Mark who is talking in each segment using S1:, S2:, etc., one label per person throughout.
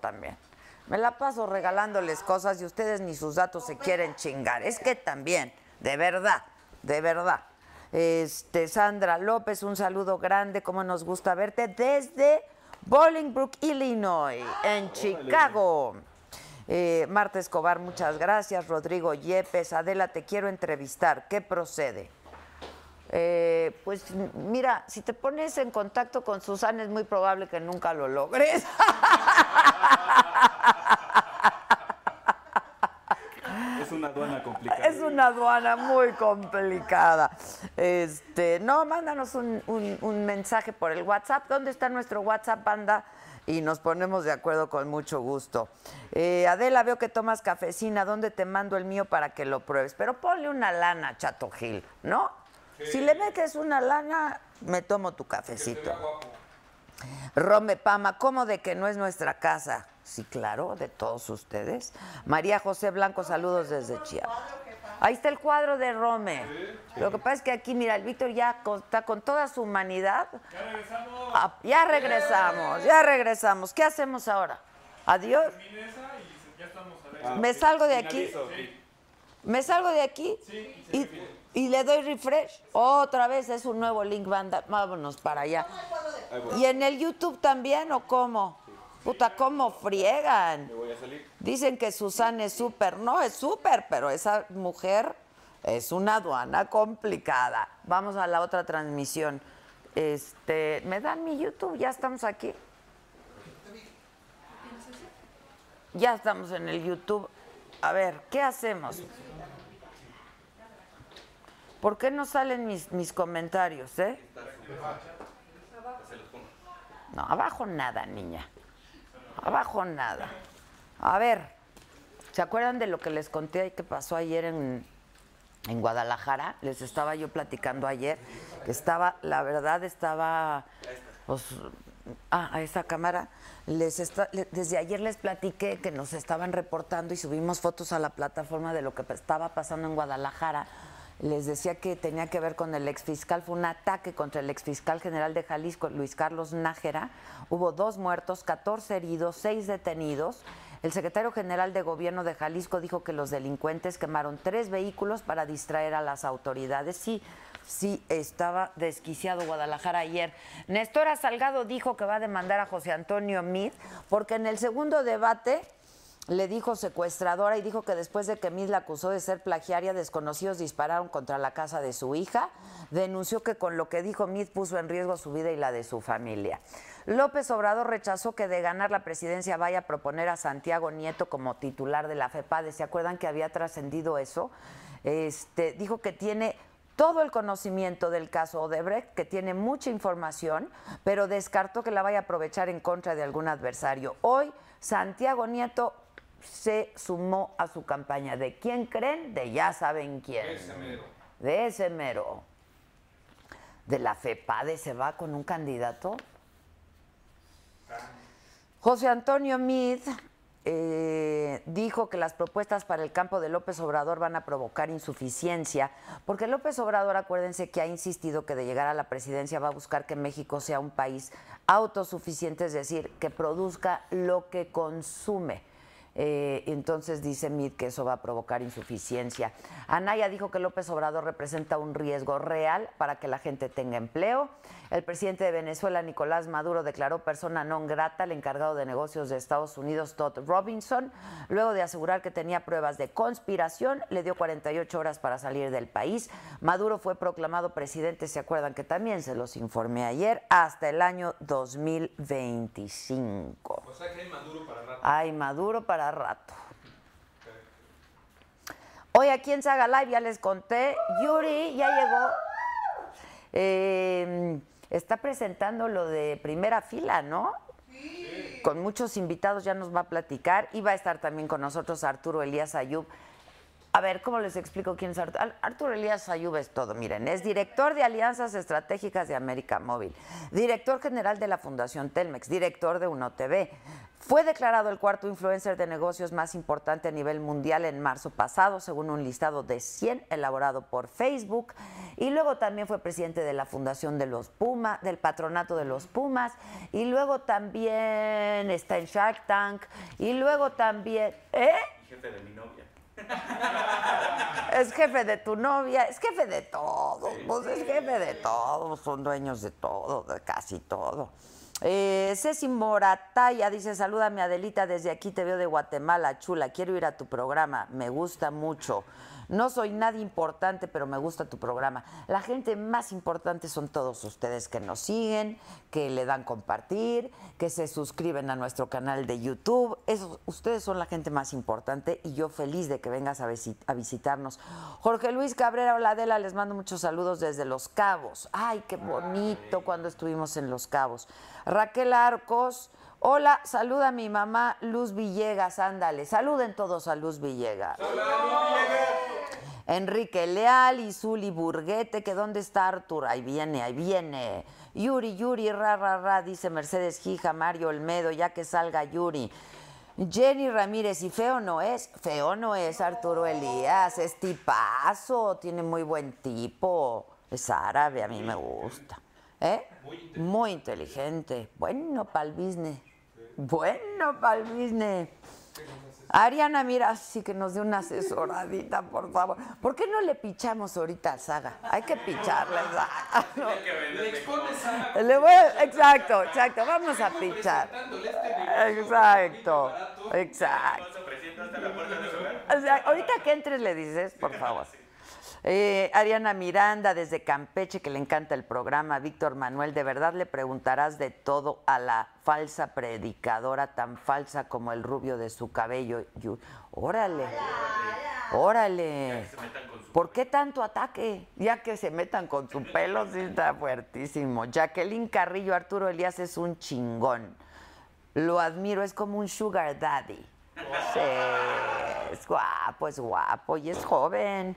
S1: también. Me la paso regalándoles cosas y ustedes ni sus datos se quieren chingar. Es que también, de verdad, de verdad. Este, Sandra López, un saludo grande, como nos gusta verte desde Bolingbrook, Illinois, en Chicago. Eh, Marta Escobar, muchas gracias. Rodrigo Yepes, Adela, te quiero entrevistar. ¿Qué procede? Eh, pues mira, si te pones en contacto con Susana es muy probable que nunca lo logres.
S2: Es una aduana complicada.
S1: Es una aduana muy complicada. Este, no, mándanos un, un, un mensaje por el WhatsApp. ¿Dónde está nuestro WhatsApp, banda? Y nos ponemos de acuerdo con mucho gusto. Eh, Adela, veo que tomas cafecina. ¿Dónde te mando el mío para que lo pruebes? Pero ponle una lana, Chato Gil, ¿no? Si le metes una lana, me tomo tu cafecito. Rome Pama, ¿cómo de que no es nuestra casa? Sí, claro, de todos ustedes. María José Blanco, saludos desde Chiapas. Ahí está el cuadro de Rome. Lo que pasa es que aquí, mira, el Víctor ya con, está con toda su humanidad. Ya regresamos. Ah, ya regresamos, ya regresamos. ¿Qué hacemos ahora? Adiós. Me salgo de aquí. Me salgo de aquí y, y, le doy refresh. Otra vez es un nuevo link, banda. Vámonos para allá. ¿Y en el YouTube también o cómo? Puta, ¿cómo friegan? Dicen que Susana es súper. No, es súper, pero esa mujer es una aduana complicada. Vamos a la otra transmisión. Este, ¿Me dan mi YouTube? Ya estamos aquí. Ya estamos en el YouTube. A ver, ¿qué hacemos? ¿Por qué no salen mis, mis comentarios, eh? No, abajo nada, niña. Abajo nada. A ver, ¿se acuerdan de lo que les conté que pasó ayer en, en Guadalajara? Les estaba yo platicando ayer que estaba, la verdad, estaba... Pues, ah, a esa cámara. Les está, le, desde ayer les platiqué que nos estaban reportando y subimos fotos a la plataforma de lo que estaba pasando en Guadalajara. Les decía que tenía que ver con el exfiscal, fue un ataque contra el exfiscal general de Jalisco, Luis Carlos Nájera. Hubo dos muertos, 14 heridos, seis detenidos. El secretario general de gobierno de Jalisco dijo que los delincuentes quemaron tres vehículos para distraer a las autoridades. Sí, sí estaba desquiciado Guadalajara ayer. Nestora Salgado dijo que va a demandar a José Antonio Mid porque en el segundo debate le dijo secuestradora y dijo que después de que Mid la acusó de ser plagiaria, desconocidos dispararon contra la casa de su hija. Denunció que con lo que dijo Mid puso en riesgo su vida y la de su familia. López Obrador rechazó que de ganar la presidencia vaya a proponer a Santiago Nieto como titular de la FEPADE. ¿Se acuerdan que había trascendido eso? Este, dijo que tiene todo el conocimiento del caso Odebrecht, que tiene mucha información, pero descartó que la vaya a aprovechar en contra de algún adversario. Hoy, Santiago Nieto se sumó a su campaña. ¿De quién creen? De ya saben quién.
S2: De ese mero.
S1: De ese mero. De la FEPADE se va con un candidato. José Antonio Mid eh, dijo que las propuestas para el campo de López Obrador van a provocar insuficiencia, porque López Obrador, acuérdense que ha insistido que de llegar a la presidencia va a buscar que México sea un país autosuficiente, es decir, que produzca lo que consume. Eh, entonces dice Mid que eso va a provocar insuficiencia. Anaya dijo que López Obrador representa un riesgo real para que la gente tenga empleo. El presidente de Venezuela, Nicolás Maduro, declaró persona non grata al encargado de negocios de Estados Unidos, Todd Robinson. Luego de asegurar que tenía pruebas de conspiración, le dio 48 horas para salir del país. Maduro fue proclamado presidente, se acuerdan que también se los informé ayer, hasta el año 2025. O sea que hay Maduro para rato. Hay Maduro para rato. Hoy aquí en Saga Live ya les conté, Yuri ya llegó. Eh, está presentando lo de primera fila, ¿no? Con muchos invitados ya nos va a platicar y va a estar también con nosotros Arturo Elías Ayub. A ver, ¿cómo les explico quién es Arturo? Arturo Elías Ayub es todo, miren, es director de Alianzas Estratégicas de América Móvil, director general de la Fundación Telmex, director de UNOTV. Fue declarado el cuarto influencer de negocios más importante a nivel mundial en marzo pasado, según un listado de 100 elaborado por Facebook. Y luego también fue presidente de la Fundación de los Pumas, del Patronato de los Pumas. Y luego también está en Shark Tank. Y luego también... ¿Eh? Es jefe de tu novia, es jefe de todo, pues es jefe de todo, son dueños de todo, de casi todo. Eh, Ceci Morataya dice, salúdame Adelita, desde aquí te veo de Guatemala, chula, quiero ir a tu programa, me gusta mucho. No soy nadie importante, pero me gusta tu programa. La gente más importante son todos ustedes que nos siguen, que le dan compartir, que se suscriben a nuestro canal de YouTube. Esos- ustedes son la gente más importante y yo feliz de que vengas a, visi- a visitarnos. Jorge Luis Cabrera Oladela, les mando muchos saludos desde Los Cabos. Ay, qué bonito cuando estuvimos en Los Cabos. Raquel Arcos. Hola, saluda a mi mamá Luz Villegas, ándale. Saluden todos a Luz Villegas. Enrique Leal y Zuli Burguete, que dónde está Artur, ahí viene, ahí viene. Yuri, Yuri, ra, ra, ra, dice Mercedes Gija, Mario Olmedo, ya que salga Yuri. Jenny Ramírez, y feo no es, feo no es Arturo Elías, es tipazo, tiene muy buen tipo, es árabe, a mí me gusta. ¿Eh? Muy inteligente. Bueno para el business. Bueno para el business. Ariana, mira, sí que nos dé una asesoradita, por favor. ¿Por qué no le pichamos ahorita a Saga? Hay que picharle a Saga. Le voy a- exacto, exacto. Vamos a pichar. Exacto, exacto. O sea, ahorita que entres le dices, por favor. Eh, Ariana Miranda desde Campeche, que le encanta el programa. Víctor Manuel, de verdad le preguntarás de todo a la falsa predicadora, tan falsa como el rubio de su cabello. Yu- Órale. Órale. ¿Por qué tanto ataque? Ya que se metan con su pelo, sí está fuertísimo. Jacqueline Carrillo, Arturo Elías es un chingón. Lo admiro, es como un sugar daddy. Sí, es guapo, es guapo y es joven.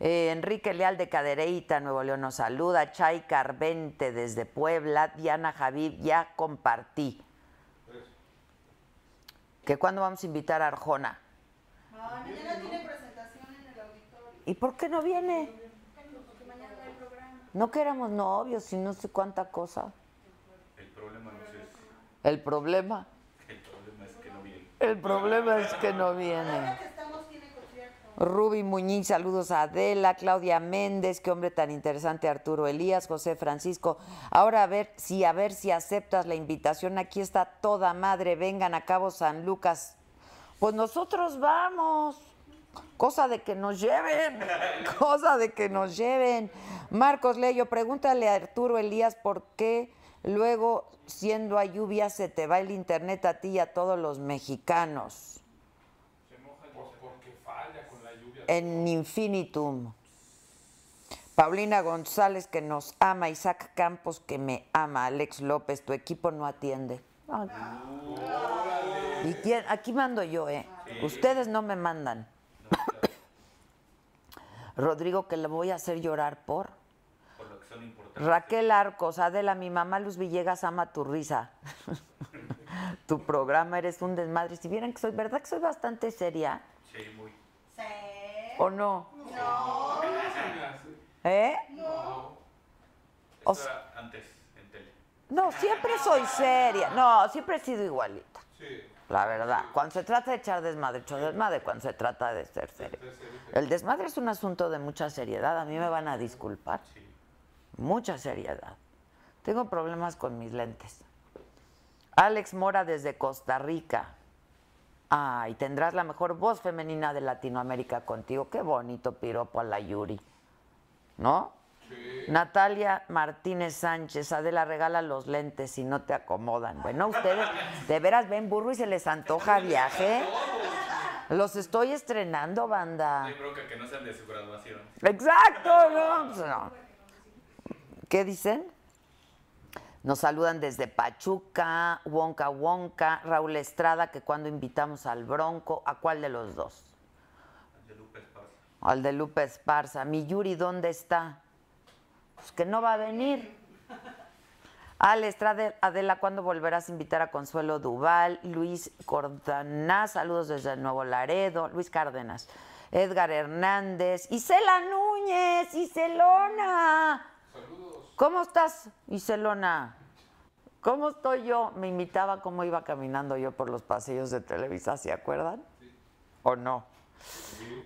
S1: Eh, Enrique Leal de Cadereyta, Nuevo León, nos saluda. Chay Carvente desde Puebla. Diana Javid, ya compartí. ¿Que cuándo vamos a invitar a Arjona? ¿Y por qué no viene? No que éramos novios y no sé cuánta cosa. El problema no es El problema es que no viene. El problema es que no viene. Ruby Muñiz, saludos a Adela, Claudia Méndez, qué hombre tan interesante, Arturo Elías, José Francisco. Ahora a ver si a ver si aceptas la invitación. Aquí está toda madre, vengan a Cabo San Lucas. Pues nosotros vamos. Cosa de que nos lleven, cosa de que nos lleven. Marcos Leyo, pregúntale a Arturo Elías por qué luego, siendo a lluvia, se te va el internet a ti y a todos los mexicanos. En infinitum. Paulina González, que nos ama. Isaac Campos, que me ama. Alex López, tu equipo no atiende. Ay. ¿Y quién? Aquí mando yo, ¿eh? Ustedes no me mandan. Rodrigo, que le voy a hacer llorar por. Raquel Arcos, Adela, mi mamá Luz Villegas ama tu risa. tu programa eres un desmadre. Si vieran que soy, ¿verdad que soy bastante seria? Sí, muy. ¿O no? No. ¿Eh? No. No, siempre soy seria. No, siempre he sido igualita. La verdad, cuando se trata de echar desmadre, echo desmadre, cuando se trata de ser serio. El desmadre es un asunto de mucha seriedad, a mí me van a disculpar. Mucha seriedad. Tengo problemas con mis lentes. Alex Mora desde Costa Rica. Ay, tendrás la mejor voz femenina de Latinoamérica contigo. Qué bonito piropo a la Yuri. ¿No? Natalia Martínez Sánchez, Adela, regala los lentes si no te acomodan. Bueno, ustedes de veras ven burro y se les antoja viaje. Los estoy estrenando, banda.
S3: Hay bronca que no sean de su graduación.
S1: Exacto, no, pues no. ¿Qué dicen? Nos saludan desde Pachuca, Wonka Wonka, Raúl Estrada, que cuando invitamos al Bronco, ¿a cuál de los dos? Al de Lupe Esparza. Mi Yuri, ¿dónde está? Pues que no va a venir. Al Estrada, Adela, ¿cuándo volverás a invitar a Consuelo Duval? Luis Cordanás, saludos desde Nuevo Laredo. Luis Cárdenas, Edgar Hernández, Isela Núñez, Iselona. ¿Cómo estás, Iselona? ¿Cómo estoy yo? Me imitaba cómo iba caminando yo por los pasillos de Televisa, ¿se acuerdan? ¿O no?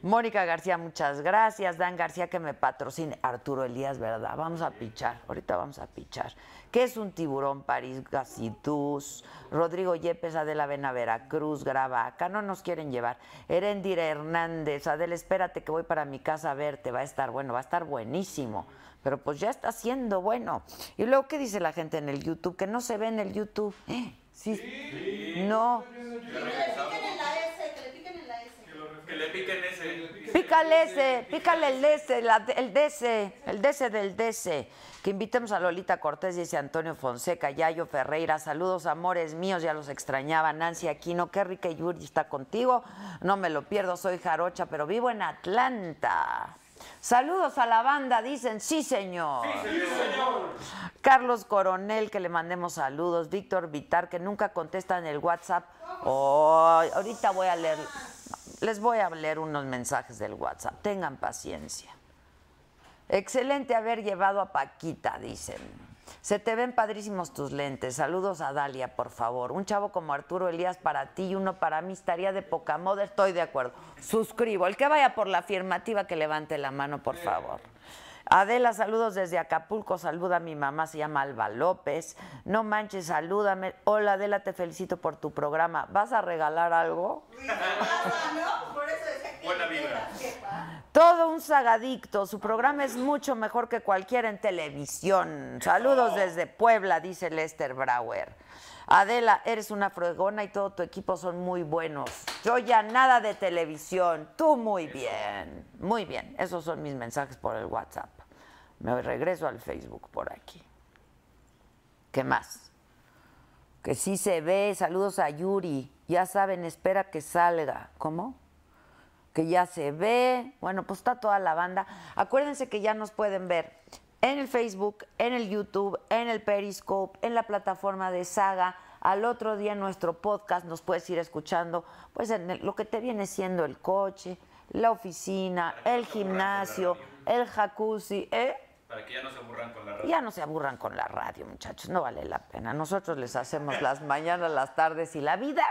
S1: Mónica García, muchas gracias. Dan García, que me patrocine. Arturo Elías, ¿verdad? Vamos a pichar. Ahorita vamos a pichar. ¿Qué es un tiburón? París Gacidús. Rodrigo Yepes, Adela Vena Veracruz, graba. Acá no nos quieren llevar. Erendira Hernández, Adela, espérate que voy para mi casa a verte. Va a estar bueno, va a estar buenísimo. Pero pues ya está siendo bueno. Y luego, ¿qué dice la gente en el YouTube? Que no se ve en el YouTube. Eh, sí. No.
S3: Que le piquen ese.
S1: Pícale ese, pícale el DC, la- el DC, el DC del DC. Que invitemos a Lolita Cortés, dice Antonio Fonseca, Yayo Ferreira. Saludos, amores míos, ya los extrañaba. Nancy Aquino, qué rica y Yuri está contigo. No me lo pierdo, soy jarocha, pero vivo en Atlanta. Saludos a la banda, dicen sí, señor. Carlos Coronel, que le mandemos saludos. Víctor Vitar, que nunca contesta en el WhatsApp. Oh, ahorita voy a leer. Les voy a leer unos mensajes del WhatsApp. Tengan paciencia. Excelente haber llevado a Paquita, dicen. Se te ven padrísimos tus lentes. Saludos a Dalia, por favor. Un chavo como Arturo Elías para ti y uno para mí estaría de poca moda. Estoy de acuerdo. Suscribo. El que vaya por la afirmativa que levante la mano, por favor. Adela, saludos desde Acapulco. Saluda a mi mamá, se llama Alba López. No manches, salúdame. Hola Adela, te felicito por tu programa. ¿Vas a regalar algo?
S3: Buena vibra.
S1: Todo un sagadicto. Su programa es mucho mejor que cualquiera en televisión. Saludos desde Puebla, dice Lester Brauer. Adela, eres una fregona y todo tu equipo son muy buenos. Yo ya nada de televisión. Tú muy bien. Muy bien. Esos son mis mensajes por el WhatsApp. Me regreso al Facebook por aquí. ¿Qué más? Que sí se ve. Saludos a Yuri. Ya saben, espera que salga. ¿Cómo? que ya se ve. Bueno, pues está toda la banda. Acuérdense que ya nos pueden ver en el Facebook, en el YouTube, en el Periscope, en la plataforma de Saga. Al otro día en nuestro podcast nos puedes ir escuchando, pues en el- lo que te viene siendo el coche, la oficina, el gimnasio, el jacuzzi, ¿eh?
S3: Para que ya no se aburran con la radio.
S1: Ya no se aburran con la radio, muchachos, no vale la pena. Nosotros les hacemos las mañanas, las tardes y la vida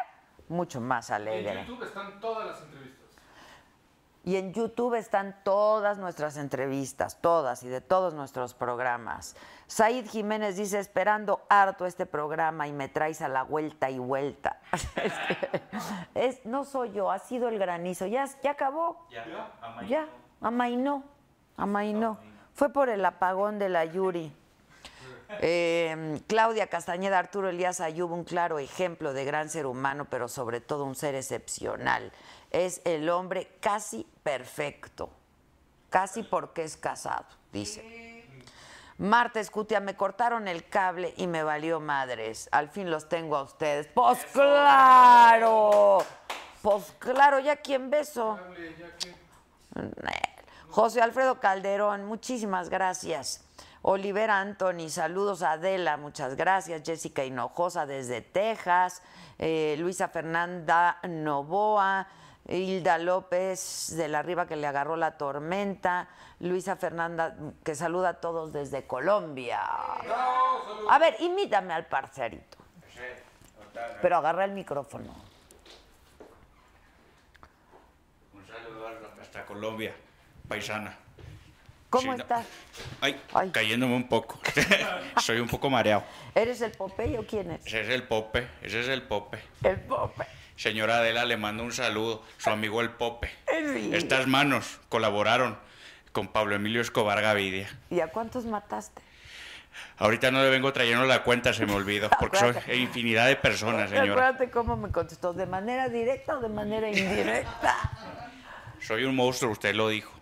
S1: mucho más alegre.
S4: En YouTube están todas las entrevistas.
S1: Y en YouTube están todas nuestras entrevistas, todas y de todos nuestros programas. Said Jiménez dice, esperando harto este programa y me traes a la vuelta y vuelta. es que- es- no soy yo, ha sido el granizo. Ya, ya acabó.
S3: Ya. amainó.
S1: Ya, amainó, amainó. Fue por el apagón de la Yuri. Eh, Claudia Castañeda, Arturo Elías Ayub, un claro ejemplo de gran ser humano, pero sobre todo un ser excepcional. Es el hombre casi perfecto, casi porque es casado, dice. Marta Escutia, me cortaron el cable y me valió madres. Al fin los tengo a ustedes. ¡Pues claro! ¡Pues claro! ¿Ya quién beso? José Alfredo Calderón, muchísimas gracias. Olivera Anthony, saludos a Adela, muchas gracias. Jessica Hinojosa desde Texas. Eh, Luisa Fernanda Novoa. Hilda López de la Riva que le agarró la tormenta. Luisa Fernanda que saluda a todos desde Colombia. A ver, imítame al parcerito. Pero agarra el micrófono.
S3: Un saludo hasta Colombia, paisana.
S1: ¿Cómo
S3: Sí, no.
S1: estás?
S3: Ay,
S1: Ay.
S3: cayéndome un poco. Soy un poco mareado.
S1: ¿Eres el Popeye o quién es?
S3: Ese es el Pope, ese es el Pope.
S1: El Popeye.
S3: Señora Adela le mando un saludo, su amigo el Pope.
S1: Sí.
S3: Estas manos colaboraron con Pablo Emilio Escobar Gavidia.
S1: ¿Y a cuántos mataste?
S3: Ahorita no le vengo trayendo la cuenta, se me olvidó, porque son
S1: Acuérdate.
S3: infinidad de personas, señora.
S1: Acuérdate cómo me contestó, ¿de manera directa o de manera indirecta?
S3: Soy un monstruo, usted lo dijo.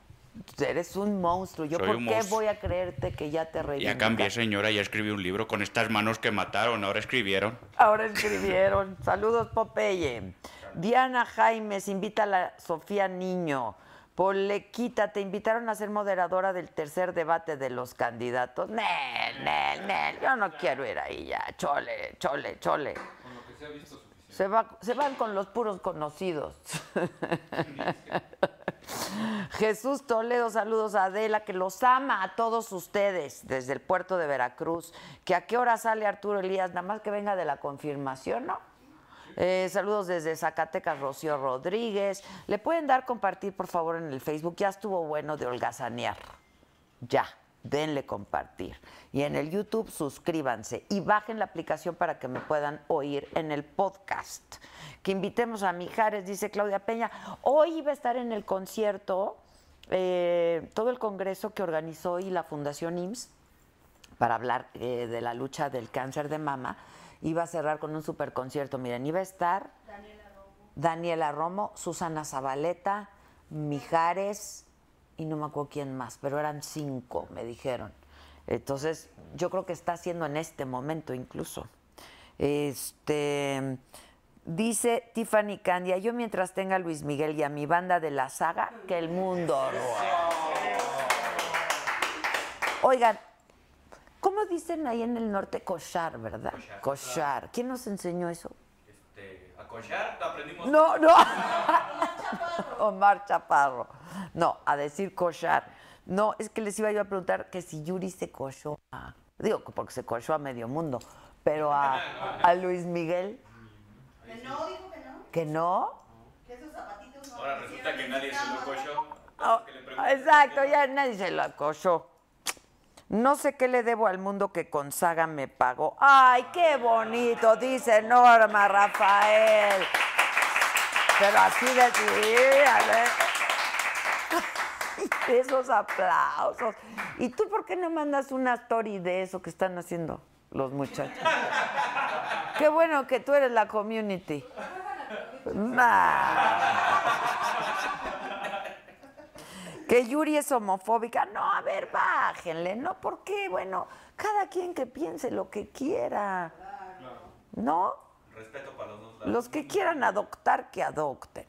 S1: Eres un monstruo. ¿Yo
S3: Soy
S1: por
S3: un
S1: qué
S3: monstruo.
S1: voy a creerte que ya te reí?
S3: Ya cambié, señora, ya escribí un libro con estas manos que mataron, ahora escribieron.
S1: Ahora escribieron. Saludos, Popeye. Diana Jaimes invita a la Sofía Niño. Polequita, te invitaron a ser moderadora del tercer debate de los candidatos. Nel, nel, nel. Yo no quiero ir ahí ya. Chole, chole, chole.
S4: Con lo que se ha visto suficiente.
S1: Se, va- se van con los puros conocidos. Jesús Toledo, saludos a Adela, que los ama a todos ustedes desde el puerto de Veracruz. Que a qué hora sale Arturo Elías, nada más que venga de la confirmación, ¿no? Eh, saludos desde Zacatecas, Rocío Rodríguez. ¿Le pueden dar compartir, por favor, en el Facebook? Ya estuvo bueno de holgazanear. Ya, denle compartir. Y en el YouTube suscríbanse y bajen la aplicación para que me puedan oír en el podcast. Que invitemos a Mijares, dice Claudia Peña. Hoy iba a estar en el concierto, eh, todo el congreso que organizó y la Fundación IMSS para hablar eh, de la lucha del cáncer de mama. Iba a cerrar con un super concierto. Miren, iba a estar Daniela Romo, Susana Zabaleta, Mijares y no me acuerdo quién más, pero eran cinco, me dijeron. Entonces, yo creo que está haciendo en este momento incluso. Este dice Tiffany Candia, yo mientras tenga a Luis Miguel y a mi banda de la saga, que el mundo. ruede". Oigan, ¿cómo dicen ahí en el norte cochar, verdad? Cochar. ¿Quién nos enseñó eso?
S3: a cochar, aprendimos.
S1: No, no. Omar Chaparro. No, a decir cochar. No, es que les iba yo a preguntar que si Yuri se cochó a... Digo, porque se cochó a medio mundo, pero a, a Luis Miguel. ¿Que no? ¿Que no?
S3: Ahora resulta que nadie se lo cochó.
S1: Oh, exacto, ya nadie se lo acochó. No sé qué le debo al mundo que con Saga me pagó. ¡Ay, qué bonito! Dice Norma Rafael. Pero así decían, ¿eh? Esos aplausos. ¿Y tú por qué no mandas una story de eso que están haciendo los muchachos? Qué bueno que tú eres la community. Nah. Que Yuri es homofóbica. No, a ver, bájenle, ¿no? ¿Por qué? Bueno, cada quien que piense lo que quiera. ¿No?
S3: Respeto para los dos lados.
S1: Los que quieran adoptar, que adopten.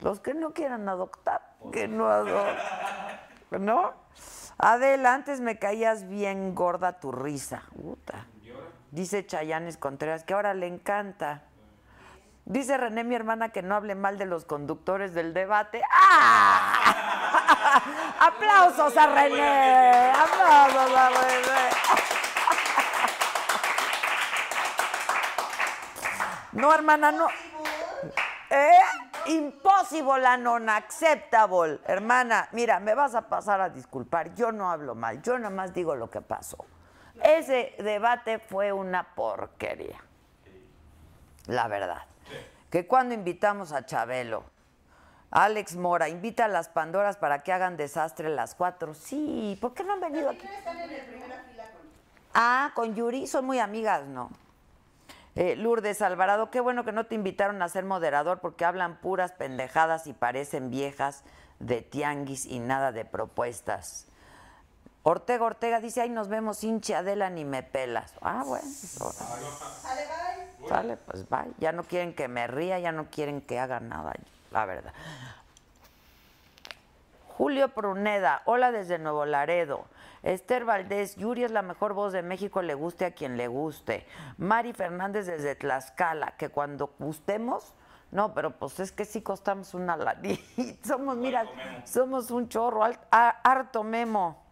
S1: Los que no quieran adoptar, que no adopten. ¿No? Adela, antes me caías bien gorda tu risa. Puta. Dice Chayanes Contreras, que ahora le encanta. Dice René, mi hermana, que no hable mal de los conductores del debate. ¡Ah! ¡Aplausos a René! ¡Aplausos a René! No, hermana, no. ¿Eh? Impossible and unacceptable. Hermana, mira, me vas a pasar a disculpar. Yo no hablo mal, yo nada más digo lo que pasó. Ese debate fue una porquería. La verdad. Que cuando invitamos a Chabelo, Alex Mora, invita a las Pandoras para que hagan desastre las cuatro. Sí, ¿por qué no han venido aquí? Ah, con Yuri son muy amigas, ¿no? Eh, Lourdes Alvarado, qué bueno que no te invitaron a ser moderador porque hablan puras pendejadas y parecen viejas de tianguis y nada de propuestas. Ortega Ortega dice, ay, nos vemos hinche Adela ni me pelas. Ah, bueno. Sale, bye. Sale, pues bye. Ya no quieren que me ría, ya no quieren que haga nada, la verdad. Julio Pruneda, hola desde Nuevo Laredo. Esther Valdés, Yuri es la mejor voz de México, le guste a quien le guste. Mari Fernández desde Tlaxcala, que cuando gustemos, no, pero pues es que sí costamos una lanita. Somos, mira, somos un chorro, al- a- harto memo.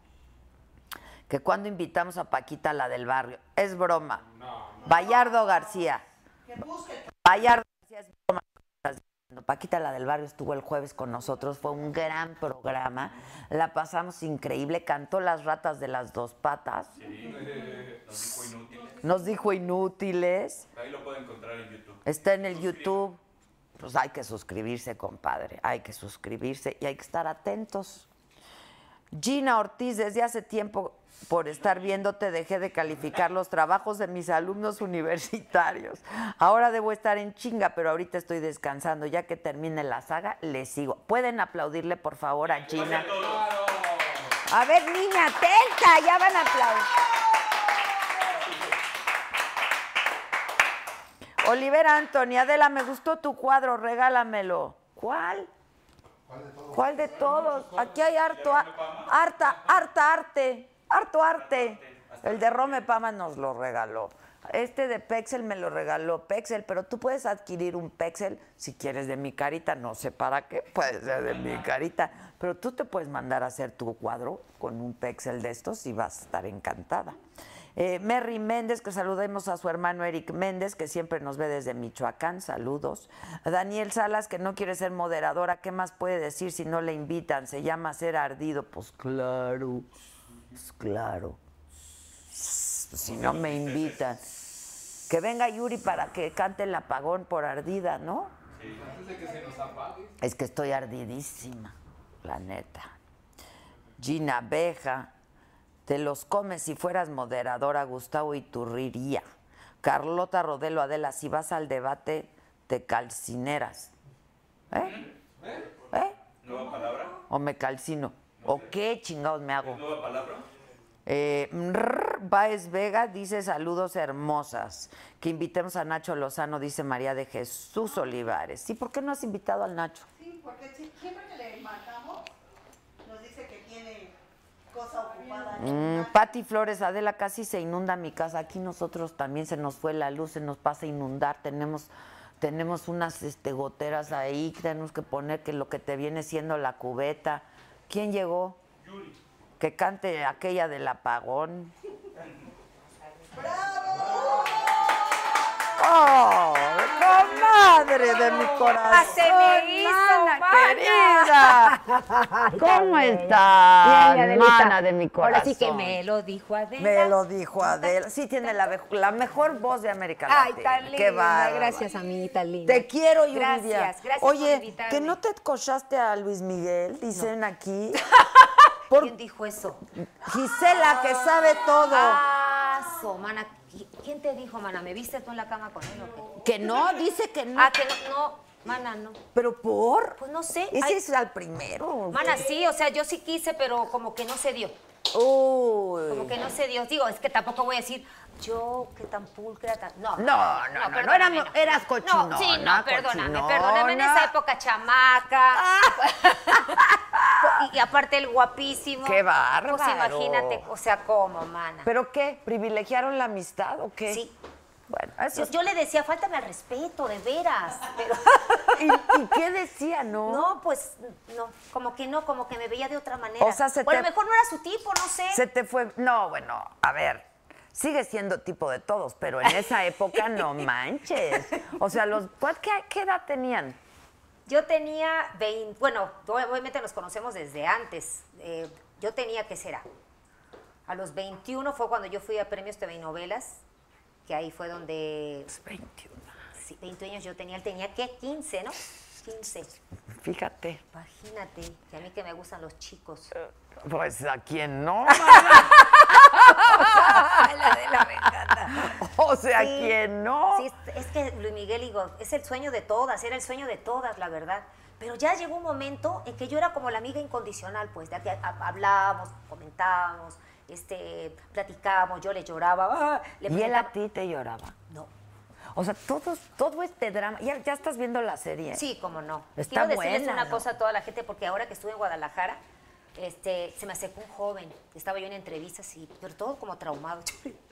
S1: Que cuando invitamos a Paquita, la del barrio, es broma. Vallardo García. Vallardo García es broma. Paquita la del barrio estuvo el jueves con nosotros, fue un gran programa, la pasamos increíble, cantó las ratas de las dos patas, nos dijo inútiles.
S3: Ahí lo pueden encontrar en YouTube.
S1: Está en el YouTube. Pues hay que suscribirse, compadre. Hay que suscribirse y hay que estar atentos. Gina Ortiz, desde hace tiempo, por estar viéndote, dejé de calificar los trabajos de mis alumnos universitarios. Ahora debo estar en chinga, pero ahorita estoy descansando. Ya que termine la saga, le sigo. ¿Pueden aplaudirle, por favor, a Gina? A ver, niña, atenta, ya van a aplaudir. Olivera Antonia, Adela, me gustó tu cuadro, regálamelo. ¿Cuál? ¿Cuál de todos? Aquí hay harto, a- harta, harta arte, harto arte. El de Rome Pama nos lo regaló. Este de Pexel me lo regaló Pexel, pero tú puedes adquirir un Pexel si quieres de mi carita, no sé para qué, puede ser de mi carita, pero tú te puedes mandar a hacer tu cuadro con un Pexel de estos y vas a estar encantada. Eh, Merry Méndez, que saludemos a su hermano Eric Méndez, que siempre nos ve desde Michoacán, saludos. Daniel Salas, que no quiere ser moderadora, ¿qué más puede decir si no le invitan? Se llama ser ardido. Pues claro, pues claro. Si no me invitan. Que venga Yuri para que cante el apagón por ardida, ¿no? Es que estoy ardidísima, la neta. Gina Beja, te los comes si fueras moderadora, Gustavo Iturriría. Carlota Rodelo Adela, si vas al debate, te calcineras. ¿Eh? ¿Eh?
S3: ¿Nueva palabra?
S1: ¿O me calcino? ¿O qué chingados me hago?
S3: ¿Nueva palabra?
S1: Eh, mrr, Baez Vega dice saludos hermosas. Que invitemos a Nacho Lozano, dice María de Jesús Olivares. ¿Y por qué no has invitado al Nacho?
S5: Sí, porque si- siempre que le marcamos, nos dice que tiene cosa ocupada.
S1: Mm, Pati Flores, Adela, casi se inunda mi casa. Aquí nosotros también se nos fue la luz, se nos pasa a inundar. Tenemos, tenemos unas este, goteras ahí, tenemos que poner que lo que te viene siendo la cubeta. ¿Quién llegó? Que cante aquella del apagón. ¡Oh, comadre de mi corazón! mana querida! ¿Cómo estás,
S6: Bien, Adelita.
S1: hermana de mi corazón?
S6: Ahora sí que me lo dijo Adela.
S1: Me lo dijo Adela. Sí, tiene la, ve- la mejor voz de América
S6: Ay,
S1: Latina.
S6: tan
S1: Qué
S6: linda.
S1: bárbara.
S6: Gracias, amiguita linda.
S1: Te quiero, Yuridia.
S6: Gracias, gracias por
S1: Oye,
S6: invitarme.
S1: que no te cochaste a Luis Miguel, dicen aquí. Por
S6: ¿Quién dijo eso?
S1: Gisela, que sabe todo.
S6: Ah, so, mana. ¿qui- ¿Quién te dijo, mana? ¿Me viste tú en la cama con él o qué?
S1: Que no, dice que no.
S6: Ah, que no, no, mana, no.
S1: Pero por.
S6: Pues no sé,
S1: Ese
S6: ay.
S1: es al primero.
S6: Mana, sí, o sea, yo sí quise, pero como que no se dio.
S1: Uy.
S6: Como que no se dio. Digo, es que tampoco voy a decir, yo, que tan pulcra, tan... No,
S1: No, no, no, no,
S6: perdóname,
S1: éramos- eras
S6: No, sí,
S1: cochinona,
S6: no, perdóname,
S1: cochinona. Ah.
S6: perdóname en esa época chamaca. y, y aparte el guapísimo.
S1: Qué bárbaro.
S6: Pues imagínate, o sea, cómo, mana.
S1: ¿Pero qué? ¿Privilegiaron la amistad o qué?
S6: Sí.
S1: Bueno, eso
S6: yo, yo le decía, fáltame al respeto, de veras. Pero,
S1: ¿Y, y qué decía, no?
S6: no, pues, no, como que no, como que me veía de otra manera.
S1: O sea, se
S6: a lo
S1: te-
S6: mejor no era su tipo, no sé.
S1: Se te fue. No, bueno, a ver. Sigue siendo tipo de todos, pero en esa época no manches. O sea, los ¿cuál- qué, qué edad tenían?
S6: Yo tenía 20, bueno, obviamente nos conocemos desde antes. Eh, yo tenía, ¿qué será? A los 21 fue cuando yo fui a Premios TV y Novelas, que ahí fue donde...
S1: Pues 21.
S6: sí, 20 años yo tenía, él tenía, ¿qué? 15, ¿no? 15.
S1: Fíjate.
S6: Imagínate, que a mí que me gustan los chicos.
S1: Pues a quién no.
S6: la de la
S1: O sea,
S6: Sí.
S1: quién no.
S6: Sí, es que Luis Miguel, digo, es el sueño de todas, era el sueño de todas, la verdad. Pero ya llegó un momento en que yo era como la amiga incondicional, pues, de que ha- hablábamos, comentábamos, este, platicábamos, yo le lloraba. ah, le
S1: y él
S6: preguntaba-
S1: a ti te lloraba.
S6: No.
S1: O sea, todo, todo este drama. Ya, ya estás viendo la serie.
S6: Sí, como no.
S1: Está
S6: Quiero decirles
S1: buena,
S6: una
S1: ¿no?
S6: cosa a toda la gente, porque ahora que estuve en Guadalajara, este, se me acercó un joven, estaba yo en entrevistas y pero todo como traumado.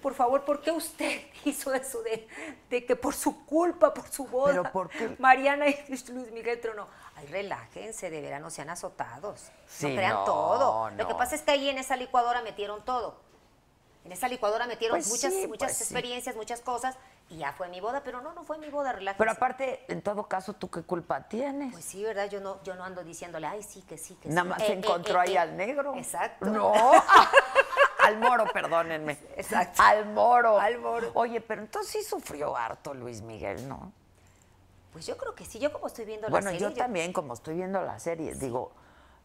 S6: Por favor, ¿por qué usted hizo eso de, de que por su culpa, por su boda,
S1: Pero, ¿por qué?
S6: Mariana y Luis Miguel Trono? Ay, relájense, de verano sean azotados.
S1: Sí,
S6: no crean
S1: no,
S6: todo. Lo que
S1: no.
S6: pasa es que ahí en esa licuadora metieron todo. En esa licuadora metieron
S1: Pues
S6: muchas,
S1: sí,
S6: muchas
S1: pues sí.
S6: experiencias, muchas cosas, Y ya fue mi boda, pero no, no fue mi boda, relájense.
S1: Pero aparte, en todo caso, ¿tú qué culpa tienes?
S6: Pues sí, ¿verdad? Yo no, yo no ando diciéndole, ay, sí, que sí, que
S1: Nada
S6: sí.
S1: más
S6: Eh,
S1: se
S6: eh,
S1: encontró
S6: eh,
S1: ahí
S6: eh.
S1: al negro.
S6: Exacto.
S1: No. al moro, perdónenme.
S6: Exacto.
S1: Al moro.
S6: Al moro.
S1: Oye, pero entonces sí sufrió harto Luis Miguel, ¿no?
S6: Pues yo creo que sí, yo como estoy viendo
S1: bueno,
S6: la serie.
S1: yo también, como estoy viendo la serie, digo,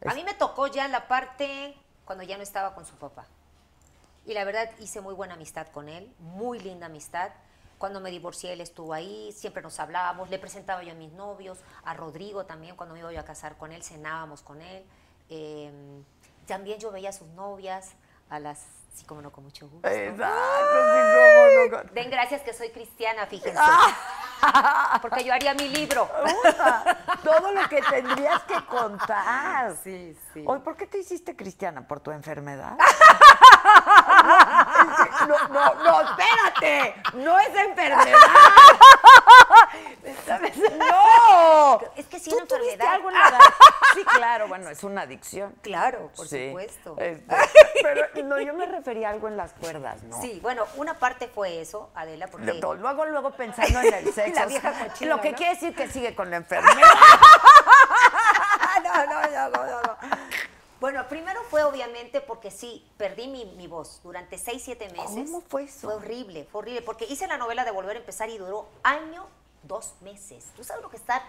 S6: A mí me tocó ya la parte cuando ya no estaba con su papá. Y la verdad hice muy buena amistad con él, muy linda amistad. Cuando me divorcié él estuvo ahí, siempre nos hablábamos, le presentaba yo a mis novios, a Rodrigo también, cuando me iba yo a casar con él, cenábamos con él. Eh, también yo veía a sus novias, a las, sí como no, con mucho gusto.
S1: Eh, Exacto, sí, cómo no.
S6: Den gracias que soy cristiana, fíjense.
S1: Ah.
S6: Porque yo haría mi libro.
S1: Oh, Puta, Todo lo que tendrías que contar.
S6: Sí, sí.
S1: Oye, ¿por qué te hiciste cristiana? ¿Por tu enfermedad? No, no, no, espérate. No es enfermedad. No.
S6: Es que sí,
S1: ¿Tú
S6: una
S1: tuviste
S6: enfermedad.
S1: algo en la edad? Sí, claro, bueno, es una adicción.
S6: Claro, por
S1: Sí.
S6: supuesto.
S1: Este, pero no, yo me refería a algo en las cuerdas, ¿no?
S6: Sí, bueno, una parte fue eso, Adela, porque...
S1: Lo- Luego, luego pensando en el sexo.
S6: La vieja cochina,
S1: lo que
S6: ¿no?
S1: quiere decir que sigue con la enfermedad.
S6: no, no, no, no, no. Bueno, primero fue obviamente porque sí, perdí mi, mi voz durante seis, siete meses.
S1: ¿Cómo fue eso?
S6: Fue horrible, fue horrible, porque hice la novela de Volver a Empezar y duró año, dos meses. ¿Tú sabes lo que estar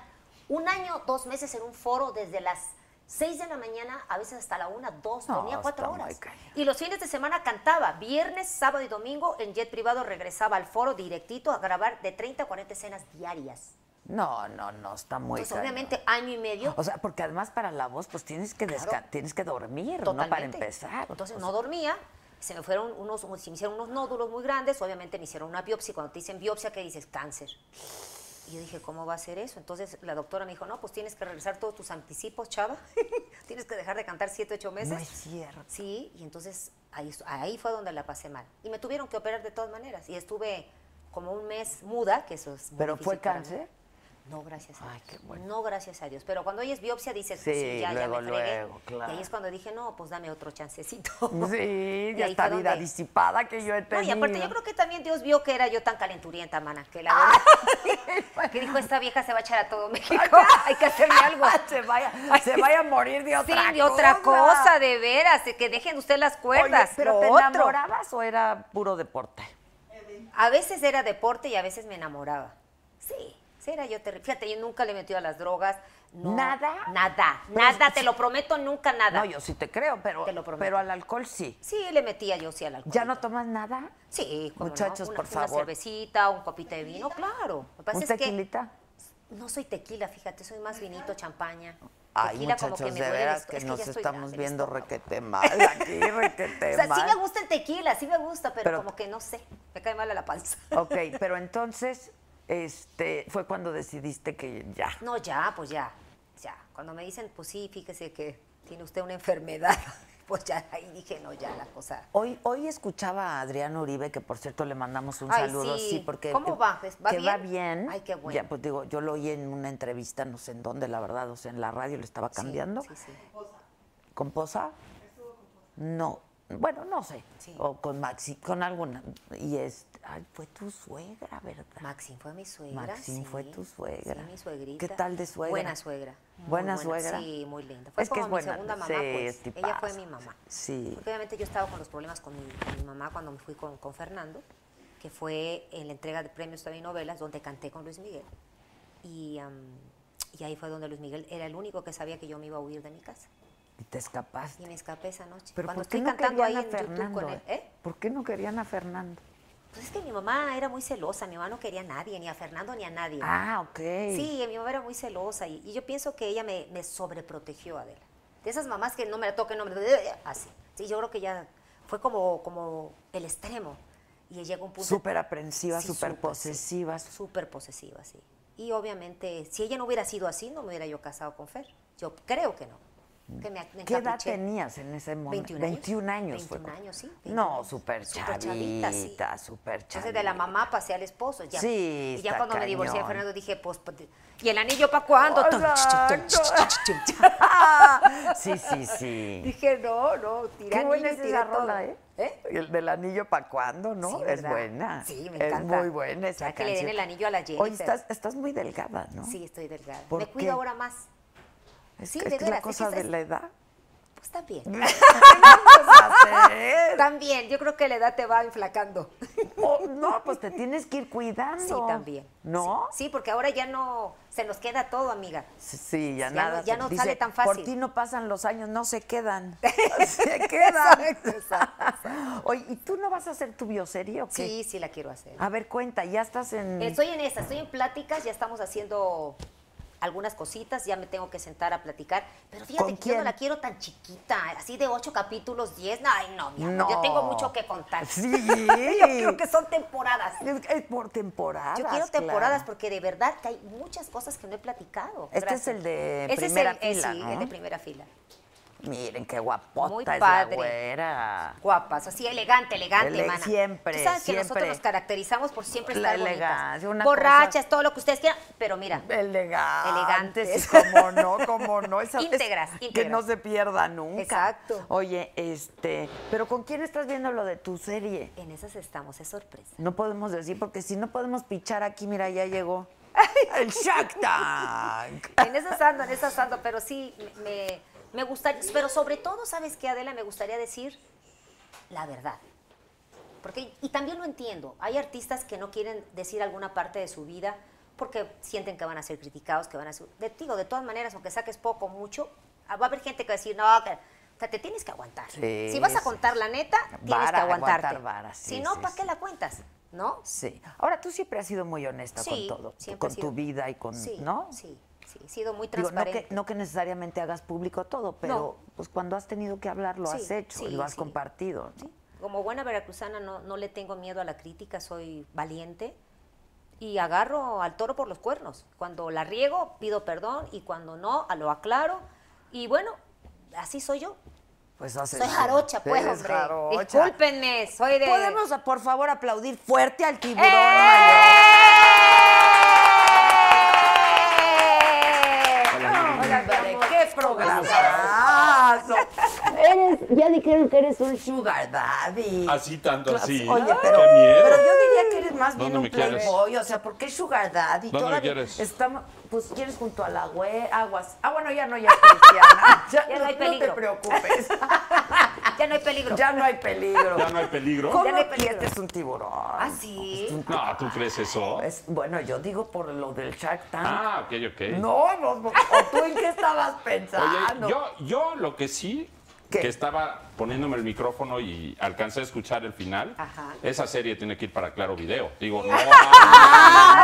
S6: un año, dos meses en un foro desde las seis de la mañana, a veces hasta la una, dos,
S1: No,
S6: tenía cuatro
S1: está muy
S6: horas?
S1: cañón.
S6: Y los fines de semana cantaba, viernes, sábado y domingo en jet privado regresaba al foro directito a grabar de 30 a 40 escenas diarias.
S1: No, no, no, está muy
S6: Entonces,
S1: cañón.
S6: Pues, obviamente, año y medio
S1: O sea, porque además para la voz, pues tienes que desca-
S6: Claro.
S1: tienes que dormir, ¿no? Para
S6: Totalmente.
S1: empezar.
S6: Entonces
S1: O
S6: no
S1: sea,
S6: dormía, se me fueron unos, se me hicieron unos nódulos muy grandes, obviamente me hicieron una biopsia. Cuando te dicen biopsia, ¿qué dices? Cáncer. Y yo dije, ¿cómo va a ser eso? Entonces la doctora me dijo, no, pues tienes que regresar todos tus anticipos, chava. tienes que dejar de cantar siete, ocho meses.
S1: No es cierto.
S6: Sí, y entonces ahí, estu- ahí fue donde la pasé mal. Y me tuvieron que operar de todas maneras. Y estuve como un mes muda, que eso es muy
S1: ¿Pero
S6: difícil
S1: fue
S6: para mí.
S1: cáncer?
S6: No, gracias a
S1: Ay,
S6: Dios.
S1: qué bueno.
S6: No, gracias a Dios. Pero cuando oyes biopsia dices,
S1: Sí,
S6: sí, ya, ya me
S1: luego,
S6: fregué.
S1: luego, claro.
S6: Y ahí es cuando dije, no, pues dame otro chancecito.
S1: Sí,
S6: Y
S1: ya
S6: ahí
S1: está
S6: fue
S1: vida
S6: donde-
S1: disipada que yo he
S6: No,
S1: tenido.
S6: y aparte yo creo que también Dios vio que era yo tan calenturienta, mana, que la verdad, Ah. que dijo, esta vieja se va a echar a todo México, hay que hacerle algo.
S1: se vaya, se vaya a morir de otra
S6: sí, de otra cosa, de veras, de que dejen usted las
S1: Oye,
S6: cuerdas,
S1: ¿Pero
S6: lo
S1: te
S6: otro.
S1: enamorabas o era puro deporte?
S6: A veces era deporte y a veces me enamoraba. Sí, sí era yo terrible. Fíjate, yo nunca le metí a las drogas. no-
S1: ¿Nada?
S6: Nada,
S1: Pero
S6: nada,
S1: es-
S6: te lo prometo, nunca nada.
S1: No, yo sí te creo, pero,
S6: Te lo prometo.
S1: pero al alcohol sí.
S6: Sí, le metía yo sí al alcohol.
S1: ¿Ya no tomas nada?
S6: Sí, cómo no,
S1: Muchachos,
S6: una-
S1: por
S6: Una
S1: favor.
S6: cervecita, un copita de vino, claro. Lo que pasa
S1: ¿Un
S6: Pues es que
S1: tequilita?
S6: no soy tequila, fíjate, soy más vinito, champaña.
S1: Ay,
S6: Tequila como
S1: muchachos,
S6: que me
S1: de
S6: duele el
S1: veras
S6: esto-
S1: que,
S6: es
S1: nos
S6: ya estoy
S1: estamos
S6: grande, el
S1: viendo
S6: estómago.
S1: requete mal aquí, requete
S6: O sea,
S1: mal.
S6: sí me gusta el tequila, sí me gusta, pero,
S1: Pero-
S6: como que no sé, me cae mal a la panza.
S1: Ok, pero entonces, este, fue cuando decidiste que ya.
S6: No, ya, pues ya, ya. Cuando me dicen, pues sí, fíjese que tiene usted una enfermedad, pues ya ahí dije, no, ya la cosa.
S1: Hoy, hoy escuchaba a Adrián Uribe, que por cierto le mandamos un
S6: Ay,
S1: saludo,
S6: sí.
S1: sí, porque...
S6: ¿Cómo va? Pues, ¿va
S1: que va
S6: bien?
S1: bien.
S6: Ay, qué bueno.
S1: Ya, pues digo, yo lo oí en una entrevista, no sé en dónde, la verdad, o sea, en la radio lo estaba
S6: Sí,
S1: cambiando.
S6: Sí, sí.
S1: ¿Con Poza? No, bueno, no sé.
S6: Sí.
S1: O con Maxi, con alguna. Y es, ay, fue tu suegra, ¿verdad?
S6: Maxim fue mi suegra.
S1: Maxim
S6: sí.
S1: fue tu suegra.
S6: Sí, mi suegrita.
S1: ¿Qué tal de suegra?
S6: Buena suegra. muy
S1: Buena suegra.
S6: Sí, muy linda. Fue
S1: Es que
S6: como
S1: es buena,
S6: mi segunda mamá,
S1: sí,
S6: pues.
S1: es
S6: Ella fue
S1: tipazo.
S6: mi mamá.
S1: Sí.
S6: Porque obviamente yo estaba con los problemas con mi, con mi mamá cuando me fui con, con Fernando, que fue en la entrega de premios TV y novelas donde canté con Luis Miguel. Y, am, y ahí fue donde Luis Miguel era el único que sabía que yo me iba a huir de mi casa.
S1: Y te escapaste.
S6: Y me escapé esa noche.
S1: Pero
S6: cuando
S1: ¿por qué
S6: estoy
S1: no
S6: cantando ahí
S1: querían
S6: en
S1: a
S6: YouTube
S1: Fernando?
S6: con él. ¿eh?
S1: ¿Por qué no querían a Fernando?
S6: Pues es que mi mamá era muy celosa, mi mamá no quería a nadie, ni a Fernando ni a nadie.
S1: Ah, ok.
S6: Sí, mi mamá era muy celosa y, y yo pienso que ella me, me sobreprotegió, Adela. De esas mamás que no me la toquen, no me la... Así. Sí, yo creo que ya fue como, como el extremo. Y llegó un punto...
S1: Súper aprensiva,
S6: Sí,
S1: súper
S6: súper, sí.
S1: posesiva.
S6: Súper posesiva, sí. Y obviamente, si ella no hubiera sido así, no me hubiera yo casado con Fer. Yo creo que no. que me, me
S1: Mm. ¿Qué edad
S6: encapriché.
S1: tenías en ese momento?
S6: 21 años.
S1: 21 años. fue
S6: 21
S1: cuando-
S6: años, sí, 21
S1: No,
S6: años.
S1: súper
S6: Súper chavita, sí.
S1: chavita, súper chavita.
S6: Entonces de la mamá pasé al esposo. Ya.
S1: Sí,
S6: y ya
S1: está
S6: cuando me divorcié de
S1: cañón.
S6: Fernando dije, pues, pues, ¿y el anillo para cuándo?
S1: Sí, sí, sí.
S6: dije, no, no, tiré
S1: Qué buena es
S6: anillo y tiré
S1: esa
S6: todo.
S1: rola, ¿eh? El del anillo para cuándo, ¿no?
S6: Sí,
S1: es
S6: ¿verdad?
S1: buena.
S6: Sí, me
S1: Es
S6: encanta.
S1: muy buena esa
S6: Ya que le den
S1: canción.
S6: el anillo a la
S1: Hoy
S6: Jennifer.
S1: estás, estás muy delgada, ¿no?
S6: Sí, estoy delgada.
S1: ¿Por
S6: Me cuido
S1: qué?
S6: ahora más.
S1: Es,
S6: sí,
S1: que- es
S6: de
S1: que es la
S6: veras, es
S1: cosa
S6: que
S1: de
S6: es-
S1: la edad. pues,
S6: Pues también.
S1: hacer?
S6: también, yo creo que la edad te va enflacando.
S1: Oh, no, pues te tienes que ir cuidando.
S6: Sí, también.
S1: ¿No?
S6: Sí, sí, porque ahora ya no se nos queda todo, amiga.
S1: Sí, sí, ya,
S6: Ya no-
S1: nada.
S6: ya
S1: se-
S6: no
S1: dice,
S6: sale tan
S1: Por
S6: fácil".
S1: ti no pasan los años, no se quedan. se quedan. Oye, ¿y tú no vas a hacer tu bioserie o qué?
S6: Sí, sí la quiero hacer. Eh,
S1: A ver, cuenta, ya estás en.
S6: Estoy en esta, estoy en pláticas, ya estamos haciendo algunas cositas, ya me tengo que sentar a platicar, pero
S1: ¿Con
S6: fíjate que yo
S1: quién?
S6: no la quiero tan chiquita, así de ocho capítulos, diez, no, ay no, mi amor,
S1: No.
S6: yo tengo mucho que contar.
S1: Sí.
S6: yo creo que son temporadas.
S1: Es, es por temporadas.
S6: Yo quiero
S1: claro.
S6: temporadas porque de verdad que hay muchas cosas que no he platicado.
S1: Este es el de primera fila,
S6: eh, sí,
S1: ¿no?
S6: el de primera fila.
S1: Miren qué guapota
S6: Muy
S1: es la
S6: padre.
S1: güera.
S6: Guapas, así elegante, elegante,
S1: Ele-
S6: mana.
S1: siempre,
S6: Tú sabes que nosotros
S1: siempre.
S6: nos caracterizamos por siempre
S1: La
S6: estar bonitas.
S1: elegancia, una
S6: Borrachas,
S1: cosa-
S6: todo lo que ustedes quieran, pero mira,
S1: Elegantes.
S6: Elegantes.
S1: sí, Como no, como no. Esa, es-
S6: Íntegras,
S1: Que
S6: íntegras.
S1: no se pierda nunca.
S6: Exacto.
S1: Oye, este, pero ¿con quién estás viendo lo de tu serie?
S6: en esas estamos, es sorpresa.
S1: No podemos decir, porque si no podemos pichar aquí, mira, ya llegó. El Shark Tank.
S6: En esas ando, en esas ando, pero sí, me- me, me gustaría, pero sobre todo, ¿sabes qué, Adela? Me gustaría decir la verdad. Porque, y también lo entiendo, hay artistas que no quieren decir alguna parte de su vida porque sienten que van a ser criticados, que van a ser... De, digo, de todas maneras, aunque saques poco o mucho, ah, va a haber gente que va a decir, no, que... O sea, te tienes que aguantar.
S1: Sí,
S6: si vas a
S1: sí.
S6: contar la neta, tienes
S1: Vara,
S6: que aguantarte.
S1: aguantar vara, sí,
S6: si no,
S1: sí,
S6: ¿para
S1: sí.
S6: qué la cuentas? ¿No?
S1: Sí. Ahora tú siempre has sido muy honesta
S6: Sí,
S1: con todo.
S6: siempre
S1: Con
S6: he sido-
S1: tu vida y con.
S6: Sí,
S1: ¿No?
S6: Sí, sí, he sido muy
S1: Digo, no,
S6: transparente.
S1: que, no que necesariamente hagas público todo, pero pues cuando has tenido que hablar lo
S6: Sí,
S1: has hecho y
S6: sí,
S1: lo has
S6: sí.
S1: compartido. ¿no?
S6: Sí. Como buena veracruzana no, no le tengo miedo a la crítica, soy valiente y agarro al toro por los cuernos. Cuando la riego, pido perdón y cuando no, a lo aclaro. Y bueno, así soy yo.
S1: Pues haces-
S6: Soy jarocha, pues,
S1: Eres
S6: hombre.
S1: jarocha.
S6: Discúlpenme, soy de...
S1: ¿Podemos, por favor, aplaudir fuerte al tiburón?
S6: ¡Eh!
S1: Hola, ¡Qué programazo! Eres, ya dijeron que eres un sugar daddy.
S3: Así tanto
S1: Clas-
S3: así.
S1: Oye,
S3: Qué
S1: pero,
S3: miedo.
S1: pero yo diría que eres más bien
S3: ¿Dónde
S1: un
S3: me quieres?
S1: playboy, o sea, ¿por qué sugar daddy?
S3: ¿Dónde me
S1: Todavía
S3: quieres?
S1: Estamos, pues quieres junto a la güey, aguas. Ah, bueno, ya no, ya es cristiana. Ya,
S6: Ya no hay
S1: te
S6: peligro.
S1: preocupes,
S6: Ya no hay peligro.
S1: ya no hay peligro.
S3: Ya no hay peligro.
S1: ¿Cómo
S6: Ya no hay
S1: que
S6: peligro.
S1: este es un tiburón?
S6: ¿Ah, sí?
S3: No, ¿tú crees eso?
S1: Es- bueno, yo digo por lo del Shark Tank.
S3: Ah, ok, ok.
S1: No, no, no. ¿O tú en qué estabas pensando?
S3: Oye, yo, yo lo que sí,
S1: ¿Qué?
S3: que estaba poniéndome el micrófono y alcancé a escuchar el final,
S6: Ajá.
S3: esa serie tiene que ir para Claro Video. Digo, no.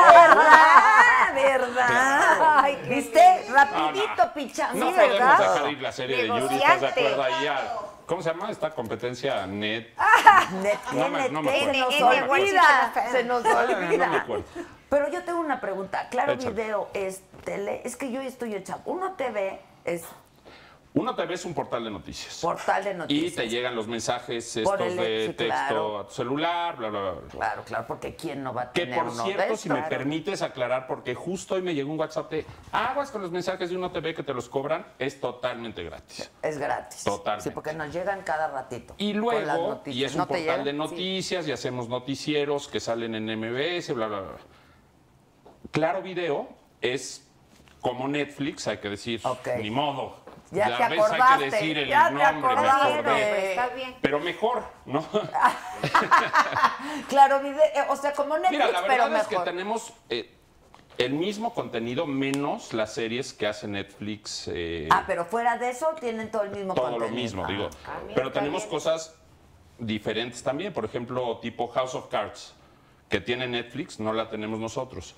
S1: Ah, ¿Verdad?
S6: Ay, qué
S1: ¿Viste?
S6: lindo.
S1: Rapidito, picha.
S3: No
S1: Sí,
S3: podemos
S1: ¿verdad?
S3: dejar ir la serie de Yuri, ¿estás de acuerdo? Ahí a- ¿Cómo se llama esta competencia? Net.
S1: Ah, Net-
S3: No me-
S1: Net-
S3: no me
S1: Net- se
S3: acuerdo.
S1: nos
S6: N- N-
S1: olvida.
S6: N-
S1: Se nos
S3: Ah, No, no me
S1: olvida.
S3: acuerdo.
S1: Pero yo tengo una pregunta. Claro,
S3: Échale.
S1: video es tele. Es que yo estoy hecha. Uno TV es
S3: Uno te ves un portal de noticias.
S1: portal de
S3: Y
S1: noticias.
S3: te llegan los mensajes
S1: Por
S3: estos
S1: el-
S3: de
S1: sí,
S3: texto
S1: claro.
S3: a tu celular, bla, bla, bla.
S1: Claro, claro, porque ¿quién no va a
S3: Que
S1: tener
S3: por
S1: uno
S3: cierto,
S1: de
S3: si me
S1: estos?
S3: permites aclarar, porque justo hoy me llegó un WhatsApp de aguas con los mensajes de uno TV que te los cobran, es totalmente gratis.
S1: Es gratis.
S3: Totalmente.
S1: Sí, porque nos llegan cada ratito.
S3: Y
S1: con las
S3: luego,
S1: noticias.
S3: y es un
S1: ¿No te
S3: portal de
S1: llegan?
S3: noticias y hacemos noticieros que salen en MBS, bla, bla, bla. Claro Video es como Netflix, hay que decir,
S1: Ok.
S3: ni modo.
S1: Ya te
S3: a veces hay
S1: acordaste,
S3: que decir el
S1: ya te
S3: nombre, me
S1: acordaste.
S3: acordé.
S6: Está bien.
S3: Pero mejor, ¿no?
S1: Sí. Claro, video, eh, o sea, como Netflix,
S3: Mira, la
S1: pero
S3: verdad es
S1: mejor.
S3: que tenemos eh, el mismo contenido menos las series que hace Netflix. eh,
S1: Ah, pero fuera de eso tienen todo el mismo
S3: todo
S1: contenido.
S3: lo mismo,
S1: Ah.
S3: digo.
S6: Ah, mira,
S3: Pero
S6: está
S3: tenemos
S6: bien.
S3: cosas diferentes también. Por ejemplo, tipo House of Cards, que tiene Netflix, no la tenemos nosotros.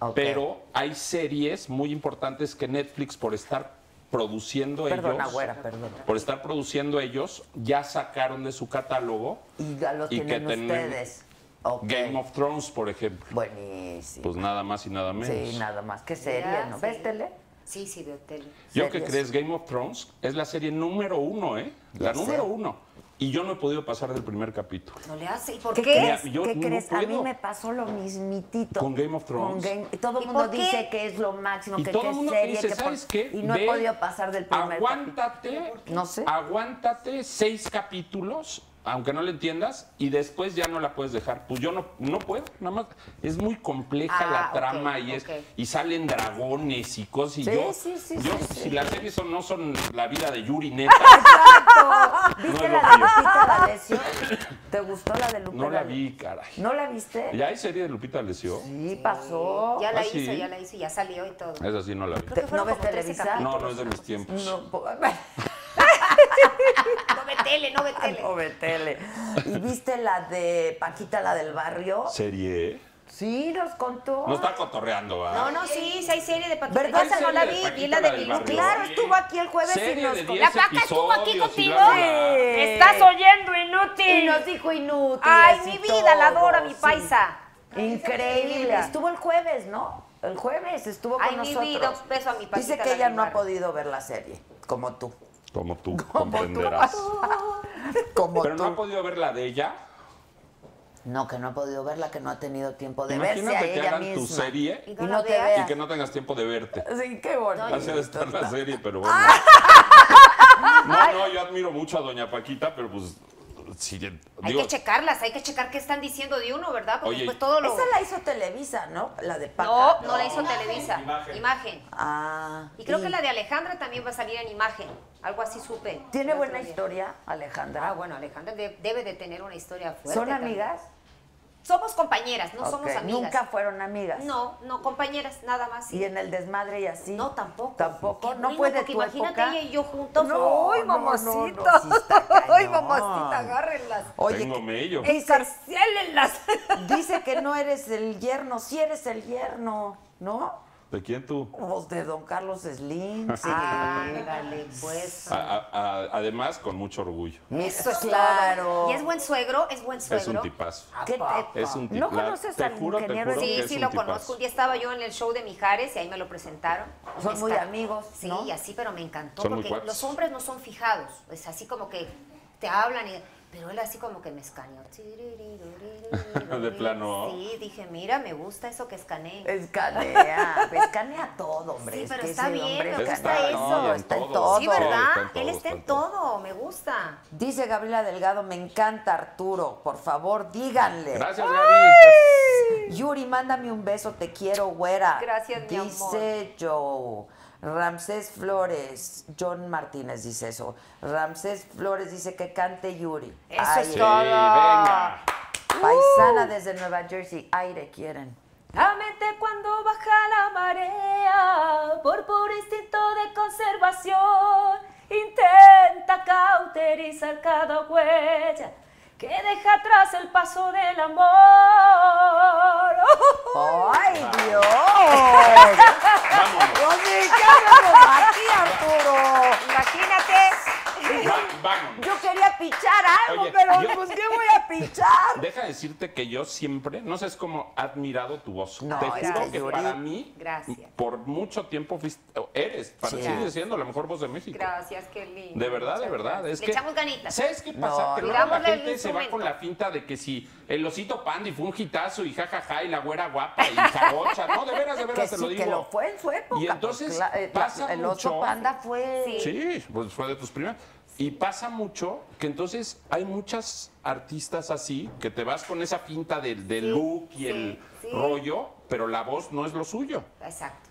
S1: Ok.
S3: Pero hay series muy importantes que Netflix, por estar produciendo
S1: Perdona,
S3: ellos.
S1: güera, perdona.
S3: Por estar produciendo ellos, ya sacaron de su catálogo
S1: Y ya lo
S3: Y que
S1: tienen
S3: tenemos
S1: ustedes. Ok.
S3: Game of Thrones, por ejemplo.
S1: Buenísimo.
S3: Pues nada más y nada menos.
S1: sí, nada más. Qué serie,
S6: Ya,
S1: ¿no?
S6: sí.
S1: ¿Ves tele?
S6: Sí, sí, veo tele.
S3: Yo que
S1: Series.
S3: crees Game of Thrones es la serie número uno, ¿eh? La
S1: Ya sé.
S3: número uno. Y yo no he podido pasar del primer capítulo.
S6: No le hace. ¿Y por
S1: ¿Qué,
S6: qué?
S1: crees?
S3: Mira, yo
S1: ¿Qué
S3: no
S1: crees? A mí
S3: puedo.
S1: me pasó lo mismitito.
S3: Con Game of Thrones.
S1: Con Game- y todo
S6: ¿Y
S1: el mundo
S6: por qué?
S1: dice que es lo máximo,
S3: Y
S1: que
S3: todo
S1: qué
S3: el mundo te
S1: serie,
S3: dice,
S1: que por-
S3: ¿sabes qué?
S1: Y no
S3: Ve,
S1: he podido pasar del primer
S3: Aguántate.
S1: capítulo. No sé.
S3: Aguántate seis capítulos, aunque no le entiendas, y después ya no la puedes dejar. Pues yo no, no puedo, nada más. Es muy compleja
S6: Ah,
S3: la
S6: ok,
S3: trama y es
S6: ok.
S3: y salen dragones y cosas. Y
S1: Sí,
S3: yo,
S1: sí, sí,
S3: yo,
S1: sí,
S3: si
S1: sí.
S3: las series son- no son la vida de Yuri neta,
S1: ¡Exacto! ¿Viste
S3: No
S1: la
S3: lo
S1: de
S3: vi.
S1: Lupita D'Alessio? ¿Te gustó la de Lupita
S3: no la
S1: D'Alessio?
S3: vi, caray.
S1: ¿No la viste?
S3: ¿Ya hay serie de Lupita Alessio?
S1: Sí, pasó.
S6: Ya la
S3: Ah,
S6: hizo,
S3: sí.
S6: ya la hizo, y ya salió y todo.
S3: Esa sí no la vi.
S6: Creo que
S1: ¿No
S6: fueron
S1: ves
S6: como 13
S1: Televisa?
S6: capítulos,
S3: No, no es de
S6: una
S3: mis
S6: cosa
S3: tiempos.
S1: No, po-
S3: Ah.
S6: así. No ve tele, no ve
S1: Ah,
S6: tele.
S1: pobre tele. ¿Y viste la de Paquita, la del barrio?
S3: ¿Serie?
S1: Sí, nos contó.
S3: No está cotorreando, ¿va?
S6: No, no, sí, sí hay serie de Paquita.
S1: ¿Verdad?
S6: Esa no la vi, vi la
S3: Paquita, la
S6: de
S3: del
S6: Lilo.
S3: barrio.
S6: Claro, estuvo aquí el jueves y
S3: Serie
S6: nos
S3: de
S6: contó.
S3: 10
S6: La vaca estuvo aquí
S3: episodios y
S6: contigo.
S3: bla, bla, bla.
S6: Estás oyendo, inútil.
S1: Y nos dijo inútil.
S6: Ay, mi vida, la adoro, mi paisa.
S1: Increíble. Estuvo el jueves, ¿no? El jueves estuvo con
S6: Ay, mi
S1: nosotros.
S6: vida, un beso a mi paquita,
S1: Dice
S6: la
S1: que ella
S6: del
S1: no ha
S6: barrio.
S1: podido ver la serie, como tú.
S3: Como tú comprenderás.
S1: Como
S3: Pero
S1: tú.
S3: no ha podido ver la de ella.
S1: No, que no ha podido verla, que no ha tenido tiempo de verse a
S3: Imagínate que
S1: ella
S3: hagan
S1: misma.
S3: tu serie
S1: Y
S6: Y
S1: no,
S6: no la
S1: te
S6: veas.
S1: veas.
S3: y que no tengas tiempo de verte.
S1: Sí, qué bonito.
S3: Así de estar la serie, pero bueno. No, no, yo admiro mucho a Doña Paquita, pero pues. Sí, digo,
S6: Hay que checarlas, hay que checar qué están diciendo de uno, ¿verdad? Porque
S3: Oye,
S6: después todo lo...
S1: Esa la hizo Televisa, ¿no? La de Paca.
S6: No, no la hizo Televisa. Imagen.
S2: Imagen.
S1: Ah.
S6: Y creo que la de Alejandra también va a salir en imagen. Algo así supe.
S1: Tiene
S6: el otro
S1: buena
S6: día.
S1: historia, Alejandra.
S6: Ah, bueno, Alejandra de- debe de tener una historia fuerte.
S1: ¿Son
S6: también.
S1: amigas?
S6: Somos compañeras, no somos
S1: Ok,
S6: amigas.
S1: Nunca fueron amigas.
S6: No, no, compañeras, nada más. sí.
S1: Y en el desmadre y así.
S6: No, tampoco.
S1: Tampoco.
S6: Qué
S1: no
S6: bueno,
S1: puede
S6: porque
S1: tu
S6: imagínate
S1: época.
S6: ella y yo juntos.
S1: No,
S6: Ay,
S1: no, no, no, sí
S6: mamacita.
S1: está
S6: Ay,
S1: cañón.
S6: mamacita, agárrenlas.
S3: Tengo
S1: Oye,
S3: mello.
S1: que- dice,
S6: Ciélenlas.
S1: dice que no eres el yerno, sí eres el yerno, ¿no?
S3: ¿De quién tú?
S1: Pues de don Carlos Slim. Sí.
S6: Ándale, pues.
S3: A- a- a- además, con mucho orgullo.
S1: Eso
S6: es
S1: claro.
S6: todo. Y es buen suegro, es buen
S3: Es un
S6: suegro.
S3: tipazo.
S1: ¿Qué te-
S3: Es un
S1: ¿No
S3: tipazo.
S1: conoces
S3: te
S1: al
S3: juro, te
S1: ingeniero? este
S3: juro que
S6: Sí,
S3: es
S6: sí
S3: un
S6: lo
S3: tipazo.
S6: conozco. Un día estaba yo en el show de Mijares y ahí me lo presentaron.
S1: Son
S6: Me
S1: muy
S6: esca-
S1: amigos,
S6: Sí,
S1: ¿no?
S6: así, pero me encantó
S3: Son muy
S6: porque
S3: cuates.
S6: los hombres no son fijados. Es así como que te hablan y... Pero él así como que me escaneó.
S3: De plano.
S6: Sí, dije, mira, me gusta eso que escaneé.
S1: Escanea, escanea todo, hombre.
S6: Sí,
S1: es
S6: pero
S1: que
S6: está
S1: ese
S6: bien,
S1: hombre
S6: me
S3: Está
S6: gusta
S1: escanea.
S6: eso,
S3: no, y en
S1: está en
S3: todo.
S1: todo.
S6: Sí,
S3: está
S6: ¿verdad?
S3: en todo,
S6: Él está
S3: está en
S6: en todo, me gusta.
S1: Dice Gabriela Delgado, me encanta Arturo, por favor, díganle.
S3: Gracias, Gaby.
S1: Yuri, mándame un beso, te quiero, güera.
S6: Gracias, mi
S1: Dice Joe. Ramsés Flores, John Martínez dice eso. Ramsés Flores dice que cante Yuri.
S6: Eso
S1: Ay,
S6: es
S3: Sí,
S6: todo. Uh.
S3: venga.
S1: Paisana desde Nueva Jersey, aire quieren.
S6: Amete cuando baja la marea, por puro instinto de conservación, intenta cauterizar cada huella que deja atrás el paso del amor.
S3: Oh.
S1: ¡Ay, Dios!
S3: Vámonos.
S1: ¡Pues sí, cámbianos aquí, Arturo!
S6: Imagínate.
S3: Va- vámonos.
S1: Yo quería pichar algo,
S3: Oye,
S1: pero
S3: yo-
S1: pues, ¿qué voy a pichar?
S3: Deja decirte que yo siempre, no sé, es como admirado tu voz.
S1: No,
S3: Te
S1: es
S3: juro
S1: que
S3: que
S1: Yuri-
S3: para mí,
S6: Gracias.
S3: m- por mucho tiempo fuiste- o eres, para
S1: Sí.
S3: sigue siendo la mejor voz de México.
S6: Gracias, qué lindo.
S3: De verdad, de verdad. Es
S6: Le
S3: que,
S6: echamos ganitas.
S3: ¿Sabes qué pasa?
S1: ¿eh? No,
S3: que
S6: no.
S3: luego la
S6: Cuidamos el
S3: gente se va
S6: instrumento.
S3: con la finta de que si el osito pandi fue un hitazo y jajaja y la güera guapa y jarocha. No, de veras, de
S1: Que
S3: veras, te lo
S1: sí,
S3: digo.
S1: que lo fue en su época.
S3: Y entonces
S1: pues, cla- eh,
S3: pasa
S1: El oso
S3: mucho-
S1: panda fue...
S3: Sí, pues fue de tus primeras. Y pasa mucho que entonces hay muchas artistas así que te vas con esa pinta del, del look y
S6: sí,
S3: el
S6: sí.
S3: rollo, pero la voz no es lo suyo.
S6: Exacto.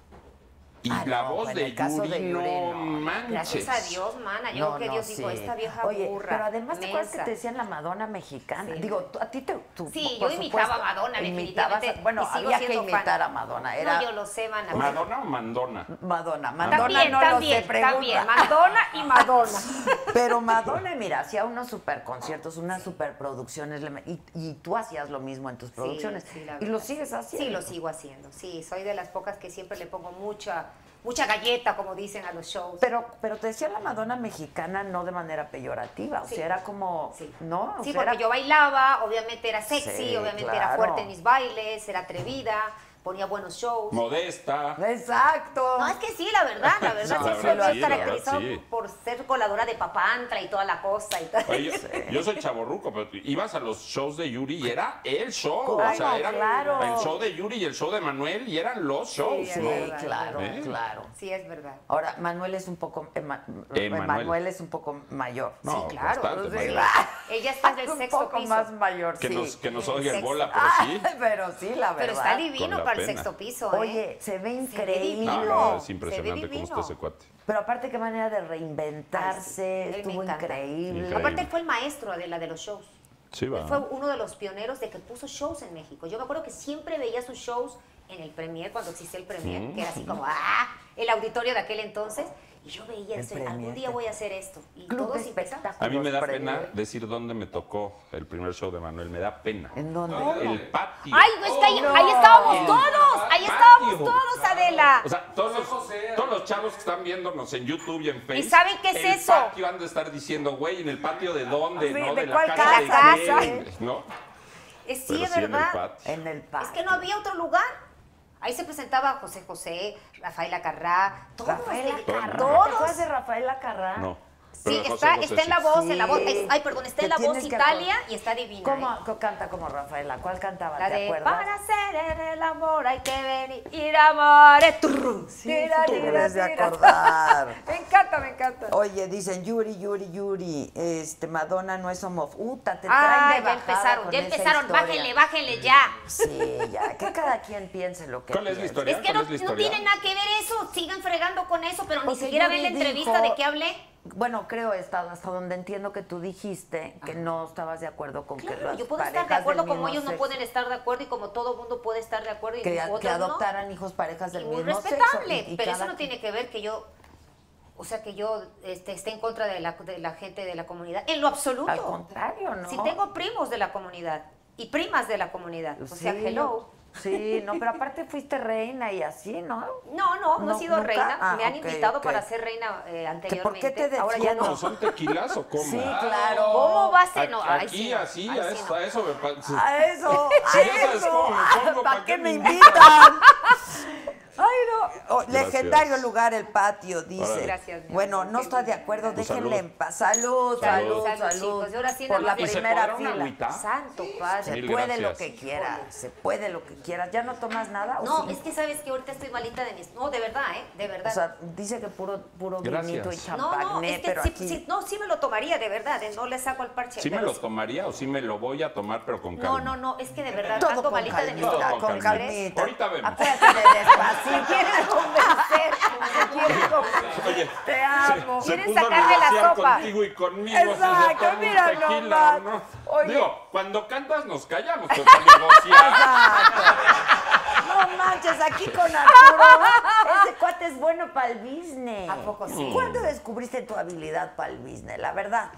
S3: Y
S1: Ah,
S3: la
S1: no,
S3: voz
S1: en
S3: de
S1: el caso
S3: Yuri,
S1: de Yuri,
S3: no
S1: no.
S3: manches.
S6: Gracias a Dios, mana. Yo
S1: No,
S6: que
S1: no,
S6: Dios dijo,
S1: sí.
S6: esta vieja
S1: Oye,
S6: burra.
S1: pero además te acuerdas que
S6: mensa".
S1: te decían la Madonna mexicana.
S6: Sí.
S1: Digo, tú- a ti te... tú,
S6: Sí,
S1: por
S6: yo imitaba
S1: supuesto, E
S6: a
S1: imitabas
S6: Madonna,
S1: a-
S6: definitivamente.
S1: Bueno,
S6: y sigo
S1: había que
S6: siendo fan.
S1: imitar a Madonna. Era
S6: No, yo lo sé, mana.
S3: ¿Madonna o Mandona?
S1: Madonna. Madonna
S6: También,
S1: no lo
S6: también,
S1: sé, pregunta.
S6: también. Madonna y Madonna.
S1: Pero Madonna, mira, hacía unos super conciertos, unas super producciones, y, y tú hacías lo mismo en tus producciones.
S6: Sí, sí, la
S1: y lo
S6: verdad,
S1: sigues
S6: sí.
S1: haciendo.
S6: Sí, lo sigo haciendo. Sí, soy de las pocas que siempre le pongo mucha, mucha galleta, como dicen a los shows.
S1: Pero, pero te decía la Madonna mexicana no de manera peyorativa, o
S6: Sí.
S1: sea, era como,
S6: Sí.
S1: ¿no? O
S6: Sí,
S1: sea,
S6: porque
S1: era-
S6: yo bailaba, obviamente era sexy,
S1: Sí,
S6: obviamente
S1: claro.
S6: era fuerte en mis bailes, era atrevida, ponía buenos shows.
S3: Modesta.
S1: Exacto.
S6: No, es que sí, la verdad, la verdad,
S3: No, la
S6: siempre
S3: verdad
S6: me
S3: sí,
S6: he
S3: la verdad
S6: caracterizado
S3: sí.
S6: por ser coladora de papantra y toda la cosa y todo.
S3: Oye, yo soy chaborruco, pero ibas a los shows de Yuri y era el show.
S1: Ay,
S3: o sea,
S1: no,
S3: era
S1: claro.
S3: el show de Yuri y el show de Manuel y eran los shows,
S1: Oh, Sí,
S3: ¿no?
S1: claro,
S3: ¿Eh?
S1: claro.
S6: Sí, es verdad.
S1: Ahora, Manuel es un poco. eh, Ma-
S3: Emanuel.
S1: Manuel es un poco mayor.
S3: No,
S1: sí, claro.
S3: bastante
S1: sí,
S3: mayor.
S1: claro.
S6: Ella está en el
S1: Es un
S6: sexto
S1: poco
S6: piso.
S1: más mayor,
S3: Que,
S1: sí.
S3: nos, que nos
S6: El
S3: oiga el
S6: sexo.
S3: bola,
S1: Ah,
S3: pero sí.
S1: pero sí, la verdad.
S6: Pero está
S3: Con
S6: divino
S3: la
S6: para el
S3: pena.
S6: sexto piso, ¿eh?
S1: Oye, se ve increíble.
S3: No,
S6: divino.
S3: no, es
S6: Se ve
S3: impresionante cómo está
S6: divino.
S3: ese cuate.
S1: Pero aparte, qué manera de reinventarse.
S6: Ay, sí. Él me
S1: Estuvo
S6: encanta.
S1: increíble.
S3: Increíble.
S6: Aparte, él fue el maestro de la de los shows.
S3: Sí,
S6: Él fue
S3: va.
S6: uno de los pioneros de que puso shows en México. Yo me acuerdo que siempre veía sus shows en el Premier, cuando existía el Premier,
S3: Mm.
S6: que era así como, ¡ah! El auditorio de aquel entonces. Y yo veía,
S1: El
S6: decía,
S1: Premier,
S6: algún día
S1: que-
S6: voy a hacer esto. Y
S1: Club
S6: todos
S1: de
S6: empezaron.
S1: espectáculos.
S3: A mí me da
S1: Los
S3: pena
S1: premios.
S3: decir dónde me tocó el primer show de Manuel. Me da pena.
S1: ¿En dónde?
S3: El patio.
S6: ¡Ay, es que ahí, ahí
S3: El
S6: estábamos todos! ¡Ahí estábamos
S3: patio.
S6: todos, Adela!
S3: O sea, todos
S6: Pues
S3: los,
S4: José.
S3: todos los chavos que están viéndonos en YouTube y en Facebook.
S6: saben qué es eso?
S3: El patio han de estar diciendo, güey, ¿en el patio de dónde?
S1: Sí,
S3: ¿No?
S1: ¿de
S3: ¿De, la
S1: cuál
S3: casa? de
S6: casa?
S3: quién? ¿No?
S6: Eh, sí,
S3: Pero
S6: es
S3: sí, en el
S6: verdad.
S3: patio.
S1: En el
S6: Es
S1: parque.
S6: que no había otro lugar. Ahí se presentaba José José, Rafaela Carrá, todos.
S1: Rafaela
S6: de-
S1: Carrá.
S6: todos.
S1: ¿Te acuerdas de Rafaela Carrá?
S3: No.
S6: Sí,
S3: Pero José
S6: está,
S3: José
S6: está en la
S3: sí.
S6: voz, en la voz.
S1: Sí.
S6: Ay, perdón, está
S1: Te
S6: en la voz
S1: tienes que
S6: Italia
S1: acordar.
S6: y está divina. ¿eh?
S1: ¿Cómo co- canta como Rafaela? ¿Cuál cantaba?
S6: La
S1: ¿Te
S6: de
S1: acuerdas?
S6: para hacer el amor hay que venir ir a amar.
S1: Sí, sí, te debes de acordar.
S6: Me encanta, me encanta.
S1: Oye, dicen Yuri, Yuri, Yuri, este Madonna no es homof. Uta, te
S6: Ah,
S1: traen de
S6: ya
S1: bajada
S6: empezaron,
S1: con
S6: ya
S1: esa
S6: empezaron.
S1: historia.
S6: Bájenle, bájenle ya.
S1: Sí, ya, que cada quien piense lo que
S3: ¿Cuál es la
S1: piense.
S3: historia?
S6: Es que
S3: ¿Cuál
S6: no,
S3: es la
S6: no
S3: historia?
S6: tiene nada que ver eso. Sigan fregando con eso, pero ni
S1: Porque
S6: siquiera
S1: Yuri
S6: ven la
S1: dijo-
S6: entrevista de qué hablé.
S1: Bueno, creo, hasta, hasta donde entiendo que tú dijiste que no estabas de acuerdo con que
S6: Claro,
S1: las
S6: yo puedo estar
S1: parejas
S6: de
S1: del
S6: acuerdo como
S1: mismo
S6: ellos no
S1: sexo
S6: pueden estar de acuerdo y como todo mundo puede estar de acuerdo y
S1: que,
S6: otros
S1: que
S6: no.
S1: adoptaran hijos parejas del
S6: y muy
S1: mismo sexo.
S6: respetable,
S1: y- y
S6: pero
S1: cada
S6: eso no
S1: quien.
S6: tiene que ver que yo, o sea, que yo este, esté en contra de la, de la gente de la comunidad, en lo absoluto.
S1: Al contrario, ¿no?
S6: Si tengo primos de la comunidad y primas de la comunidad, o sea,
S1: Sí,
S6: hello.
S1: Sí, no, pero aparte fuiste reina y así, ¿no?
S6: No, no, no,
S1: No,
S6: he sido
S1: nunca.
S6: reina,
S1: Ah,
S6: me han
S1: ok,
S6: invitado
S1: ok.
S6: para ser reina eh,
S1: ¿Que
S6: anteriormente.
S1: ¿Por qué te
S6: Ahora ya
S1: defiendo?
S3: ¿Cómo? ¿Son tequilas o cómo?
S1: Sí, claro.
S6: ¿Cómo va a
S3: A-
S6: ser? No, ay,
S3: Aquí,
S6: sí, no,
S3: así,
S6: ay,
S3: a,
S6: sí,
S3: eso-
S6: no.
S3: a eso me pasa.
S1: A eso,
S3: Sí,
S1: a
S3: ya sabes
S1: eso.
S3: cómo me pongo,
S1: ¿Para qué me invitan? Ay, no. Oh,
S3: Gracias.
S1: legendario lugar el patio, dice.
S3: Órale.
S6: Gracias, mi amor.
S1: bueno, no
S6: Qué
S1: está de
S6: linda.
S1: acuerdo,
S3: Pues
S1: déjenle
S3: salud.
S1: en paz. Salud, salud,
S3: Salud,
S6: salud,
S1: salud.
S6: chicos. Y ahora sí,
S1: Por la
S6: nada más.
S3: ¿Y se
S1: primera
S3: podrá una
S1: fila.
S3: agüita?
S6: Santo
S1: Se
S6: padre.
S3: Mil
S1: puede lo
S3: gracias.
S1: que quieras, se puede lo que quieras. ¿Ya no tomas nada? o
S6: No,
S1: sí?
S6: es que sabes que ahorita estoy malita de mis... No, de verdad, ¿eh? De verdad.
S1: O sea, dice que puro, puro
S3: Gracias.
S1: vinito y
S6: no,
S1: champagne,
S6: no, es que
S1: pero
S6: sí,
S1: aquí...
S6: sí, no, sí me lo tomaría, de verdad, eh, no le saco el parche.
S3: ¿Sí me
S6: pero
S3: lo tomaría o sí me lo voy a tomar, pero con
S6: No,
S3: calma?
S6: no, no, es que de verdad,
S1: Todo
S6: ando
S1: con
S6: malita de mis
S1: calmita,
S3: Todo
S1: con calmita.
S3: Ahorita vemos.
S1: Acuérdate de despacito.
S6: Quieres convencer, me quieres convencer.
S3: Oye,
S1: Te amo.
S3: Se
S6: ¿Quieres
S3: puso a
S6: sacarle la
S3: negociar
S6: sopa?
S3: contigo y conmigo.
S1: Exacto,
S3: se tomó un
S1: mira nomás.
S3: ¿no?
S1: Oye.
S3: Digo, cuando cantas nos callamos, pero para negociar.
S1: No manches, aquí con Arturo. Ese cuate es bueno para el business. Mm.
S6: ¿A poco sí?
S1: ¿Cuándo descubriste tu habilidad para el business? La verdad,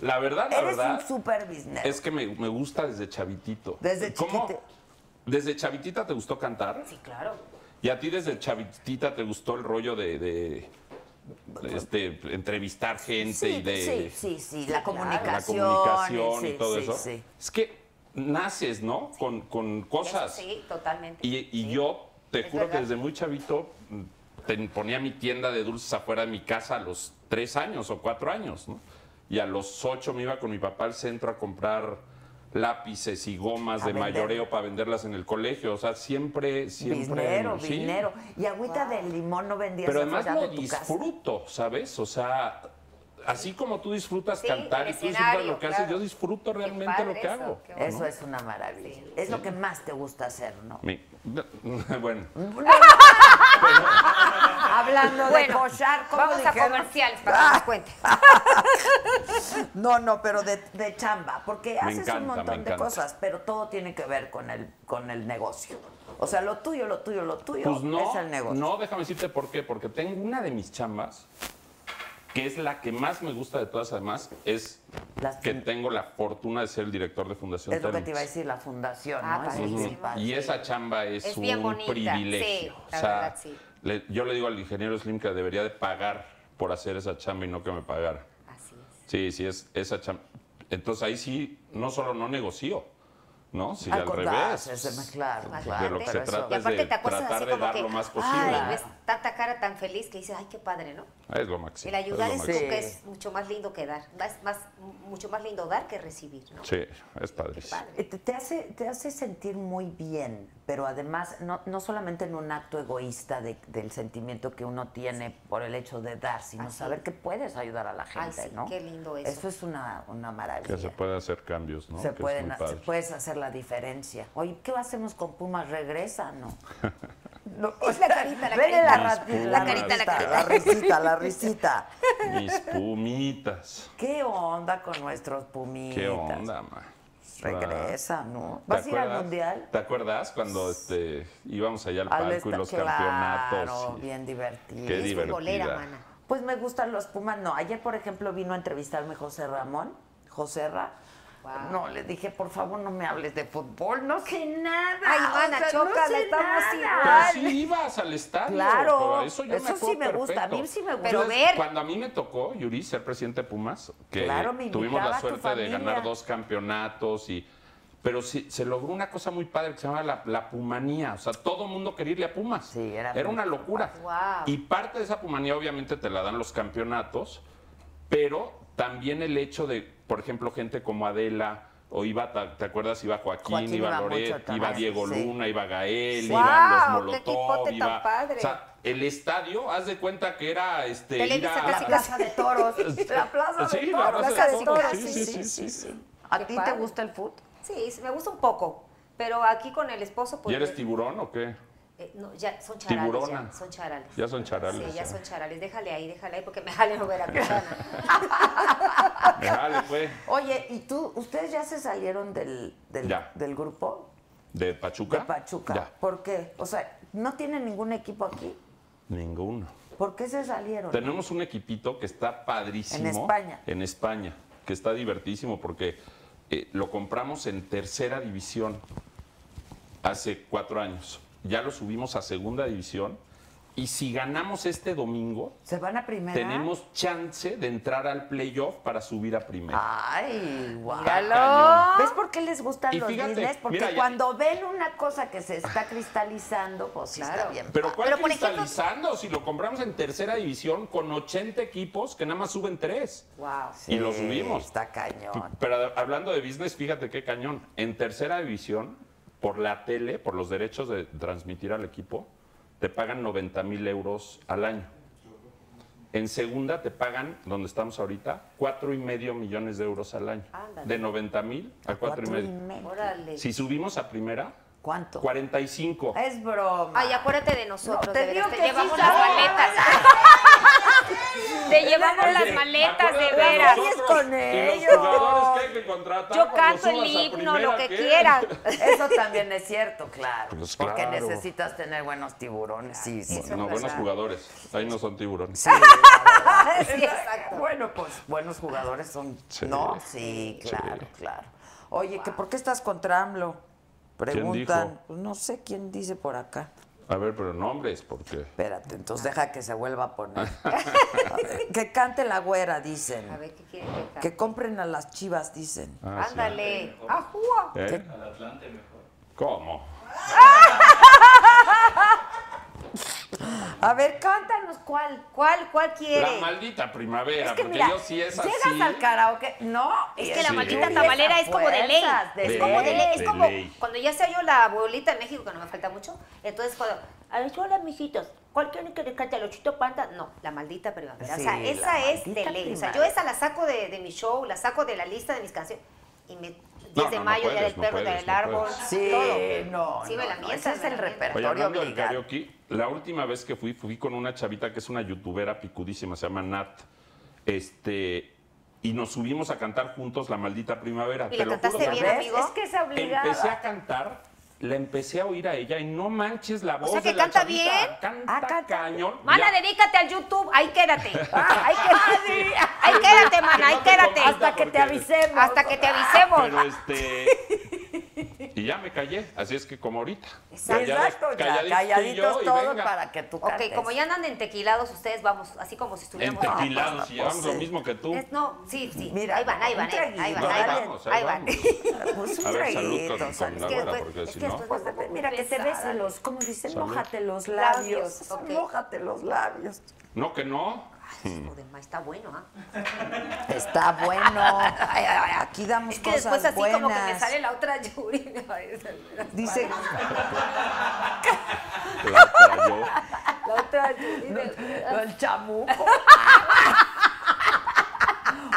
S3: La verdad, la
S1: eres
S3: verdad.
S1: un super business.
S3: Es que me, me gusta desde chavitito.
S1: Desde
S3: ¿Cómo?
S1: chiquite.
S3: ¿Desde chavitita te gustó cantar?
S6: Sí, claro.
S3: ¿Y a ti desde chavitita te gustó el rollo de, de, este, entrevistar gente y
S1: sí,
S3: de
S1: sí, sí, sí, la
S3: la
S1: comunicación.
S3: comunicación y
S1: sí,
S3: todo
S1: sí,
S3: eso?
S1: sí.
S3: Es que naces, ¿no? Con, con
S6: Eso
S3: cosas.
S6: sí, totalmente.
S3: Y, y
S6: Sí.
S3: yo te
S6: Es
S3: juro
S6: verdad.
S3: que desde muy chavito mm, ten- ponía mi tienda de dulces afuera de mi casa a los tres años o cuatro años, ¿no? Y a los ocho me iba con mi papá al centro a comprar lápices y gomas
S1: A
S3: de
S1: vender.
S3: mayoreo para venderlas en el colegio. O sea, siempre, siempre.
S1: Dinero,
S3: sí.
S1: dinero. Y agüita de limón no vendías
S3: Pero
S1: afuera
S3: además lo
S1: de tu casa.
S3: disfruto, ¿sabes? O sea, así como tú disfrutas
S6: Sí,
S3: cantar
S6: el
S3: y tú disfrutas
S6: escenario,
S3: lo que haces,
S6: claro.
S3: yo disfruto
S6: Qué
S3: realmente lo
S6: padre
S3: que
S6: eso,
S3: hago.
S6: qué
S1: Eso es una maravilla. Es lo que más te gusta hacer, ¿no?
S3: Me- Bueno.
S1: Hablando de
S6: Bueno,
S1: cochar, ¿cómo
S6: Vamos a
S1: dijeron?
S6: comerciales
S1: Ah.
S6: para que nos cuente.
S1: No, no, pero de, de chamba, porque haces un
S3: encanta, me
S1: montón de
S3: encanta.
S1: cosas, pero todo tiene que ver con el, con el negocio. O sea, lo tuyo, lo tuyo, lo tuyo
S3: Pues no,
S1: es el negocio.
S3: no, déjame decirte por qué, porque tengo una de mis chambas, que es la que más me gusta de todas además, es
S1: Las-
S3: que tengo la fortuna de ser el director de Fundación
S1: es lo que
S3: Telmex.
S1: te iba a decir, la fundación,
S6: Ah,
S1: ¿no? Es
S6: padrísimo.
S1: bien padre.
S3: Pues Y esa chamba es,
S6: Es bien
S3: un
S6: bonita, sí,
S3: privilegio.
S6: la
S3: O sea,
S6: verdad, sí.
S3: le- yo le digo al ingeniero Slim que debería de pagar por hacer esa chamba y no que me pagara.
S6: Así es.
S3: Sí, sí, es esa chamba. Entonces ahí sí, no solo no negocio, ¿no? Si
S1: Al
S3: al
S1: contrario,
S3: revés.
S1: se me- claro,
S3: pues,
S1: claro,
S3: De lo que se
S1: pero eso-
S3: trata
S6: Y
S3: es de
S6: aparte te acuerdas
S3: tratar
S6: así
S3: de
S6: como
S3: dar
S6: que,
S3: lo más posible. Ah,
S6: ay, ves tanta cara tan feliz que dices, ay, qué padre, ¿no?
S3: Es lo máximo.
S6: El ayudar
S3: lo
S6: es,
S3: máximo.
S6: como
S1: máximo.
S6: que es mucho más lindo que dar, más, más- mucho más lindo dar que recibir, ¿no?
S3: Sí, es padrísimo.
S6: Padre.
S1: Eh, Te, te hace, te hace sentir muy bien, pero además no, no solamente en un acto egoísta de- del sentimiento que uno tiene por el hecho de dar, sino
S6: Así.
S1: saber que puedes ayudar a la
S6: Ay,
S1: gente,
S6: sí,
S1: ¿no?
S6: qué lindo eso.
S1: Eso es una, una maravilla.
S3: Que se puede hacer cambios, ¿no?
S1: Se
S3: Que es
S1: pueden
S3: muy
S1: ha- se
S3: padre.
S1: puedes hacer la diferencia. Oye, ¿qué hacemos con Pumas? Regresa, ¿no? No,
S6: Es la carita, la
S1: Vele
S6: carita.
S1: ra-
S3: Mis
S1: la
S3: Pumas.
S1: carita, la
S6: La carita, la
S1: risita, la risita.
S3: Mis pumitas.
S1: ¿Qué onda con nuestros pumitas?
S3: ¿Qué onda, ma?
S1: Regresa, ¿no? ¿Vas a ir al
S3: acuerdas-
S1: mundial?
S3: ¿Te acuerdas cuando este, íbamos allá al
S1: Al
S3: palco y
S1: esta-
S3: los
S1: Claro,
S3: campeonatos? y-
S1: bien divertido.
S3: Qué
S6: Es futbolera,
S3: divertida.
S6: mana.
S1: Pues me gustan los Pumas. No, ayer, por ejemplo, vino a entrevistarme José Ramón, José Ra.
S6: Guau.
S1: No, le dije, por favor, no me hables de fútbol, no sé nada.
S6: Ay,
S1: o
S6: mana,
S1: sea, no
S6: choca,
S1: sé
S6: estamos
S1: nada.
S6: igual.
S3: Pero sí ibas al estadio.
S1: Claro,
S3: pero eso yo
S1: eso
S3: me acuerdo
S1: sí me gusta, a mí
S3: perfecto.
S1: sí me gusta.
S6: Pero
S3: Entonces,
S6: ver.
S3: Cuando a mí me tocó, Yuri, ser presidente de Pumas, que
S1: Claro, me
S3: tuvimos
S1: invitaba
S3: la
S1: a tu
S3: suerte de
S1: familia.
S3: ganar dos campeonatos y... Pero sí, se logró una cosa muy padre que se llamaba la, la pumanía. O sea, todo el mundo quería irle a Pumas.
S1: Sí, era muy
S3: una locura.
S6: Guau.
S3: Y parte de esa pumanía obviamente te la dan los campeonatos, pero también el hecho de, por ejemplo, gente como Adela, o iba, ta- ¿te acuerdas? Iba Joaquín,
S1: Joaquín
S3: iba,
S1: iba mucho
S3: Loret,
S1: también,
S3: iba Diego
S1: sí.
S3: Luna, iba Gael,
S6: Sí.
S3: iban
S6: ¡Guau!
S3: los
S6: ¡Qué
S3: Molotov,
S6: equipote tan
S3: iba-
S6: padre!
S3: O sea, el estadio, haz de cuenta que era este ir
S6: Televisa
S3: a-
S6: casi,
S1: La Plaza de Toros. La Plaza de
S3: Sí,
S1: Toros.
S3: la Plaza de Toros.
S6: sí,
S3: Sí, sí, sí, sí.
S1: ¿A
S6: Qué
S1: ti te
S6: padre.
S1: gusta el fútbol?
S6: Sí, sí, me gusta un poco, pero aquí con el esposo...
S3: ¿Y
S6: Pues,
S3: eres
S6: eh,
S3: tiburón o qué?
S6: eh, no, ya, son charales
S3: Tiburona.
S6: ya, son charales.
S3: Ya son charales,
S6: Sí, ya
S3: ya.
S6: son charales, déjale ahí, déjale ahí, porque me jale no ver a
S3: Dale, pues.
S1: Oye, ¿y tú, ustedes ya se salieron del, del,
S3: Ya.
S1: del grupo
S3: ¿De
S1: de
S3: Pachuca?
S1: Pachuca?
S3: Ya.
S1: ¿Por qué? O sea, ¿no tienen ningún equipo aquí?
S3: Ninguno.
S1: ¿Por qué se salieron?
S3: Tenemos un equipito que está padrísimo.
S1: En España.
S3: En España, que está divertísimo porque eh, lo compramos en tercera división hace cuatro años. Ya lo subimos a segunda división. Y si ganamos este domingo,
S1: ¿Se van a primera?
S3: tenemos chance de entrar al playoff para subir a primera.
S1: Ah. Ay, guau.
S3: Está cañón.
S1: ¿Ves por qué les gustan
S3: Y
S1: los
S3: fíjate,
S1: business? Porque
S3: mira, ya-
S1: cuando ven una cosa que se está cristalizando, pues sí está
S6: Claro.
S1: bien.
S3: Pero ¿cuál
S6: Pero, por ejemplo-
S3: cristalizando? Si lo compramos en tercera división con 80 equipos que nada más suben tres.
S6: Wow.
S3: Y lo
S1: Sí,
S3: subimos.
S1: Está cañón.
S3: Pero a- hablando de business, fíjate qué cañón. En tercera división, por la tele, por los derechos de transmitir al equipo, te pagan 90 mil euros al año. En segunda te pagan, donde estamos ahorita, cuatro y medio millones de euros al año.
S6: Ándale.
S3: De 90 mil a cuatro
S1: Cuatro
S3: y
S1: y
S3: medio.
S1: medio.
S6: Órale.
S3: Si subimos a primera,
S1: ¿Cuánto?
S3: 45.
S1: Es broma.
S6: Ay, acuérdate de nosotros,
S1: No, te
S6: de veras,
S1: digo
S6: te
S1: que sí
S6: llevamos las
S1: sabemos.
S6: maletas. te llevamos
S3: Oye,
S6: las maletas, de
S3: acuérdate
S6: veras.
S3: nosotros
S1: Así es con
S3: y los
S1: ellos.
S3: jugadores que hay que contratar
S6: Yo
S3: cuando
S6: canto el
S3: subas a
S6: himno, lo
S3: primera,
S6: que
S3: ¿qué?
S6: quieran.
S1: Eso también es cierto, claro.
S3: Pues
S1: Porque
S3: claro.
S1: necesitas tener buenos tiburones. Sí, sí.
S6: Eso
S3: No,
S6: es
S3: buenos
S6: verdad.
S3: jugadores. Ahí no son tiburones.
S1: Sí, la verdad.
S6: Sí, exacto.
S1: Bueno, pues buenos jugadores son,
S3: Sí.
S1: ¿no? Sí,
S3: Sí.
S1: claro, claro. Oye, que ¿por qué estás contra AMLO? Preguntan.
S3: dijo?
S1: Pues no sé quién dice por acá.
S3: A ver, pero nombres, porque.
S1: Espérate, entonces deja que se vuelva a poner. A ver, que cante la güera,
S6: A
S1: dicen.
S6: ver qué quieren que
S1: Que
S6: cante?
S1: compren a las chivas, dicen.
S3: Ah, sí.
S6: Ándale. ¡Ajúa!
S3: ¿Eh? ¿Cómo?
S1: A ver, cántanos cuál.
S6: ¿Cuál, cuál
S3: La
S6: quiere?
S3: maldita primavera,
S1: Es que
S3: porque
S1: mira,
S3: yo sí es así.
S1: llegas al karaoke, no.
S6: Es que la
S3: Sí.
S6: maldita
S3: Sí.
S6: tamalera es como de ley.
S1: Fuerzas, de
S6: es como de
S3: ley.
S6: ley. Es
S3: De
S6: como
S3: ley.
S6: cuando ya sea yo la abuelita de México, que no me falta mucho. Entonces, cuando. A ver, hola, mijitos. ¿Cuál quieren que les cante al ochito panta? No, la maldita primavera. o sea,
S1: Sí,
S6: esa
S1: la
S6: es de
S1: maldita
S6: ley. O sea,
S1: primavera.
S6: yo esa la saco de, de mi show, la saco de la lista de mis canciones. Y me. 10
S3: No,
S6: de
S3: no, no
S6: mayo, día
S3: puedes,
S6: del
S3: no
S6: perro, día
S3: puedes,
S6: del
S3: no
S6: árbol.
S3: puedes.
S1: Sí,
S6: todo.
S1: no,
S6: Sí, me
S1: no,
S6: la
S1: no, ese es el
S6: mientas, me la mientas.
S3: Oye,
S1: repertorio
S3: hablando del
S1: obligado.
S3: karaoke, la última vez que fui, fui con una chavita que es una youtubera picudísima, se llama Nat. Este. Y nos subimos a cantar juntos la maldita primavera.
S6: ¿Y
S3: te
S6: la
S3: lo
S6: cantaste
S3: juro,
S6: bien,
S3: ¿no?
S1: ¿Ves?
S6: amigo?
S1: Es que es obligada.
S3: Empecé a cantar, la empecé a oír a ella y no manches la voz.
S6: sea, que
S3: de la
S6: canta
S3: chavita,
S6: bien.
S3: Canta,
S1: Ah, canta.
S3: cañón.
S6: Mana,
S3: Ya-
S6: dedícate al YouTube. Ahí quédate. Ahí quédate.
S1: Ah,
S6: Ahí quédate,
S3: Que
S6: mana.
S3: no
S6: Ahí
S3: te
S6: quédate.
S3: confundas
S1: Hasta que te
S3: porque-
S1: avisemos.
S6: Hasta que te avisemos.
S3: Pero este. Y ya me callé, así es que como ahorita.
S1: Exacto,
S3: Callados-
S1: ya,
S3: calladitos tú y
S1: calladitos
S3: yo, y
S1: todos
S3: venga.
S1: para que tú
S6: Ok,
S1: cantes.
S6: como ya andan entequilados ustedes, vamos, así como si estuviéramos...
S3: Entequilados,
S1: Ah,
S3: y llevamos
S1: pues,
S3: lo
S1: sí.
S3: mismo que tú.
S6: Es- no, sí, sí.
S1: Mira,
S6: ahí van, ahí van, eh,
S1: un
S6: ahí van,
S1: traguito,
S6: ahí van, ahí
S1: dale.
S6: van.
S3: vamos,
S6: Ahí van.
S1: Pues un
S3: A ver, salud
S1: traguito,
S3: con, con
S1: salud.
S3: la
S6: que
S3: gorda,
S6: después-
S3: porque
S6: es
S3: si
S6: que
S3: no...
S6: después-
S1: Pues, Mira, que te
S6: Pesada.
S1: besen los, como dicen,
S3: Salud.
S1: mójate los
S6: Labios,
S1: labios.
S6: ok.
S1: Mójate los labios.
S3: No que no.
S6: Ay, hijo de ma, está bueno, ¿ah?
S1: Está bueno. Ay, ay, Aquí damos
S6: Es que
S1: cosas
S6: después así
S1: buenas.
S6: como que me sale la otra Yuri. ¿no?
S1: Dice,
S3: La trayó.
S6: La otra Yuri. de-
S1: el chamuco.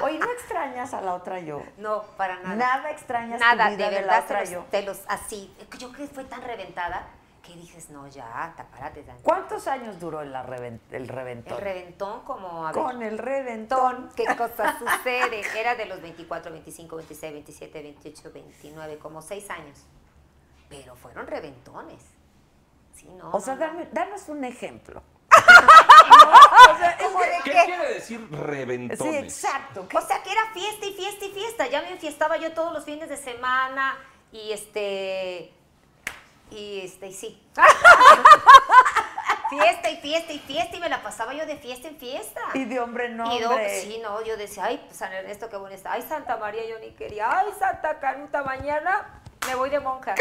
S1: Oye, ¿no extrañas a la otra yo?
S6: No, para nada.
S1: Nada extrañas tu
S6: Nada,
S1: vida de
S6: de verdad,
S1: la
S6: te
S1: otra
S6: los-
S1: yo.
S6: te los, así. Yo que fue tan reventada que dices, no, ya, tapárate. Dan.
S1: ¿Cuántos años duró el, la reven- el reventón?
S6: El reventón como... A ver,
S1: Con el reventón.
S6: ¿Qué cosa sucede? Era de los 24, 25, 26, 27, 28, 29, como seis años. Pero fueron reventones. Sí, no.
S1: O sea,
S6: no, no.
S1: dame- danos un ejemplo.
S6: ¿Cómo de
S3: ¿Qué
S6: qué?
S3: quiere decir reventones?
S1: Sí, exacto. ¿Qué-
S6: O sea, que era fiesta y fiesta y fiesta. Ya me enfiestaba yo todos los fines de semana y este. Y este, y sí. fiesta y fiesta y fiesta y me la pasaba yo de fiesta en fiesta.
S1: Y de hombre no,
S6: Y no,
S1: hombre.
S6: sí, no, yo decía, ay, pues, San Ernesto, qué bueno está. Ay, Santa María, yo ni quería. Ay, Santa Canuta, mañana me voy de monja.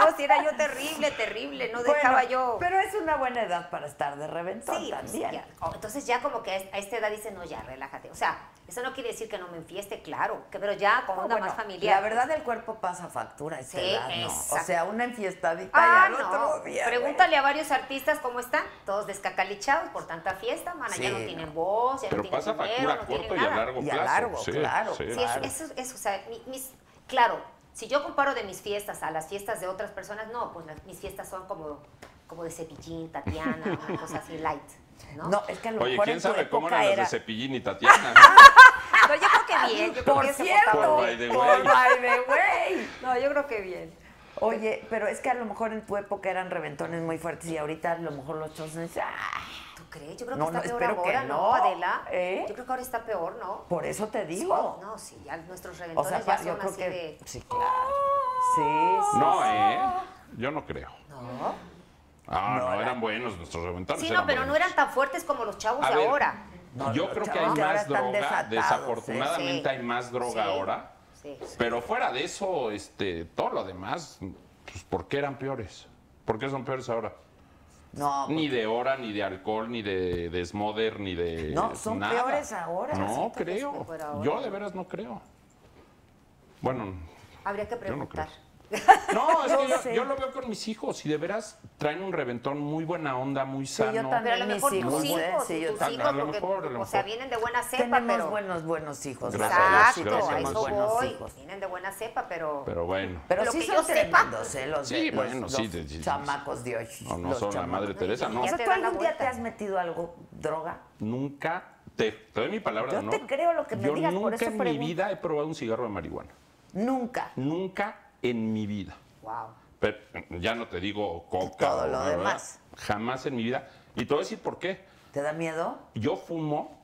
S6: no, si era yo terrible, terrible, no
S1: Bueno,
S6: dejaba yo.
S1: Pero es una buena edad para estar de reventón
S6: Sí, pues,
S1: también.
S6: ya. Oh, entonces ya como que a es- a esta edad dices, no, ya, relájate. O sea, eso no quiere decir que no me enfieste, claro, que, pero ya con
S1: No,
S6: onda
S1: bueno,
S6: más familiar.
S1: La
S6: pues.
S1: verdad, el cuerpo pasa factura a esta
S6: Sí,
S1: edad, ¿no? O
S6: exacto.
S1: sea, una enfiestadita
S6: Ah,
S1: y al
S6: no.
S1: otro día. ¿eh? güey.
S6: Pregúntale a varios artistas cómo están, todos descacalichados por tanta fiesta, mana, ya
S1: Sí,
S6: no
S1: no.
S6: tienen voz, ya
S3: Pero
S6: no
S3: pasa
S6: tienen dinero,
S3: factura a
S6: no
S3: corto
S6: tienen
S3: y a
S6: nada.
S3: largo
S1: Y a
S3: plazo.
S1: largo,
S3: Sí,
S1: claro,
S3: sí.
S6: Sí, es- eso, eso, o sea, mi- mis, claro, si yo comparo de mis fiestas a las fiestas de otras personas, no, pues las- mis fiestas son como, como de cepillín, Tatiana, una cosa así light, ¿no?
S1: No, eh, es que a lo
S3: Oye,
S1: mejor
S3: ¿quién
S1: en tu
S3: sabe cómo
S1: época
S3: eran
S1: era... Ah,
S3: las de Cepillín y Tatiana?
S6: Pero yo creo que bien, yo creo
S1: Por
S6: que se
S1: cierto,
S6: portaron
S3: Por
S6: bien.
S3: by the
S1: por
S3: way.
S1: by the way.
S6: No, yo creo que bien.
S1: Oye, pero es que a lo mejor en tu época eran reventones muy fuertes y ahorita a lo mejor los chosen. ¡ah!
S6: ¿Tú crees? Yo creo que
S1: No,
S6: está
S1: no,
S6: peor
S1: espero que
S6: ahora, ¿no,
S1: no.
S6: Adela?
S1: ¿Eh?
S6: Yo creo que ahora está peor, ¿no?
S1: Por eso te
S6: Sí,
S1: digo.
S6: no, sí, ya nuestros
S1: o
S6: reventones
S1: sea,
S6: ya
S1: pa- yo
S6: son
S1: creo
S6: así
S1: que.
S6: de...
S1: Sí, claro. Sí, sí.
S3: No, ¿eh? Yo no creo.
S6: No.
S3: Ah, no, eran buenos nuestros reventones.
S6: Sí, no, pero no eran tan fuertes como los chavos
S3: A
S6: de
S3: ver,
S6: ahora.
S1: No,
S3: yo
S1: los
S3: creo que hay
S1: chavos de ahora
S3: más
S1: están
S3: droga.
S1: desatados,
S3: Desafortunadamente
S6: sí.
S3: hay más droga
S6: Sí,
S3: ahora.
S6: sí.
S3: Pero fuera de eso, este, todo lo demás, pues, ¿por qué eran peores? ¿Por qué son peores ahora?
S1: No, pues,
S3: Ni de hora, ni de alcohol, ni de, de smother, ni de.
S1: No, son
S3: nada.
S1: peores ahora.
S3: No
S6: Siento que es
S3: creo.
S6: mejor ahora.
S3: Yo de veras no creo. Bueno,
S6: Habría que
S3: Yo no
S6: preguntar.
S3: creo. no, es
S1: Yo
S3: que yo,
S1: sé.
S3: yo lo veo con mis hijos y de veras traen un reventón muy buena onda, muy
S1: yo
S3: sano.
S1: también.
S6: Pero a lo
S1: Mis
S6: mejor
S1: hijos,
S6: tus hijos,
S1: ¿eh? Sí,
S6: y
S1: yo
S6: tus
S3: también.
S6: hijos,
S3: A lo
S6: porque,
S3: mejor, a lo
S6: o sea,
S3: mejor.
S6: vienen de buena cepa,
S1: tenemos
S6: pero...
S1: buenos, buenos hijos.
S3: Gracias a Dios,
S6: Exacto,
S3: gracias
S6: a
S3: a
S6: eso
S3: Dios.
S6: voy. Vienen de buena cepa, pero...
S3: Pero bueno.
S1: Pero
S6: Lo
S1: sí
S6: que
S1: son
S6: yo sepa.
S1: tremendos, ¿eh? Los,
S3: Sí,
S1: los-
S3: bueno,
S1: los
S3: sí, de- sí, sí.
S1: chamacos de hoy.
S3: No, no
S1: los
S3: son la
S1: chamacos.
S3: madre Teresa, no.
S1: O
S6: Ya
S1: sea,
S6: te
S1: ¿tú
S6: dan la
S1: algún día
S6: vuelta.
S1: te has metido algo, droga?
S3: Nunca, te, te doy mi palabra,
S1: Yo
S3: ¿no?
S1: te creo lo que me
S3: Yo
S1: digas, por
S3: nunca
S1: eso
S3: en
S1: pregunto.
S3: mi vida he probado un cigarro de marihuana.
S1: Nunca.
S3: Nunca en mi vida.
S6: Wow.
S3: Pero, ya no te digo coca.
S1: Todo
S3: o
S1: lo
S3: nada, ¿verdad?
S1: demás.
S3: Jamás en mi vida. Y te voy a decir por qué.
S1: ¿Te da miedo?
S3: Yo fumo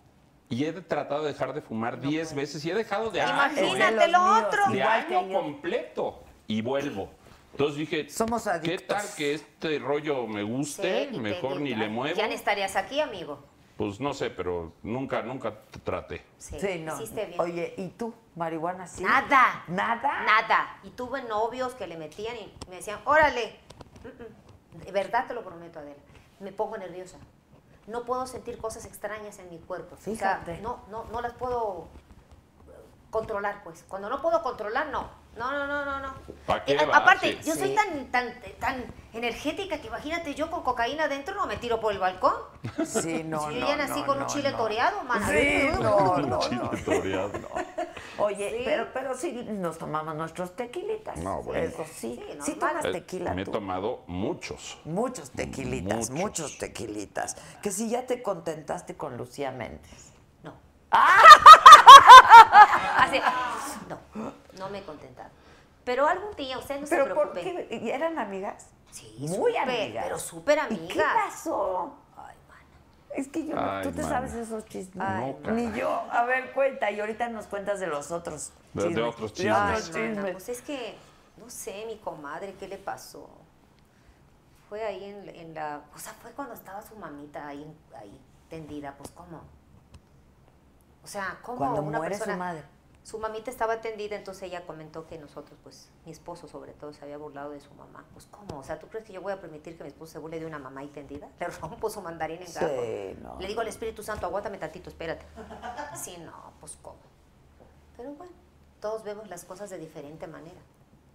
S3: y he tratado de dejar de fumar 10 veces y he dejado de año, ¿eh?
S6: Imagínate lo otro.
S3: de
S1: Igual que
S3: año
S1: yo.
S3: completo y vuelvo. Entonces dije,
S1: Somos
S3: ¿qué
S1: adictos.
S3: tal que este rollo me guste?
S6: Sí, y te
S3: mejor
S6: digo,
S3: ni le muevo.
S6: Ya no estarías aquí, amigo.
S3: Pues no sé, pero nunca, nunca t- traté.
S6: Sí,
S1: Sí, no.
S6: Hiciste bien.
S1: Oye, ¿y tú? ¿Marihuana sí?
S6: Nada.
S1: ¿Nada?
S6: Nada. Y tuve novios que le metían y me decían, órale. Mm, mm. De verdad te lo prometo, Adela. Me pongo nerviosa. No puedo sentir cosas extrañas en mi cuerpo. O sea,
S1: Fíjate.
S6: no, no, no las puedo eh, controlar, pues. Cuando no puedo controlar, no. No, no, no, no, no.
S3: ¿Pa' qué
S6: Eh, a-
S3: va?
S6: aparte,
S3: Sí.
S6: yo soy
S1: Sí.
S6: tan, tan, tan energética que imagínate yo con cocaína adentro no me tiro por el balcón.
S1: Sí, no,
S6: Si
S1: no,
S6: llegan así
S1: no,
S6: con un
S1: no,
S6: chile
S1: no.
S6: toreado, man.
S1: Sí, no, no,
S3: Chile
S1: no.
S3: toreado.
S1: Oye,
S6: Sí.
S1: pero, pero sí nos tomamos nuestros tequilitas.
S3: No, bueno.
S1: Eso sí.
S6: Sí,
S1: Sí
S6: normal.
S1: tomas
S3: Eh,
S1: tequila
S3: me he
S1: tú.
S3: tomado muchos.
S1: Muchos tequilitas, muchos.
S3: Muchos.
S1: tequilitas. Que si ya te contentaste con Lucía Méndez.
S6: No. Así, no, no me he contentado. Pero algún día ustedes no se
S1: Pero ¿por
S6: preocupen.
S1: qué? ¿Y ¿Eran amigas?
S6: Sí,
S1: Muy
S6: súper,
S1: amigas.
S6: pero súper
S1: ¿Y qué
S6: amigas.
S1: pasó?
S6: Ay, mana.
S1: Es que yo, no-
S3: Ay,
S1: tú te
S3: mano.
S1: sabes esos chismes.
S3: Ay, no,
S1: ni
S3: caray.
S1: yo. A ver, cuenta. Y ahorita nos cuentas de los otros
S3: De- de otros
S1: De otros
S3: chismes.
S6: Ay, mana,
S1: chismes.
S6: pues es que, no sé, mi comadre, ¿qué le pasó? Fue ahí en, la- en la. O sea, fue cuando estaba su mamita ahí, ahí tendida, pues ¿cómo? O sea, ¿cómo
S1: Cuando
S6: una
S1: muere su
S6: persona.
S1: madre.
S6: Su mamita estaba tendida, entonces ella comentó que nosotros, pues, mi esposo sobre todo, se había burlado de su mamá. Pues, ¿cómo? O sea, ¿tú crees que yo voy a permitir que mi esposo se burle de una mamá ahí tendida? Le rompo su mandarín en
S1: Sí,
S6: gajo.
S1: no.
S6: Le digo al Espíritu Santo, aguántame tantito, espérate. Sí, no, pues, ¿cómo? Pero bueno, todos vemos las cosas de diferente manera.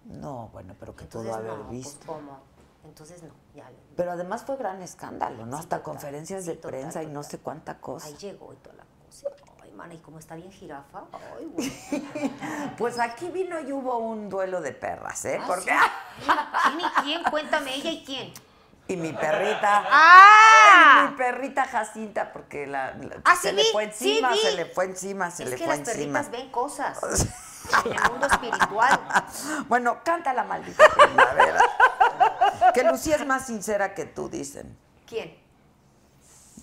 S1: No, bueno, pero que
S6: Entonces,
S1: pudo haber
S6: no,
S1: visto.
S6: pues, ¿cómo? Entonces, no, ya.
S1: Pero además fue gran escándalo, ¿no?
S6: Sí,
S1: Hasta
S6: total,
S1: conferencias
S6: sí,
S1: de
S6: total,
S1: prensa y no
S6: total.
S1: sé cuánta cosa.
S6: Ahí llegó y toda la cosa. Ay, mana, y como está bien jirafa, ay, güey.
S1: Pues aquí vino y hubo un duelo de perras, ¿eh?
S6: Ah,
S1: Porque
S6: sí. ¿Quién y quién? Cuéntame, ella y quién.
S1: y mi perrita.
S6: ¡Ah!
S1: Ay, mi perrita Jacinta, porque la, la-
S6: Ah,
S1: se
S6: sí
S1: le
S6: vi,
S1: fue
S6: sí
S1: encima,
S6: vi.
S1: se le fue encima, se
S6: es
S1: le
S6: que
S1: fue
S6: las
S1: encima.
S6: perritas ven cosas en el mundo espiritual.
S1: Bueno, canta la maldita primavera. que Lucía es más sincera que tú, dicen.
S6: ¿Quién?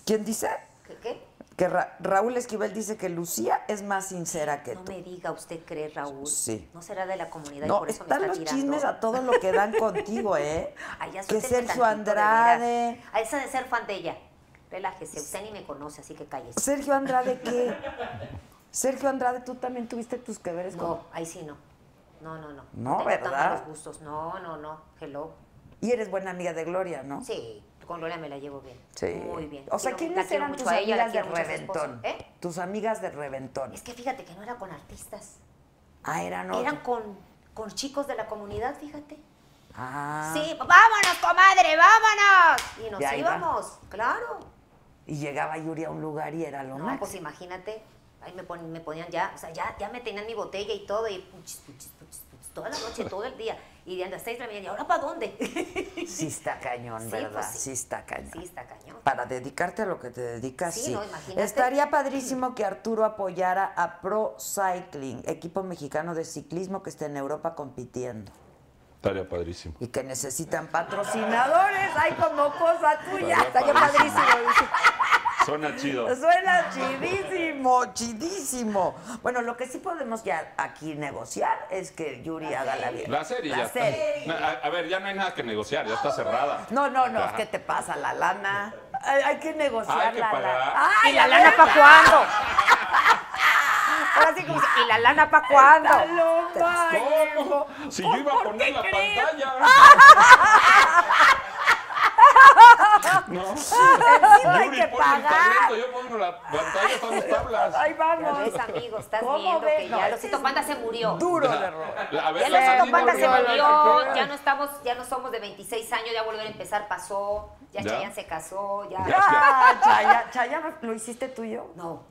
S1: ¿Quién dice?
S6: ¿Qué? qué?
S1: Que Ra- Raúl Esquivel dice que Lucía es más sincera que
S6: No
S1: tú.
S6: me diga usted cree, Raúl.
S1: Sí.
S6: No será de la comunidad y
S1: No,
S6: por eso
S1: están
S6: me está
S1: los
S6: tirando.
S1: chismes a todo lo que dan contigo, ¿eh?
S6: Ay, ya
S1: que
S6: suélteme
S1: Sergio
S6: tantito, de veras.
S1: Andrade.
S6: A esa de ser fan de ella. Relájese, usted ni me conoce, así que cállese.
S1: Sergio Andrade, ¿qué? Sergio Andrade, tú también tuviste tus que veres
S6: No, ahí sí no. No, no, no.
S1: No,
S6: tengo tan
S1: ¿verdad?
S6: malos gustos. No, no, no. Hello.
S1: con. Y eres buena amiga de Gloria, ¿no?
S6: Sí, con Lola me la llevo bien.
S1: Sí.
S6: Muy bien.
S1: O sea,
S6: Quiero- la
S1: ¿quiénes
S6: quiero
S1: eran
S6: mucho
S1: tus
S6: a ella, la
S1: amigas de
S6: quiero mucho a su esposo.
S1: Reventón?
S6: ¿Eh?
S1: Tus amigas de Reventón.
S6: Es que fíjate que no era con artistas.
S1: Ah, eran otras.
S6: Eran con, con chicos de la comunidad, fíjate.
S1: Ah.
S6: Sí, vámonos, comadre, vámonos. Y nos
S1: Y ahí van.
S6: íbamos, claro.
S1: Y llegaba Yuri a un lugar y era lo
S6: No,
S1: máximo.
S6: pues imagínate, ahí me, pon- me ponían ya, o sea, ya, ya me tenían mi botella y todo, y puchis, puchis, puchis, puchis, toda la noche, todo el día. Y de las seis de la mañana, ¿y ahora para dónde?
S1: Sí está cañón,
S6: Sí,
S1: ¿verdad?
S6: pues
S1: sí.
S6: sí.
S1: está cañón.
S6: sí, está cañón.
S1: Para dedicarte a lo que te dedicas, sí.
S6: Sí, no, imagínate.
S1: Estaría padrísimo que Arturo apoyara a Pro Cycling, equipo mexicano de ciclismo que está en Europa compitiendo
S3: Estaría padrísimo.
S1: y que necesitan patrocinadores. Hay como cosa tuya.
S3: Estaría
S1: Estaría
S3: padrísimo.
S1: padrísimo. dice.
S3: Suena chido.
S1: Suena chidísimo, chidísimo. Bueno, lo que sí podemos ya aquí negociar es que Yuri haga la vida.
S3: La serie ya está. No, A, a ver, ya no hay nada que negociar, ya está cerrada.
S1: No, no, no, es
S3: Ajá.
S1: que te pasa la lana. Ay, Hay, que negociar
S3: Hay que
S1: la lana.
S3: pagar.
S1: ¡Ay,
S6: ¿Y la lana para cuándo? Ahora sí como dice, ¿y la lana para cuándo?
S3: ¿Cómo? Si yo iba a poner la pantalla. No.
S1: Encima hay
S3: Yuri
S1: que
S3: pone el
S1: pagar.
S3: tableto, yo pongo la pantalla, estamos tablas.
S1: Ahí
S6: Ya
S1: vamos.
S6: ves, amigo, estás
S1: ¿Cómo
S6: viendo
S1: ves?
S6: que
S1: No,
S6: ya
S1: ese
S6: Losito
S1: es
S6: Panda se murió.
S1: Duro de error.
S3: La- a ver,
S6: Ya
S3: la
S6: Losito
S3: Sandy
S6: Panda
S3: no
S6: se
S3: vio, la
S6: murió,
S3: que-
S6: ya no estamos, ya no somos de 26 años, ya volver a empezar pasó, ya,
S3: Ya.
S6: Chayanne se casó, ya.
S3: Ya.
S1: Ah, Chaya, Chaya, ¿lo hiciste tuyo?
S6: No,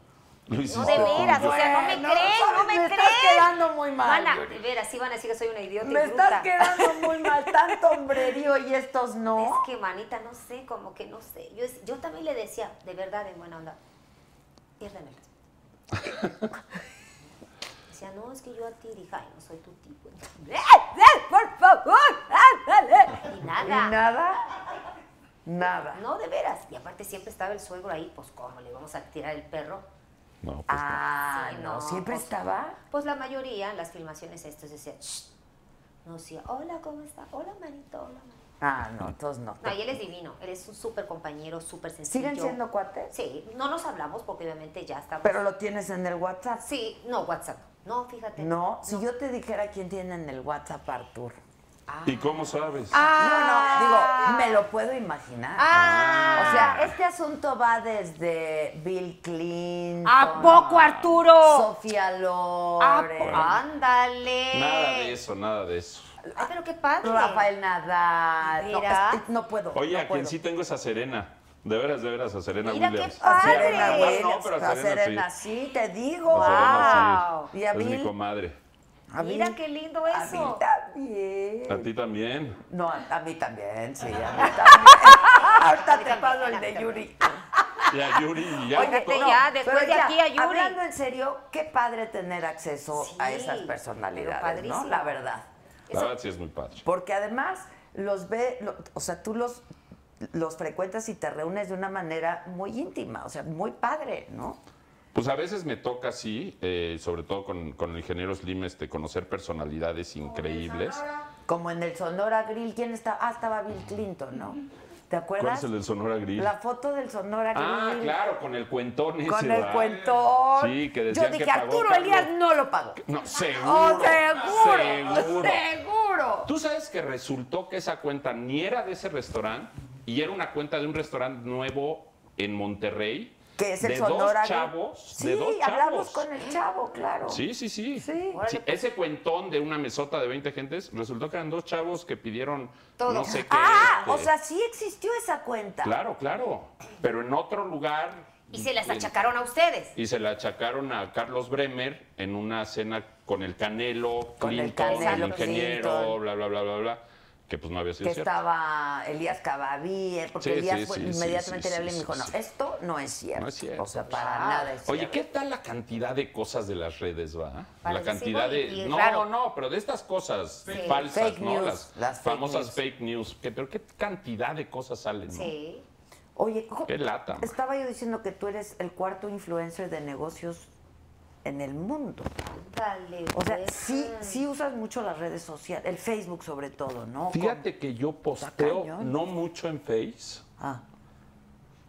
S3: Lo
S6: no
S3: hiciste
S6: de
S3: tú.
S6: veras, o sea, no me
S1: Bueno,
S6: creen, no me
S1: me
S6: creen.
S1: estás quedando muy mal,
S6: Van a,
S1: Yuri.
S6: de veras, sí van a decir que soy una idiota y
S1: Me
S6: bruta.
S1: estás quedando muy mal. Tanto hombrerío y estos
S6: Es
S1: no.
S6: que, manita, no sé, como que no sé. Yo, yo también le decía, de verdad, en buena onda, pierden el respeto. Decía, no, es que yo a ti dije, ay, no soy tu tipo.
S1: ¡Eh, eh, por favor! ándale.
S6: Y
S1: ¿Y
S6: nada.
S1: nada? Nada.
S6: No, de veras. Y aparte siempre estaba el suegro ahí, pues cómo le vamos a tirar el perro.
S3: No, pues no.
S1: Ah,
S6: Sí,
S1: no,
S6: no,
S1: siempre
S6: pues-
S1: estaba.
S6: Pues la mayoría, las filmaciones estos decía, "Shh". no decía, hola, ¿cómo está? Hola, manito, hola, manito.
S1: Ah, no, entonces no.
S6: No, y él es divino, él es un súper compañero, súper sencillo.
S1: ¿Siguen siendo cuates?
S6: Sí, no nos hablamos porque obviamente ya estamos.
S1: Pero lo tienes en el WhatsApp.
S6: Sí, no, WhatsApp. No, fíjate.
S1: No, si yo te dijera quién tiene en el WhatsApp Artur.
S3: ¿Y cómo sabes?
S1: Ah.
S6: Ah.
S1: No, no, digo, me lo puedo imaginar. O sea, este asunto va desde Bill Clinton.
S6: ¿A poco, Arturo?
S1: Sofía
S6: Ah,
S1: Loren.
S6: ándale.
S3: Nada de eso, nada de eso.
S6: Ay, pero qué padre.
S1: Rafael Nadal. No,
S6: Mira.
S1: es- es- no puedo.
S3: Oye,
S1: no
S3: a
S1: puedo.
S3: quien sí tengo es a Serena. De veras, de veras, a Serena
S6: Mira qué
S3: Williams.
S1: A
S6: padre.
S1: Serena
S6: Bueno,
S1: Williams.
S3: no, pero
S1: a Serena
S3: sí.
S1: sí, te digo.
S3: A Serena sí.
S1: Y a
S3: es mi
S1: Bill.
S3: comadre.
S1: A Bill-
S6: Mira qué lindo
S1: A Bill
S6: eso.
S1: también.
S3: A ti también.
S1: No, a, a mí también, sí, a mí también. Ahorita te paso el de Yuri.
S3: Y a Yuri y ya.
S6: Oye, te-
S3: todo.
S6: ya, después
S1: pero
S6: de aquí a Yuri.
S1: Hablando en serio, qué padre tener acceso
S6: Sí,
S1: a esas
S6: pero
S1: personalidades, ¿no?
S6: padrísimo.
S1: La verdad.
S3: La verdad sí es muy padre.
S1: Porque además los ve, lo- o sea, tú los los frecuentas y te reúnes de una manera muy íntima, o sea, muy padre, ¿no?
S3: Pues a veces me toca así, eh, sobre todo con, con el ingeniero Slim, este, conocer personalidades increíbles.
S1: Como en el Sonora Grill, ¿quién estaba? Ah, estaba Bill Clinton, ¿no? ¿Te acuerdas?
S3: ¿Cuál es el del Sonora Grill?
S1: La foto del Sonora
S3: Ah,
S1: Grill.
S3: claro, con el cuentón ese.
S1: Con el
S3: ¿verdad?
S1: cuentón.
S3: Sí, que
S1: Yo
S3: decían
S1: dije,
S3: que pagó
S1: Arturo
S3: Carlos".
S1: Elías no lo pagó.
S3: No, seguro.
S1: ¡Oh, seguro!
S3: Seguro.
S1: ¡Seguro!
S3: Tú sabes que resultó que esa cuenta ni era de ese restaurante y era una cuenta de un restaurante nuevo en Monterrey.
S1: Que es el
S3: de
S1: Sonora
S3: dos
S1: Grill.
S3: chavos.
S1: Sí,
S3: de dos
S1: hablamos
S3: chavos.
S1: con el chavo, claro.
S3: Sí, sí, sí.
S1: Sí.
S3: Sí,
S1: Órale, pues.
S3: Ese cuentón de una mesota de 20 gentes resultó que eran dos chavos que pidieron
S6: Todo.
S3: no sé qué.
S1: Ah,
S3: este,
S1: o sea, sí existió esa cuenta.
S3: Claro, claro. Pero en otro lugar.
S6: Y se las
S3: en-
S6: achacaron a ustedes.
S3: Y se la achacaron a Carlos Bremer en una cena con el Canelo,
S1: Con el
S3: Clinton, el,
S1: Canelo,
S3: ingeniero,
S1: Clinton.
S3: bla, bla, bla, bla, bla. Que pues no había sido
S1: que
S3: cierto.
S1: estaba Elías Cavavie, porque
S3: Sí,
S1: Elías
S3: sí,
S1: fue-
S3: sí, sí,
S1: inmediatamente
S3: sí,
S1: le hablé y
S3: sí,
S1: me dijo,
S3: sí,
S1: no,
S3: sí.
S1: esto no es cierto.
S3: No es cierto. Ah,
S1: O sea, para nada es
S3: Oye,
S1: cierto.
S3: ¿qué tal la cantidad de cosas de las redes, va?
S6: Para
S3: la
S6: decir,
S3: cantidad
S6: oye, y
S3: de.
S6: es
S3: No,
S6: raro.
S3: no, pero de estas cosas
S6: Fake
S1: news.
S3: falsas, ¿no?
S1: Fake
S3: Las,
S1: news, las fake
S3: famosas
S1: news.
S3: fake news. Que, pero qué cantidad de cosas salen, ¿no?
S6: Sí.
S1: Oye, jo-
S3: Qué lata, man.
S1: estaba yo diciendo que tú eres el cuarto influencer de negocios en el mundo.
S6: Dale.
S1: O sea,
S6: pues.
S1: sí, sí usas mucho las redes sociales, el Facebook sobre todo, ¿no?
S3: Fíjate que yo posteo
S1: cañón.
S3: no mucho en Face,
S1: Con- Ah,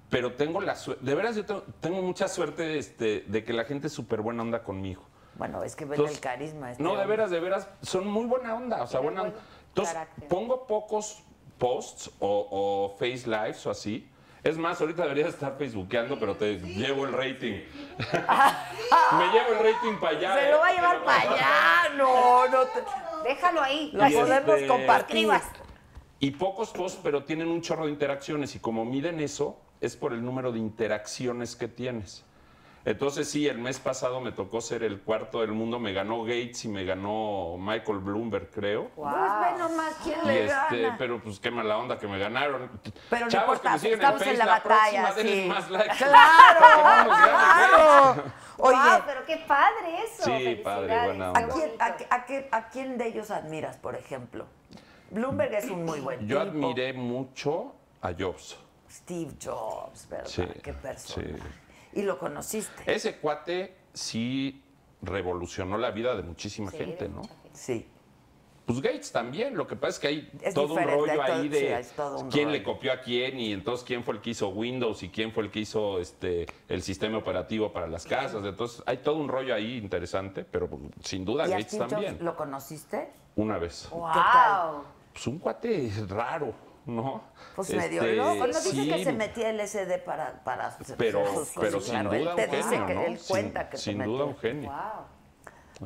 S3: pero tengo la suerte. De veras, yo tengo, tengo mucha suerte este, de que la gente es súper buena onda conmigo.
S1: bueno, es que ven
S3: Entonces,
S1: el carisma. este
S3: no, de
S1: hombre.
S3: veras, de veras, son muy buena onda. O sea,
S6: Tienen
S3: buena
S6: buen
S3: onda. Entonces,
S6: carácter.
S3: pongo pocos posts o, o face lives o así. Es más, ahorita deberías estar facebookeando, pero te llevo el rating. Me llevo el rating para allá.
S1: Se
S3: ¿eh?
S1: lo va a llevar
S3: Pero-
S1: para allá. No, no te... pues,
S6: Déjalo ahí.
S1: Lo
S3: Y
S1: podemos
S3: este-
S1: compartir.
S6: Escribas.
S3: Y pocos posts, pero tienen un chorro de interacciones. Y como miden eso, es por el número de interacciones que tienes. Entonces, sí, el mes pasado me tocó ser el cuarto del mundo. Me ganó Gates y me ganó Michael Bloomberg, creo.
S1: Pues ve nomás quién
S3: Y
S1: le
S3: este,
S1: gana.
S3: pero pues qué mala onda que me ganaron.
S1: Pero no
S3: Chavos
S1: importa,
S3: que me siguen
S1: estamos
S3: en,
S1: en
S3: Face,
S1: la batalla,
S3: próxima denles
S1: sí.
S3: más likes.
S1: Claro,
S3: Porque no nos gana el
S1: claro. Oye,
S6: Guau, pero qué padre eso.
S3: Sí, padre,
S6: Felicidades,
S3: buena
S6: qué
S3: onda.
S1: ¿a quién,
S6: bonito.
S1: a, qué- a qué- a quién de ellos admiras, por ejemplo? Bloomberg es un muy buen
S3: Gates. Yo
S1: tipo.
S3: admiré mucho a Jobs.
S1: Steve Jobs, ¿verdad?
S3: Sí,
S1: Qué persona.
S3: sí.
S1: Y lo conociste.
S3: Ese cuate sí revolucionó la vida de muchísima
S6: Sí,
S3: gente,
S6: de
S3: ¿no?
S6: mucha gente.
S1: Sí.
S3: Pues Gates también, lo que pasa es que hay
S1: Es
S3: todo un
S1: diferente,
S3: rollo
S1: hay todo-
S3: ahí de
S1: sí, hay todo un
S3: quién le
S1: rollo.
S3: copió a quién y entonces quién fue el que hizo Windows y quién fue el que hizo este el sistema operativo para las casas. Entonces hay todo un rollo ahí interesante, pero pues, sin duda
S1: ¿Y a
S3: Gates
S1: Steve
S3: también.
S1: Jobs lo conociste?
S3: Una vez.
S1: ¿Qué tal?
S6: Guau.
S3: Pues un cuate raro, ¿no?
S1: Pues
S3: Este,
S1: medio loco. No dice
S3: sí,
S1: que se metía el SD para, para hacer
S3: Pero,
S1: sus cosas.
S3: pero sin
S1: Claro,
S3: duda
S1: él te
S3: un genio,
S1: dice que
S3: ¿no?
S1: él cuenta
S3: sin,
S1: que se
S3: sin
S1: metió.
S3: duda un genio.
S6: Guau.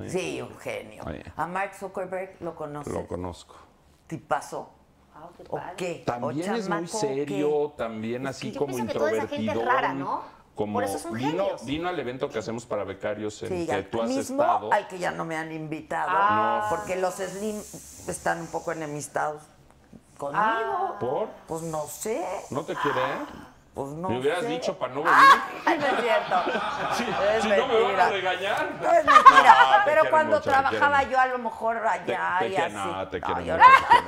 S1: Sí, un genio.
S3: Sí.
S1: A Mark Zuckerberg lo conoces.
S3: Lo conozco.
S1: Tipazo.
S6: Guau, qué
S1: ¿O
S6: padre.
S1: qué? ¿O
S3: También es muy
S1: chamaco o qué?
S3: serio, también así
S6: yo
S3: como
S6: pienso que toda esa gente es
S3: introvertido.
S6: rara, ¿no?
S3: Como
S6: Por eso son
S3: vino,
S6: genios.
S3: vino al evento que hacemos para becarios en
S1: Sí,
S3: que
S1: al
S3: tú has
S1: mismo
S3: estado.
S1: al que ya no me han invitado,
S3: Ah. No.
S1: porque los Slim están un poco enemistados conmigo.
S3: ¿Por?
S1: Pues no sé,
S3: ¿No te quiere?
S6: Ah.
S1: pues no
S3: me hubieras
S1: sé.
S3: dicho para no venir.
S1: Ay, no es cierto.
S3: Sí,
S1: es
S3: si no me van
S1: mentira.
S3: a regañar.
S1: No es mentira,
S3: No, te
S1: pero
S3: quieren
S1: cuando
S3: mucho, te
S1: trabajaba
S3: quieren.
S1: yo a lo mejor allá
S3: te, te
S1: y
S3: quieren-
S1: así.
S3: no, te
S1: No,
S3: quieren
S1: yo-
S3: mucho, te quieren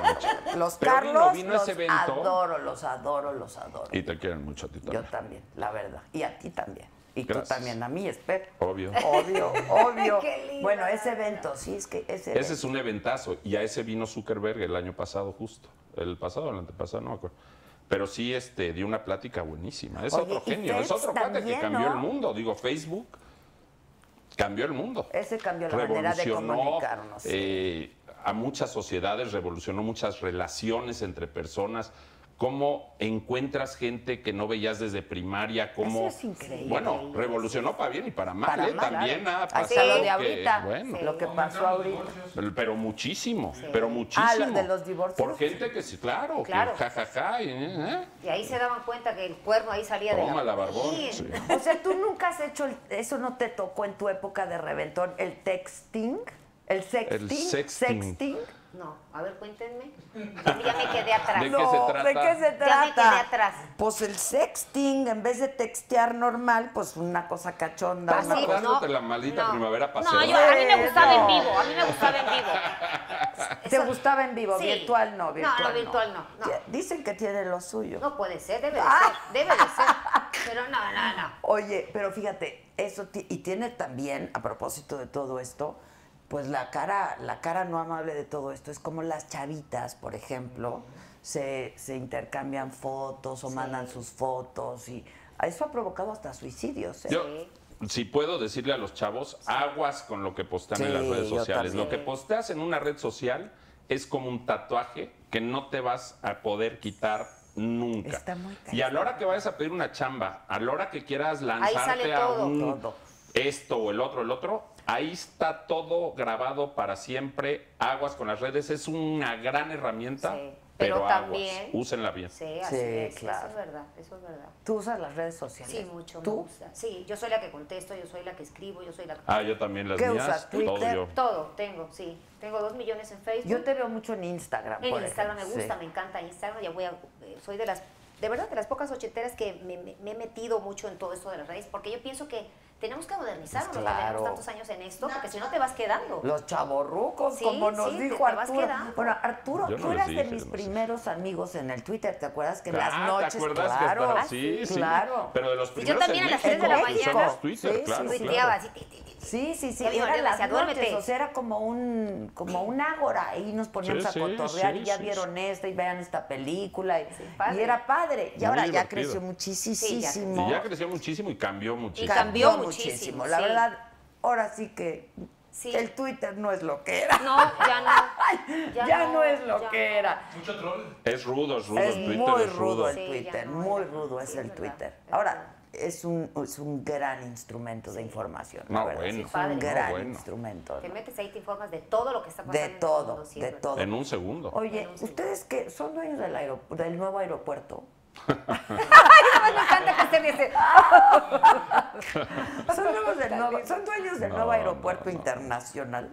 S3: mucho.
S1: Los
S3: Pero vino,
S1: Carlos
S3: vino
S1: los
S3: ese evento.
S1: adoro, los adoro, los adoro.
S3: Y te quieren mucho a ti
S1: Yo
S3: también.
S1: también, la verdad. Y a ti también. Y
S3: Gracias.
S1: tú también a mí, espero.
S3: Obvio.
S1: Obvio, obvio.
S6: Qué linda.
S1: bueno, ese evento, sí, es que ese evento.
S3: Ese es un eventazo. Y a ese vino Zuckerberg el año pasado, justo. El pasado o el antepasado, no me acuerdo. Pero sí este, dio una plática buenísima. Es
S1: Oye,
S3: otro
S1: y
S3: genio. Es
S1: Phelps
S3: otro cuate que
S1: también,
S3: cambió
S1: ¿no?
S3: el mundo. Digo, Facebook cambió el mundo.
S1: Ese cambió la manera de
S3: Revolucionó,
S1: comunicarnos.
S3: eh, a muchas sociedades, revolucionó muchas relaciones entre personas. Cómo encuentras gente que no veías desde primaria, cómo...
S1: Eso es increíble.
S3: Bueno, revolucionó para bien y para mal,
S1: Para
S3: ¿eh?
S1: mal,
S3: También
S1: claro.
S3: ha
S1: Ahí está
S3: pasado
S1: lo de
S3: que,
S1: ahorita.
S3: bueno,
S6: Sí.
S1: Lo que pasó
S4: Aumentaron los
S1: ahorita.
S4: divorcios.
S3: pero- Pero muchísimo,
S6: Sí.
S3: pero muchísimo.
S1: Ah, ¿los de los divorcios?
S3: Por gente que sí, claro,
S6: Claro.
S3: que ja, ja, ja, y, eh,
S6: Y ahí se daban cuenta que el cuerno ahí salía de
S3: toma la barbón.
S6: Sí.
S3: sí.
S1: O sea, tú nunca has hecho, el- eso no te tocó en tu época de reventón, el texting, el sexting.
S3: El sexting.
S1: sexting?
S6: No, a ver, cuéntenme. Yo ya me quedé atrás.
S3: ¿De qué se trata?
S1: Ah, ¿De qué se
S6: Ya me
S1: trata?
S6: quedé atrás.
S1: Pues el sexting, en vez de textear normal, pues una cosa cachonda.
S6: Ah,
S1: una
S6: sí,
S1: cosa-
S3: Dándote la maldita primavera
S6: No,
S3: paseada.
S6: yo, a mí me gustaba
S1: No.
S6: en vivo, a mí me gustaba en vivo.
S1: ¿Te
S6: Eso-
S1: gustaba en vivo?
S6: Sí.
S1: Virtual no, virtual.
S6: No, no, virtual no. no.
S1: Ti- Dicen que tiene lo suyo.
S6: No puede ser, debe de ser, debe de ser. Pero no, no, no.
S1: Oye, pero fíjate, eso ti- y tiene también, a propósito de todo esto, pues la cara, la cara no amable de todo esto es como las chavitas, por ejemplo, se, se intercambian fotos o mandan sus fotos y eso ha provocado hasta suicidios. ¿eh?
S3: Yo, si puedo decirle a los chavos, aguas con lo que postean
S1: Sí,
S3: en las redes
S1: yo
S3: sociales. Lo
S1: también.
S3: que posteas en una red social es como un tatuaje que no te vas a poder quitar nunca.
S1: Está muy cañón.
S3: y a la hora que vayas a pedir una chamba, a la hora que quieras lanzarte
S6: sale
S3: a
S6: todo.
S3: un
S1: Todo.
S3: esto o el otro, el otro, ahí está todo grabado para siempre. Aguas con las redes es una gran herramienta,
S6: Sí, pero
S3: pero,
S6: también-
S3: aguas, úsenla bien.
S6: Sí,
S1: Sí,
S6: así es,
S1: claro.
S6: eso es verdad, eso es verdad.
S1: ¿Tú usas las redes sociales?
S6: Sí, mucho me
S1: ¿Tú?
S6: gusta. Sí, yo soy la que contesto, yo soy la que escribo, yo soy la que...
S3: Ah, yo también las
S1: ¿Qué
S3: mías,
S1: usas,
S3: todo
S1: Twitter?
S3: yo.
S6: Todo, tengo, sí. Tengo dos millones en Facebook.
S1: Yo te veo mucho en Instagram.
S6: En
S1: por
S6: Instagram me
S1: ejemplo,
S6: gusta,
S1: sí.
S6: me encanta Instagram. Ya voy a, eh, soy de las, de verdad, de las pocas ochenteras que me, me- me he metido mucho en todo esto de las redes, porque yo pienso que tenemos que modernizarnos,
S1: Pues
S6: que
S1: claro.
S6: tenemos tantos años en esto, porque si no te vas quedando.
S1: Los chavorrucos,
S6: Sí,
S1: como nos
S6: sí, te-
S1: dijo
S6: te vas
S1: Arturo.
S6: quedando.
S1: Bueno, Arturo,
S3: Yo no
S1: tú
S3: les
S1: eras de
S3: dije,
S1: mis
S3: no sé.
S1: primeros amigos en el Twitter, ¿te acuerdas que en
S3: Ah,
S1: las noches?
S3: ¿te acuerdas que
S1: claro,
S6: Ah,
S1: Ah,
S3: estaba- sí, sí.
S1: claro.
S3: Pero de los
S6: yo
S3: primeros
S6: también
S3: en
S6: a las
S3: México,
S1: tres de la
S3: que usamos
S1: mañana.
S3: Twitter,
S1: Sí,
S3: claro,
S1: sí,
S3: claro.
S6: Tuiteaba así, ti, ti, ti, ti.
S1: Sí, sí, sí,
S6: Ya me
S1: eran
S6: dolía,
S1: las
S6: decía,
S1: noches,
S6: "Duérmete".
S1: o sea, era como un, como un ágora, ahí nos poníamos
S3: Sí,
S1: a
S3: sí,
S1: cotorrear
S3: sí,
S1: y ya
S3: sí,
S1: vieron esta y vean esta película, y,
S6: padre.
S1: y era padre, y ahora ya
S3: divertido.
S1: creció muchísimo.
S3: Y ya creció muchísimo y cambió
S6: Y
S3: muchísimo.
S6: cambió muchísimo,
S1: la
S6: sí.
S1: verdad, ahora sí que
S6: Sí.
S1: el Twitter no es lo que era.
S6: No, ya no.
S1: Ya, no, es lo
S6: ya
S1: que
S6: no.
S1: era.
S4: Mucho troll.
S3: Es rudo, es rudo.
S1: Es
S3: el Twitter
S1: muy
S3: es
S1: rudo el
S6: Sí, ya
S1: Twitter,
S6: no,
S1: muy
S6: ya no.
S1: rudo es
S6: Sí, es
S1: el
S6: verdad,
S1: Twitter.
S6: es
S1: Ahora,
S6: verdad.
S1: es un, es un gran instrumento de información, la
S3: No,
S1: verdad,
S3: bueno.
S1: es
S6: Padre.
S1: un
S6: No,
S1: gran
S3: bueno.
S1: instrumento.
S6: Te
S1: ¿no?
S6: metes ahí, te informas de todo lo que está pasando.
S1: De
S6: en el
S1: todo,
S6: mundo, sí, es
S1: de
S6: verdad.
S1: todo.
S3: En un segundo.
S1: Oye, ¿ustedes que son dueños del, aero- del nuevo aeropuerto?
S6: Ay, me encanta que usted me dice,
S1: ¿Son, dueños del nuevo, son dueños del
S3: No,
S1: nuevo aeropuerto
S3: no, no.
S1: internacional?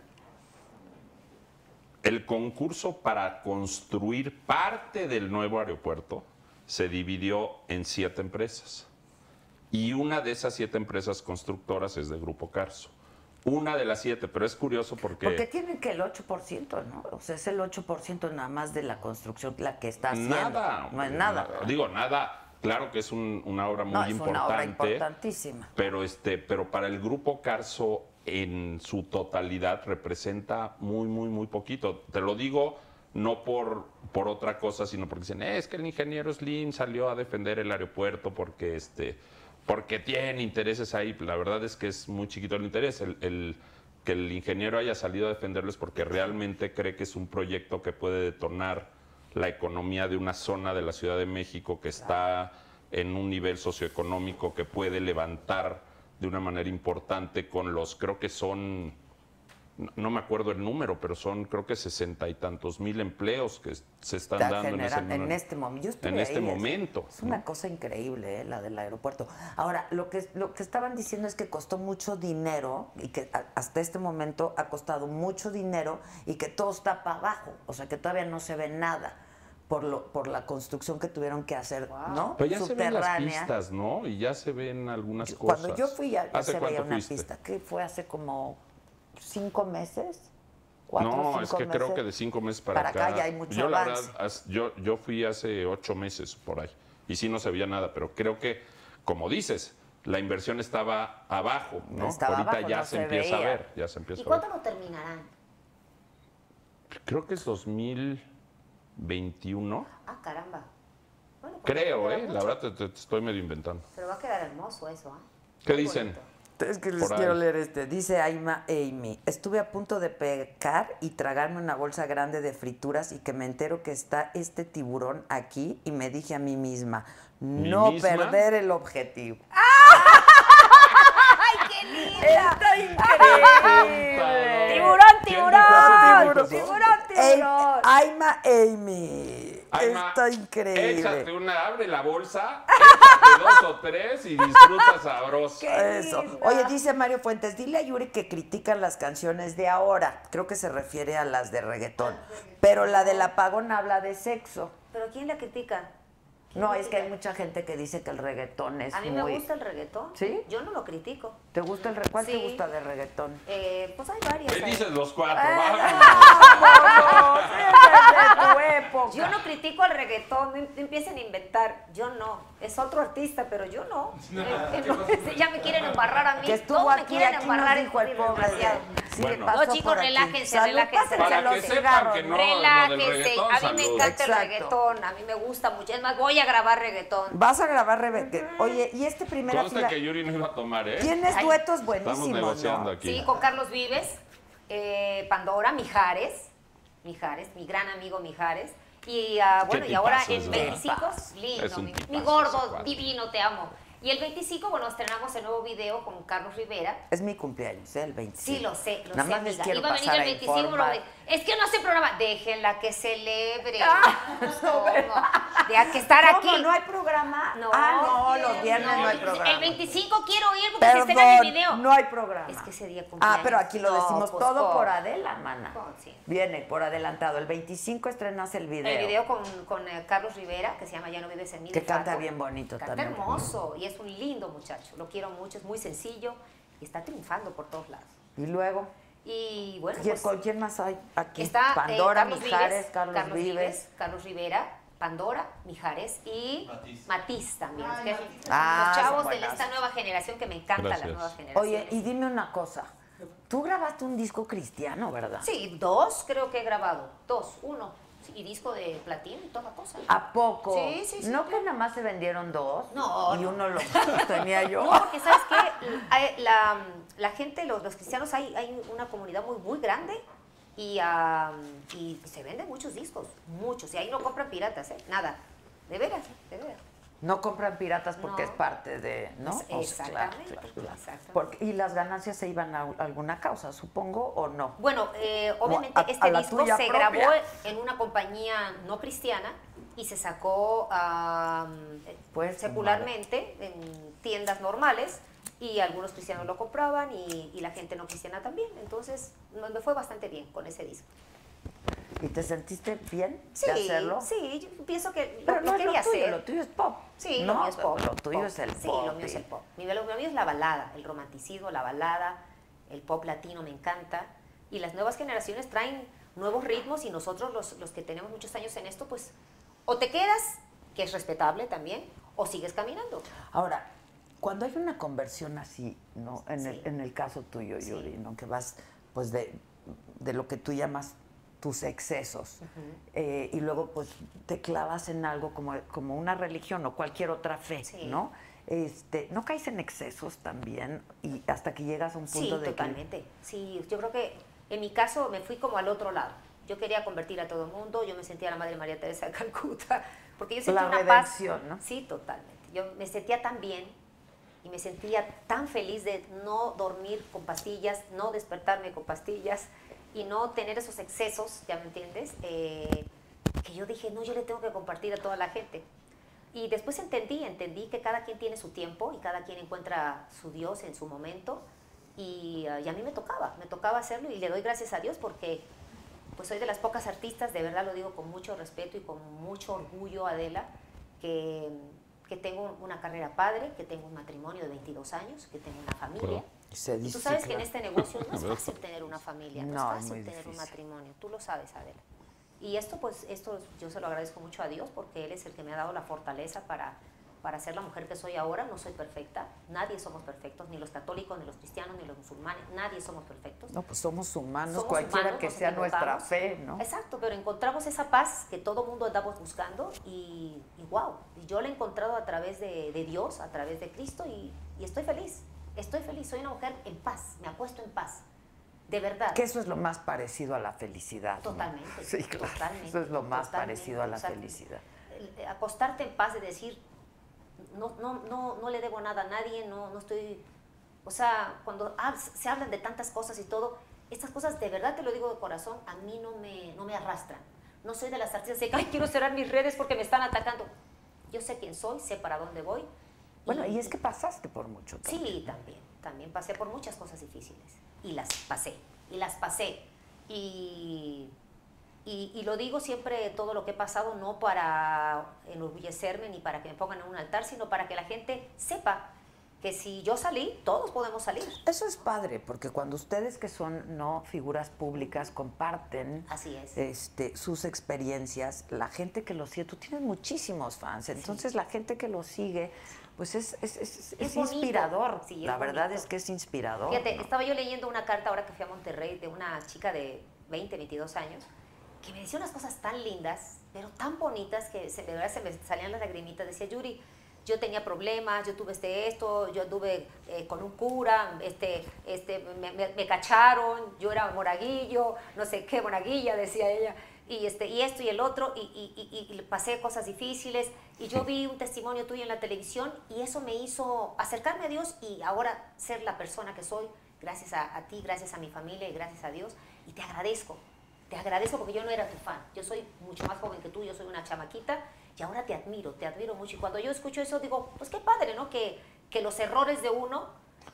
S3: El concurso para construir parte del nuevo aeropuerto se dividió en siete empresas. Y una de esas siete empresas constructoras es de Grupo Carso. Una de las siete, pero es curioso porque...
S1: Porque tienen que el 8%, ¿no? O sea, es el 8% nada más de la construcción la que está haciendo.
S3: Nada.
S1: No es
S3: hombre,
S1: nada.
S3: Digo, nada. Claro que es un- una obra muy
S1: No, es
S3: importante.
S1: una obra importantísima.
S3: Pero, este, pero para el grupo Carso en su totalidad representa muy, muy, muy poquito. Te lo digo no por, por otra cosa, sino porque dicen, "Eh, es que el ingeniero Slim salió a defender el aeropuerto porque, este, porque tiene intereses ahí. La verdad es que es muy chiquito el interés. El, el- que el ingeniero haya salido a defenderlo es porque realmente cree que es un proyecto que puede detonar la economía de una zona de la Ciudad de México que está en un nivel socioeconómico que puede levantar de una manera importante con los, creo que son, no- no me acuerdo el número, pero son creo que sesenta y tantos mil empleos que es- se están
S1: está
S3: dando
S1: generando
S3: en,
S1: en,
S3: ese
S1: este momento. Yo estuve
S3: en este
S1: ahí, es-
S3: momento.
S1: Es, una cosa increíble eh, la del aeropuerto. Ahora, lo que, lo que estaban diciendo es que costó mucho dinero y que a- hasta este momento ha costado mucho dinero y que todo está para abajo, o sea, que todavía no se ve nada. Por, lo, por la construcción que tuvieron que hacer, ¿no?
S3: Pero ya se ven las pistas, ¿no? Y ya se ven algunas cosas.
S1: Cuando yo fui ya, ya
S3: ¿Hace
S1: se veía
S3: cuánto
S1: una
S3: fuiste?
S1: pista. que fue hace como cinco meses? ¿Cuatro,
S3: No, es
S1: cinco
S3: que creo
S1: meses?
S3: que de cinco meses para,
S1: Para acá ya hay mucho
S3: yo, la
S1: avance.
S3: verdad, as- yo, yo fui hace ocho meses por ahí y sí no se veía nada, pero creo que, como dices, la inversión estaba abajo, ¿no?
S1: Estaba
S3: Ahorita
S1: abajo,
S3: ya
S1: no
S3: se,
S1: se
S3: empieza
S1: veía.
S3: a ver, ya se empieza
S6: ¿Y
S3: a
S6: cuándo
S3: ver.
S6: lo terminarán?
S3: Creo que es 2021.
S6: Ah, caramba. Bueno, pues
S3: Creo,
S6: queda
S3: ¿eh? La
S6: mucho,
S3: verdad te, te- te estoy medio inventando.
S6: Pero va a quedar hermoso eso, ¿ah?
S3: ¿Qué
S6: Muy
S3: dicen?
S6: bonito.
S1: Es que les
S3: Por ahí.
S1: quiero leer este. Dice Aima Amy, estuve a punto de pecar y tragarme una bolsa grande de frituras y que me entero que está este tiburón aquí y me dije a mí misma,
S3: ¿Mí
S1: no
S3: misma?
S1: perder el objetivo.
S6: ¡Ay, qué lindo!
S1: ¡Está increíble!
S3: Tiburón,
S6: ¡Tiburón, tiburón!
S3: tiburón!
S6: ¡Tiburón, tiburón!
S1: Aima Amy.
S3: Alma,
S1: Está increíble.
S3: Échate una, abre la bolsa, échate dos o tres y disfruta sabroso.
S1: Eso. Oye, dice Mario Fuentes, dile a Yuri que critican las canciones de ahora. Creo que se refiere a las de reggaetón. Pero la del apagón habla de sexo.
S6: ¿Pero quién la critica? ¿Quién
S1: No,
S6: la
S1: es que hay
S6: critica?
S1: mucha gente que dice que el reggaetón es
S6: A mí
S1: muy...
S6: me gusta el reggaetón.
S1: ¿Sí?
S6: Yo no lo critico.
S1: ¿Te gusta el re- ¿Cuál te
S6: Sí.
S1: gusta de reggaetón?
S6: Eh, pues hay varias.
S3: ¿Qué
S6: ahí.
S3: dices los cuatro?
S1: Ah,
S3: Vámonos.
S6: Yo no critico al reggaetón, no im- empiecen a inventar. Yo no. Es otro artista, pero yo no. Eh, eh,
S3: pues,
S6: no, sí, ya me quieren embarrar a mí.
S1: Que estuvo
S6: Todos me
S1: aquí,
S6: quieren
S1: aquí nos
S6: embarrar
S1: dijo el
S6: este
S1: pobre.
S6: desgraciado.
S1: Sí,
S3: Bueno.
S1: le pasó
S6: No, chicos,
S1: por aquí.
S6: relájense,
S1: Salud,
S6: relájense.
S1: pásenselo
S3: Para que
S1: los
S3: sepan
S1: cigarros.
S3: que no, lo del
S6: Relájense. A
S3: reggaetón,
S6: mí me
S3: saludos.
S6: encanta
S1: Exacto.
S6: el reggaetón, a mí me gusta mucho. Es más, voy a grabar reggaetón.
S1: Vas a grabar, Rebeca. Oye, y este primera
S3: Consta
S1: fila...
S3: que Yuri no iba a tomar, ¿eh?
S1: Tienes
S6: Ay,
S1: duetos
S3: Estamos
S1: buenísimos, ¿no?
S3: negociando aquí.
S6: Sí, con Carlos Vives, eh, Pandora, Mijares, Mijares, mi gran amigo Mijares. Y ah,
S3: Qué
S6: bueno, y ahora
S3: tipazo es,
S6: en 25,
S3: ¿verdad? Es
S6: lindo,
S3: un
S6: mi,
S3: tipazo
S6: mi
S3: ese
S6: gordo,
S3: cuate.
S6: divino, te amo. Y el 25, bueno, estrenamos el nuevo video con Carlos Rivera.
S1: Es mi cumpleaños, ¿eh? el 25.
S6: Sí, lo sé, lo
S1: Nada
S6: sé,
S1: más les
S6: amiga.
S1: quiero
S6: Iba a venir
S1: pasar
S6: el
S1: a
S6: 25, pero
S1: informar.
S6: me- es que no se programa. Déjenla que celebre. Pues, ¿Cómo? Deja que estar
S1: Ah. ¿Cómo?
S6: aquí.
S1: ¿No hay programa?
S6: No.
S1: Ah, no, los viernes no, hay
S6: el-
S1: programa.
S6: El 25 quiero ir porque se
S1: Perdón,
S6: estrena el video.
S1: no hay programa.
S6: Es que ese día
S1: Ah,
S6: cumpleaños.
S1: pero aquí lo
S6: No,
S1: decimos
S6: pues,
S1: todo
S6: ¿cómo?
S1: por Adela, mana.
S6: ¿Cómo? Sí.
S1: Viene por adelantado. El 25 estrenas el video.
S6: El video con, con, eh, Carlos Rivera, que se llama Ya no vives en mí.
S1: Que
S6: de
S1: canta
S6: Paco.
S1: bien bonito
S6: Canta
S1: también.
S6: hermoso y es un lindo muchacho. Lo quiero mucho, es muy sencillo y está triunfando por todos lados.
S1: Y luego,
S6: Y bueno,
S1: ¿quién-
S6: pues,
S1: ¿con quién más hay aquí?
S6: está eh,
S1: Pandora,
S6: Carlos
S1: Mijares,
S6: Vives,
S1: Carlos, Vives.
S6: Carlos Rivera, Pandora, Mijares y Matiz,
S4: Matiz.
S6: también.
S5: Ay,
S6: que es-
S5: Matiz.
S1: Ah,
S6: los chavos
S1: son
S6: de
S1: buenas.
S6: esta nueva generación que me encanta
S3: Gracias.
S6: la nueva generación.
S1: Oye, y dime una cosa. Tú grabaste un disco cristiano, ¿verdad?
S6: Sí, dos creo que he grabado. Dos, uno. Sí, Y disco de platino y toda la cosa.
S1: ¿A poco?
S6: Sí, sí, sí,
S1: ¿No
S6: claro.
S1: que nada más se vendieron dos?
S6: No,
S1: Y
S6: no.
S1: uno lo tenía yo.
S6: No, porque sabes que la, la gente, los, los cristianos, hay, hay una comunidad muy, muy grande y, ah, y se venden muchos discos, muchos. Y ahí no compran piratas, ¿eh? Nada. De veras, de veras.
S1: No compran piratas porque
S6: No.
S1: es parte de, ¿no?
S6: Es-
S1: O sea, claro,
S6: exactamente,
S1: claro, claro.
S6: exactamente.
S1: Porque- y las ganancias se iban a u- alguna causa, supongo, o no.
S6: Bueno, eh, obviamente
S1: a-
S6: este
S1: a la
S6: disco se
S1: tuya propia.
S6: grabó en una compañía no cristiana y se sacó ah, eh,
S1: Pues,
S6: secularmente en tiendas normales y algunos cristianos lo compraban y, y la gente no cristiana también. Entonces no- me fue bastante bien con ese disco.
S1: ¿Y te sentiste bien
S6: Sí,
S1: de hacerlo?
S6: sí, yo pienso que lo,
S1: Pero
S6: lo
S1: no es
S6: quería
S1: lo tuyo,
S6: hacer.
S1: lo tuyo es pop.
S6: Sí,
S1: ¿no?
S6: lo mío es pop.
S1: Lo tuyo
S6: pop.
S1: es el pop.
S6: Sí, lo mío es
S1: y-
S6: el pop. Mi, lo mío es la balada, el romanticismo, la balada, el pop latino me encanta. Y las nuevas generaciones traen nuevos ritmos y nosotros los, los que tenemos muchos años en esto, pues o te quedas, que es respetable también, o sigues caminando.
S1: Ahora, cuando hay una conversión así, ¿no? En,
S6: Sí.
S1: el, en el caso tuyo,
S6: Sí.
S1: Yuri, ¿no? Que vas, pues, de, de lo que tú llamas tus excesos. eh, y luego, pues, te clavas en algo como, como una religión o cualquier otra fe,
S6: Sí.
S1: ¿no? Este, ¿No caes en excesos también? Y hasta que llegas a un punto
S6: sí,
S1: de...
S6: totalmente. Sí, yo creo que en mi caso me fui como al otro lado. Yo quería convertir a todo el mundo, yo me sentía la Madre María Teresa de Calcuta, porque yo sentía
S1: La
S6: una
S1: redención,
S6: paz.
S1: ¿no?
S6: Sí, totalmente. Yo me sentía tan bien y me sentía tan feliz de no dormir con pastillas, no despertarme con pastillas y no tener esos excesos, ya me entiendes, Eh, que yo dije, no, yo le tengo que compartir a toda la gente. Y después entendí, entendí que cada quien tiene su tiempo y cada quien encuentra su Dios en su momento. Y, ah, y a mí me tocaba, me tocaba hacerlo y le doy gracias a Dios porque pues soy de las pocas artistas, de verdad lo digo con mucho respeto y con mucho orgullo, Adela, que, que tengo una carrera padre, que tengo un matrimonio de 22 años, que tengo una familia.
S3: Perdón.
S1: que se
S6: Y
S1: dice,
S6: tú sabes que en
S1: claro.
S6: este negocio no es
S3: Abrazo.
S6: fácil tener una familia, no,
S1: No, es
S6: es fácil
S1: muy
S6: tener un
S1: difícil.
S6: matrimonio, tú lo sabes, Adela. Y esto, pues, esto yo se lo agradezco mucho a Dios porque Él es el que me ha dado la fortaleza para, para ser la mujer que soy ahora. No soy perfecta, nadie somos perfectos, ni los católicos, ni los cristianos, ni los musulmanes, nadie somos perfectos.
S1: No, pues somos humanos,
S6: este Somos
S1: cualquiera
S6: humanos,
S1: que
S6: nos
S1: sea nuestra
S6: equivocamos.
S1: fe, ¿no?
S6: Exacto, pero encontramos esa paz que todo mundo andamos buscando y, wow, yo la he encontrado a través de, de Dios, a través de Cristo y, y estoy feliz, estoy feliz, soy una mujer en paz, me apuesto en paz, de verdad.
S1: Que eso es lo más parecido a la felicidad. ¿no?
S6: Totalmente.
S1: Sí, claro.
S6: totalmente,
S1: eso es lo más
S6: totalmente,
S1: parecido a la
S6: o sea,
S1: felicidad.
S6: el- Acostarte en paz de decir, no, no, no, no le debo nada a nadie, no, no estoy... O sea, cuando hab- se hablan de tantas cosas y todo, estas cosas de verdad te lo digo de corazón, a mí no me, no me arrastran. No soy de las artistas de que, ay, quiero cerrar mis redes porque me están atacando. Yo sé quién soy, sé para dónde voy.
S1: Bueno, y es que pasaste por mucho tiempo.
S6: Sí, también. También pasé por muchas cosas difíciles. Y las pasé. Y las pasé. Y, y, y lo digo siempre, todo lo que he pasado, no para enorgullecerme ni para que me pongan en un altar, sino para que la gente sepa que si yo salí, todos podemos salir.
S1: Eso es padre, porque cuando ustedes que son no figuras públicas comparten
S6: Así es.
S1: este, sus experiencias, la gente que los sigue, tú tienes muchísimos fans, entonces la gente que los sigue, pues es, es, es- es
S6: Es bonito.
S1: inspirador.
S6: Sí, es
S1: la verdad
S6: bonito.
S1: es que es inspirador.
S6: Fíjate,
S1: ¿no?
S6: estaba yo leyendo una carta ahora que fui a Monterrey de una chica de 20, 22 años que me decía unas cosas tan lindas, pero tan bonitas que se, de verdad se me salían las lagrimitas. Decía, Yuri, yo tenía problemas, yo tuve este esto, yo anduve eh, con un cura, este, este, me, me- me cacharon, yo era moraguillo, no sé qué, moraguilla, decía ella. Y, este, y esto y el otro, y, y- y- y pasé cosas difíciles, y yo vi un testimonio tuyo en la televisión, y eso me hizo acercarme a Dios y ahora ser la persona que soy, gracias a, a ti, gracias a mi familia y gracias a Dios, y te agradezco, te agradezco porque yo no era tu fan. Yo soy mucho más joven que tú, yo soy una chamaquita y ahora te admiro, te admiro mucho. Y cuando yo escucho eso digo, pues qué padre, ¿no? Que, que los errores de uno,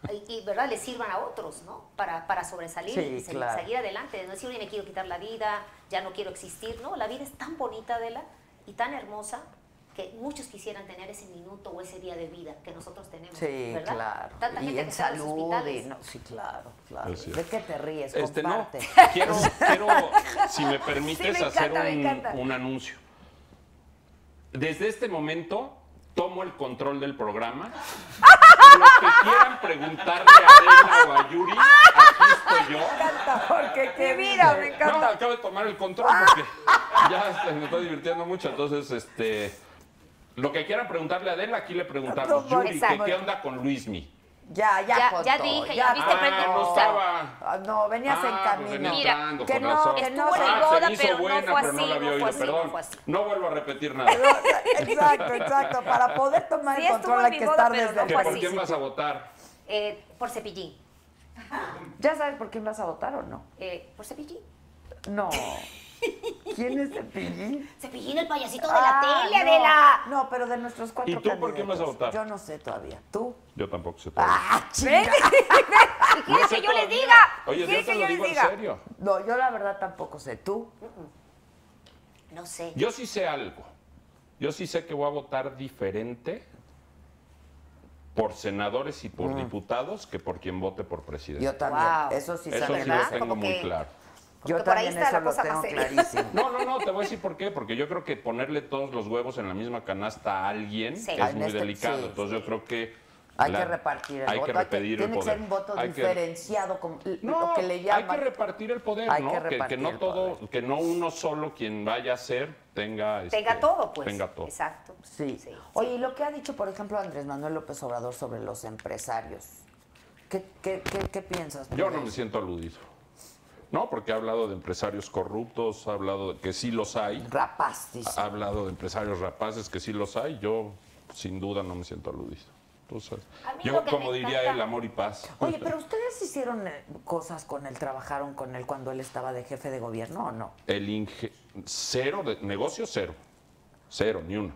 S6: eh, y, y, ¿verdad? Le sirvan a otros, ¿no? Para, para sobresalir
S1: Sí,
S6: y seguir,
S1: claro.
S6: seguir adelante. De No decir, oye, me quiero quitar la vida, ya no quiero existir, ¿no? La vida es tan bonita, Adela, y tan hermosa que muchos quisieran tener ese minuto o ese día de vida que nosotros tenemos,
S1: Sí,
S6: ¿verdad?
S1: claro.
S6: Tanta
S1: y
S6: gente
S1: en
S6: que está en los
S1: salud. y
S6: hospitales.
S1: no, sí, claro, claro.
S3: Así es.
S1: ¿De qué te ríes?
S3: Este no,
S1: Comparte.
S3: quiero, quiero, si me permites,
S1: Sí, me
S3: hacer
S1: encanta, me
S3: un-
S1: encanta.
S3: un anuncio. Desde este momento tomo el control del programa. Lo que quieran preguntarle a Adela o a Yuri, aquí estoy yo.
S1: Porque qué vida, me
S3: No,
S1: encanta.
S3: acabo de tomar el control porque ya se me está divirtiendo mucho. Entonces, este, lo que quieran preguntarle a Adela, aquí le preguntamos.
S1: No,
S3: Yuri, ¿qué,
S1: exacto.
S3: qué onda con Luismi?
S1: Ya, ya,
S6: Ya-
S1: contó,
S6: ya dije, ya viste,
S3: Ah, no estaba.
S1: Ah, No, venías en
S3: Ah, pues
S1: camino.
S3: venía
S6: Mira,
S3: entrando,
S1: que
S3: con
S1: no,
S3: razón.
S1: que no
S6: Estuvo en el
S3: Ah, se
S6: boda,
S3: me hizo
S6: pero no
S3: buena,
S6: fue
S3: pero no
S6: así,
S3: la había
S6: no fue
S3: oído,
S6: así,
S3: perdón.
S6: no fue así.
S3: No vuelvo a repetir nada.
S1: Exacto, exacto. Para poder tomar
S6: Sí,
S1: el
S6: estuvo
S1: control
S6: en
S1: hay
S6: mi
S1: que
S6: boda,
S1: estar
S6: pero
S1: desde
S6: no
S3: ¿Que
S1: el
S6: fue
S3: ¿Por
S6: así.
S3: quién
S1: principio.
S3: vas a votar?
S6: Eh, por cepillín.
S1: ¿Ya sabes por quién vas a votar o no?
S6: Eh, ¿Por cepillín?
S1: No. ¿Quién es Cepillín?
S6: Cepillín, el payasito
S1: Ah,
S6: de la tele,
S1: no.
S6: de la...
S1: No, pero de nuestros cuatro
S3: ¿Y tú por
S1: candidatos.
S3: quién vas a votar?
S1: Yo no sé todavía. ¿Tú.
S3: Yo tampoco sé
S1: ¡Ah,
S6: ¿Ven?
S1: chinga!
S6: ¿Y quieren que yo les diga?
S3: Oye,
S6: ¿Quieren
S3: yo te
S6: que
S3: lo digo en serio.
S1: No, yo la verdad tampoco sé. ¿Tú?
S6: No sé.
S3: Yo sí sé algo. Yo sí sé que voy a votar diferente por senadores y por diputados que por quien vote por presidente.
S1: Yo también.
S6: Wow.
S1: Eso sí
S3: Eso
S1: sabes.
S3: sí lo
S6: ¿verdad?
S3: tengo
S6: Como
S3: muy
S6: que-
S3: claro.
S6: Porque
S1: Yo
S6: por ahí
S1: también
S6: está
S1: eso
S6: la
S1: lo
S6: cosa
S1: tengo
S6: más seria.
S1: clarísimo.
S3: No, no, no, te voy a decir por qué. Porque yo creo que ponerle todos los huevos en la misma canasta a alguien
S6: Sí. Ah,
S3: es
S1: en
S3: muy
S1: este-
S3: delicado.
S1: sí,
S3: Entonces yo creo que...
S1: Hay
S3: la-
S1: que repartir el
S3: hay
S1: voto.
S3: Que repetir el
S1: tiene que
S3: poder.
S1: ser un voto
S3: Hay que-
S1: diferenciado, como lo que le
S3: hay
S1: llaman.
S3: que repartir el poder,
S1: Hay
S3: ¿no?
S1: que
S3: Que, que
S1: repartir el
S3: no todo, que no uno solo quien vaya a ser tenga este,
S6: Tenga todo, pues.
S3: Tenga todo.
S6: Exacto.
S1: Sí.
S6: sí.
S1: Oye, y lo que ha dicho, por ejemplo, Andrés Manuel López Obrador sobre los empresarios. ¿Qué, qué, qué, qué piensas?
S3: Yo no me siento aludido. No, porque ha hablado de empresarios corruptos, ha hablado de que sí los hay,
S1: Rapaz, dice.
S3: ha hablado de empresarios rapaces que sí los hay. Yo sin duda no me siento aludido. Entonces,
S6: A mí
S3: yo
S6: lo que
S3: como
S6: me
S3: diría
S6: encanta-
S3: el amor y paz.
S1: Oye, pero ustedes hicieron eh, cosas con él, trabajaron con él cuando él estaba de jefe de gobierno o no?
S3: El inge- cero, de, negocio cero. Cero, ni uno.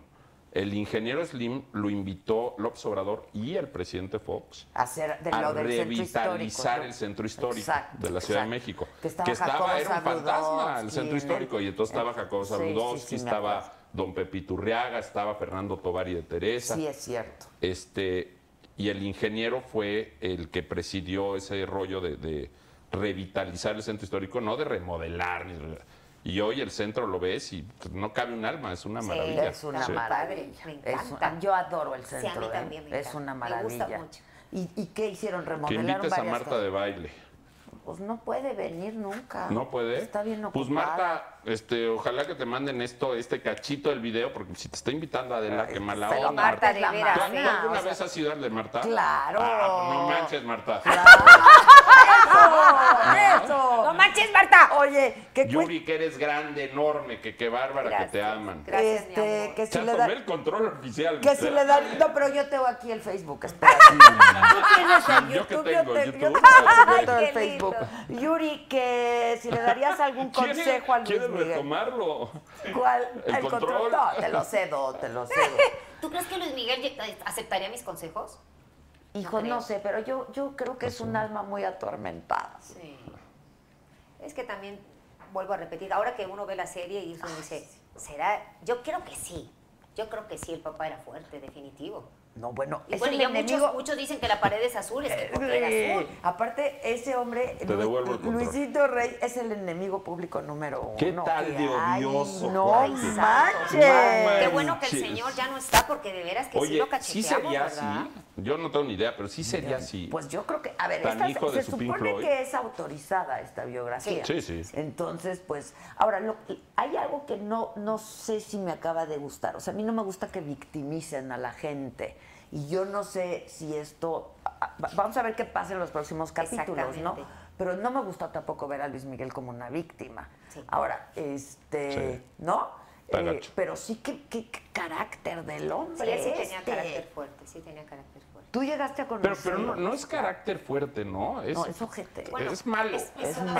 S3: El ingeniero Slim lo invitó López Obrador y el presidente Fox
S1: Hacer de
S3: a
S1: lo del centro
S3: revitalizar
S1: histórico. ¿no?
S3: el centro histórico
S1: Exacto,
S3: de la Ciudad de
S1: exacto.
S3: México.
S1: Que estaba, Jacobo
S3: estaba, era un fantasma el
S1: Zabludovsky en
S3: centro histórico. Y entonces estaba
S1: en-
S3: Jacobo
S1: Sí, sí, sí,
S3: Zabudowski,
S1: me
S3: estaba
S1: acuerdo.
S3: Don Pepiturriaga, estaba Fernando Tovari de Teresa.
S1: Sí, es cierto.
S3: Este, y el ingeniero fue el que presidió ese rollo de, de revitalizar el centro histórico, no de remodelar. ni re- Y hoy el centro lo ves y pues, no cabe un alma, es una
S6: Sí,
S3: maravilla.
S1: Es una
S6: Sí.
S1: maravilla.
S6: Me
S1: Es
S6: encanta.
S1: un- yo adoro el
S6: Sí, a
S1: centro.
S6: mí
S1: ¿eh?
S6: también me
S1: Es
S6: encanta.
S1: una
S6: Me gusta
S1: maravilla.
S6: mucho.
S1: ¿Y, y qué hicieron?
S3: Que
S1: ¿Remodelaron
S3: invites a
S1: varias
S3: Marta
S1: cosas?
S3: de baile.
S1: Pues no puede venir nunca.
S3: No puede.
S1: Está bien ocupada.
S3: Pues Marta, este, ojalá que te manden esto, este cachito del video, porque si te está invitando Adela, qué mala
S1: Pero
S3: onda.
S6: Marta, de
S1: es la
S6: veras,
S3: ¿Tú
S1: más-
S6: ¿eh?
S3: alguna
S1: o sea,
S3: vez has ido al de pues, Marta?
S1: Claro.
S3: Ah, no manches, Marta.
S6: ¡Eso! ¡Eso! ¡No manches, Marta!
S1: ¡Oh, Oye, que cuen-
S3: Yuri, que eres grande, enorme, que qué bárbara, que te aman.
S6: Gracias, mi
S1: este,
S6: amor.
S1: que si
S3: Ya
S1: le
S3: tomé
S1: da
S3: el control oficial.
S1: que si
S3: Usted-
S1: le da no, pero yo tengo aquí el Facebook, espera. Tú tienes el
S3: Yo que
S1: YouTube,
S3: tengo
S1: te-
S3: YouTube.
S1: yo tengo
S6: Ay,
S1: todo el
S6: qué lindo.
S1: Facebook. Yuri, que si le darías algún
S3: ¿Quieres-
S1: consejo a Luis
S3: ¿Quieres
S1: Miguel.
S3: retomarlo?
S1: ¿Cuál?
S3: El control.
S1: No, te lo cedo, te lo cedo.
S6: ¿Tú crees que Luis Miguel ye- aceptaría mis consejos?
S1: Hijo,
S6: creo.
S1: no sé, pero yo, yo creo que es un alma muy atormentada.
S6: Sí. Es que también, vuelvo a repetir, ahora que uno ve la serie y uno dice, ¿será? Yo creo que sí. Yo creo que sí, el papá era fuerte, definitivo.
S1: No, bueno,
S6: Y
S1: es
S6: bueno,
S1: el
S6: ya
S1: enemigo. Eh,
S6: muchos, muchos dicen que la pared es azul, es que porque
S1: Sí.
S6: era azul.
S1: Aparte, ese hombre, Lu-
S3: devuelvo el control.
S1: Luisito Rey, es el enemigo público número uno.
S3: ¿Qué tal de
S1: Ay,
S3: odioso,
S1: no
S3: Juan?
S6: Ay, santo.
S1: manches.
S6: Qué bueno que el
S3: Sí.
S6: señor ya no está porque de veras que sí
S3: Oye,
S6: lo
S3: sí
S6: cacheteamos,
S3: sería
S6: ¿verdad?
S3: así. Yo no tengo ni idea, pero sí sería así.
S1: Pues yo creo que, a ver,
S3: Tan
S1: esta,
S3: hijo
S1: se
S3: de
S1: se
S3: su Pink
S1: supone
S3: Floyd.
S1: que es autorizada esta biografía.
S3: Sí, sí. Sí.
S1: Entonces, pues, ahora, lo- hay algo que no, no sé si me acaba de gustar. O sea, a mí no me gusta que victimicen a la gente. Y yo no sé si esto... a- a- Vamos a ver qué pasa en los próximos capítulos, ¿no?
S6: Exactamente.
S1: Pero no me gusta tampoco ver a Luis Miguel como una víctima.
S6: Sí.
S1: Ahora, este,
S3: Sí.
S1: ¿no? Eh,
S3: Está gacho.
S1: pero sí, qué, qué- qué carácter del
S6: Sí,
S1: hombre.
S6: él sí tenía
S1: este.
S6: carácter fuerte, sí tenía carácter fuerte.
S1: Tú llegaste a conocer.
S3: Pero, pero no, no es carácter fuerte, ¿no? Es,
S1: No, es ojete.
S3: es malo.
S1: Es malo.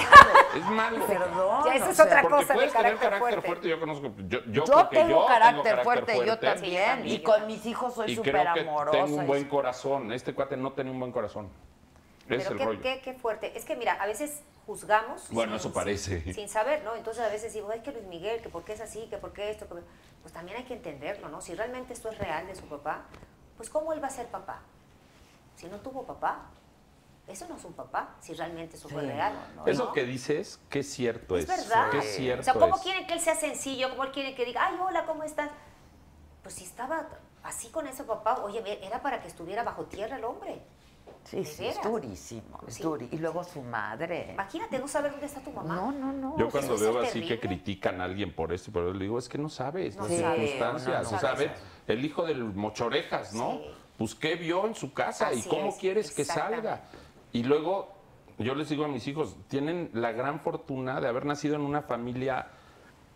S3: Es malo.
S1: Perdón.
S6: Ya, esa
S1: o
S6: es
S1: sea,
S6: otra
S3: Porque
S6: cosa de
S3: puedes tener
S6: carácter
S3: carácter
S6: fuerte.
S3: fuerte. Yo conozco. pues, Yo, yo,
S1: Yo
S3: creo que
S1: tengo
S3: yo
S1: carácter
S3: tengo
S1: fuerte, yo
S6: Sí, yo
S1: también.
S6: también,
S1: Y
S6: yo
S1: con
S6: también.
S1: mis hijos soy
S3: Y
S1: súper
S3: creo que
S1: amorosa.
S3: tengo un buen corazón. Este cuate no tiene un buen corazón. Ese es el
S6: Pero
S3: rollo.
S6: qué, qué, qué fuerte. Es que mira, a veces juzgamos.
S3: Bueno, eso parece.
S6: Sin saber, ¿no? Entonces a veces digo, es que Luis Miguel, que por qué es así, que por qué esto. que- Pues también hay que entenderlo, ¿no? Si realmente esto es real de su papá, pues ¿cómo él va a ser papá? Si no tuvo papá. Eso no es un papá, si realmente eso fue real. ¿no?
S3: Eso que dices, qué cierto
S6: Es
S3: es.
S6: verdad.
S3: Qué cierto
S6: o sea, ¿cómo
S3: es.
S6: quieren que él sea sencillo? ¿Cómo él quiere que diga, ay, hola, ¿cómo estás? Pues si estaba así con ese papá, oye, ve, era para que estuviera bajo tierra el hombre.
S1: Sí, sí,
S6: ¿De
S1: es
S6: veras?
S1: durísimo. Es
S6: Sí.
S1: duri- Y luego su madre.
S6: Imagínate no saber dónde está tu mamá.
S1: No, no, no.
S3: Yo cuando
S6: Eso es
S3: veo así
S6: terrible.
S3: que critican a alguien por esto, pero le digo, es que no sabes
S6: No
S3: las
S6: sabes,
S3: circunstancias.
S1: no, no
S3: o sea,
S6: sabes.
S3: ve, el hijo del mochorejas, ¿no?
S6: Sí.
S3: Pues qué vio en su casa
S6: Así
S3: y cómo
S6: es,
S3: quieres que
S6: exactamente.
S3: salga. Y luego yo les digo a mis hijos, tienen la gran fortuna de haber nacido en una familia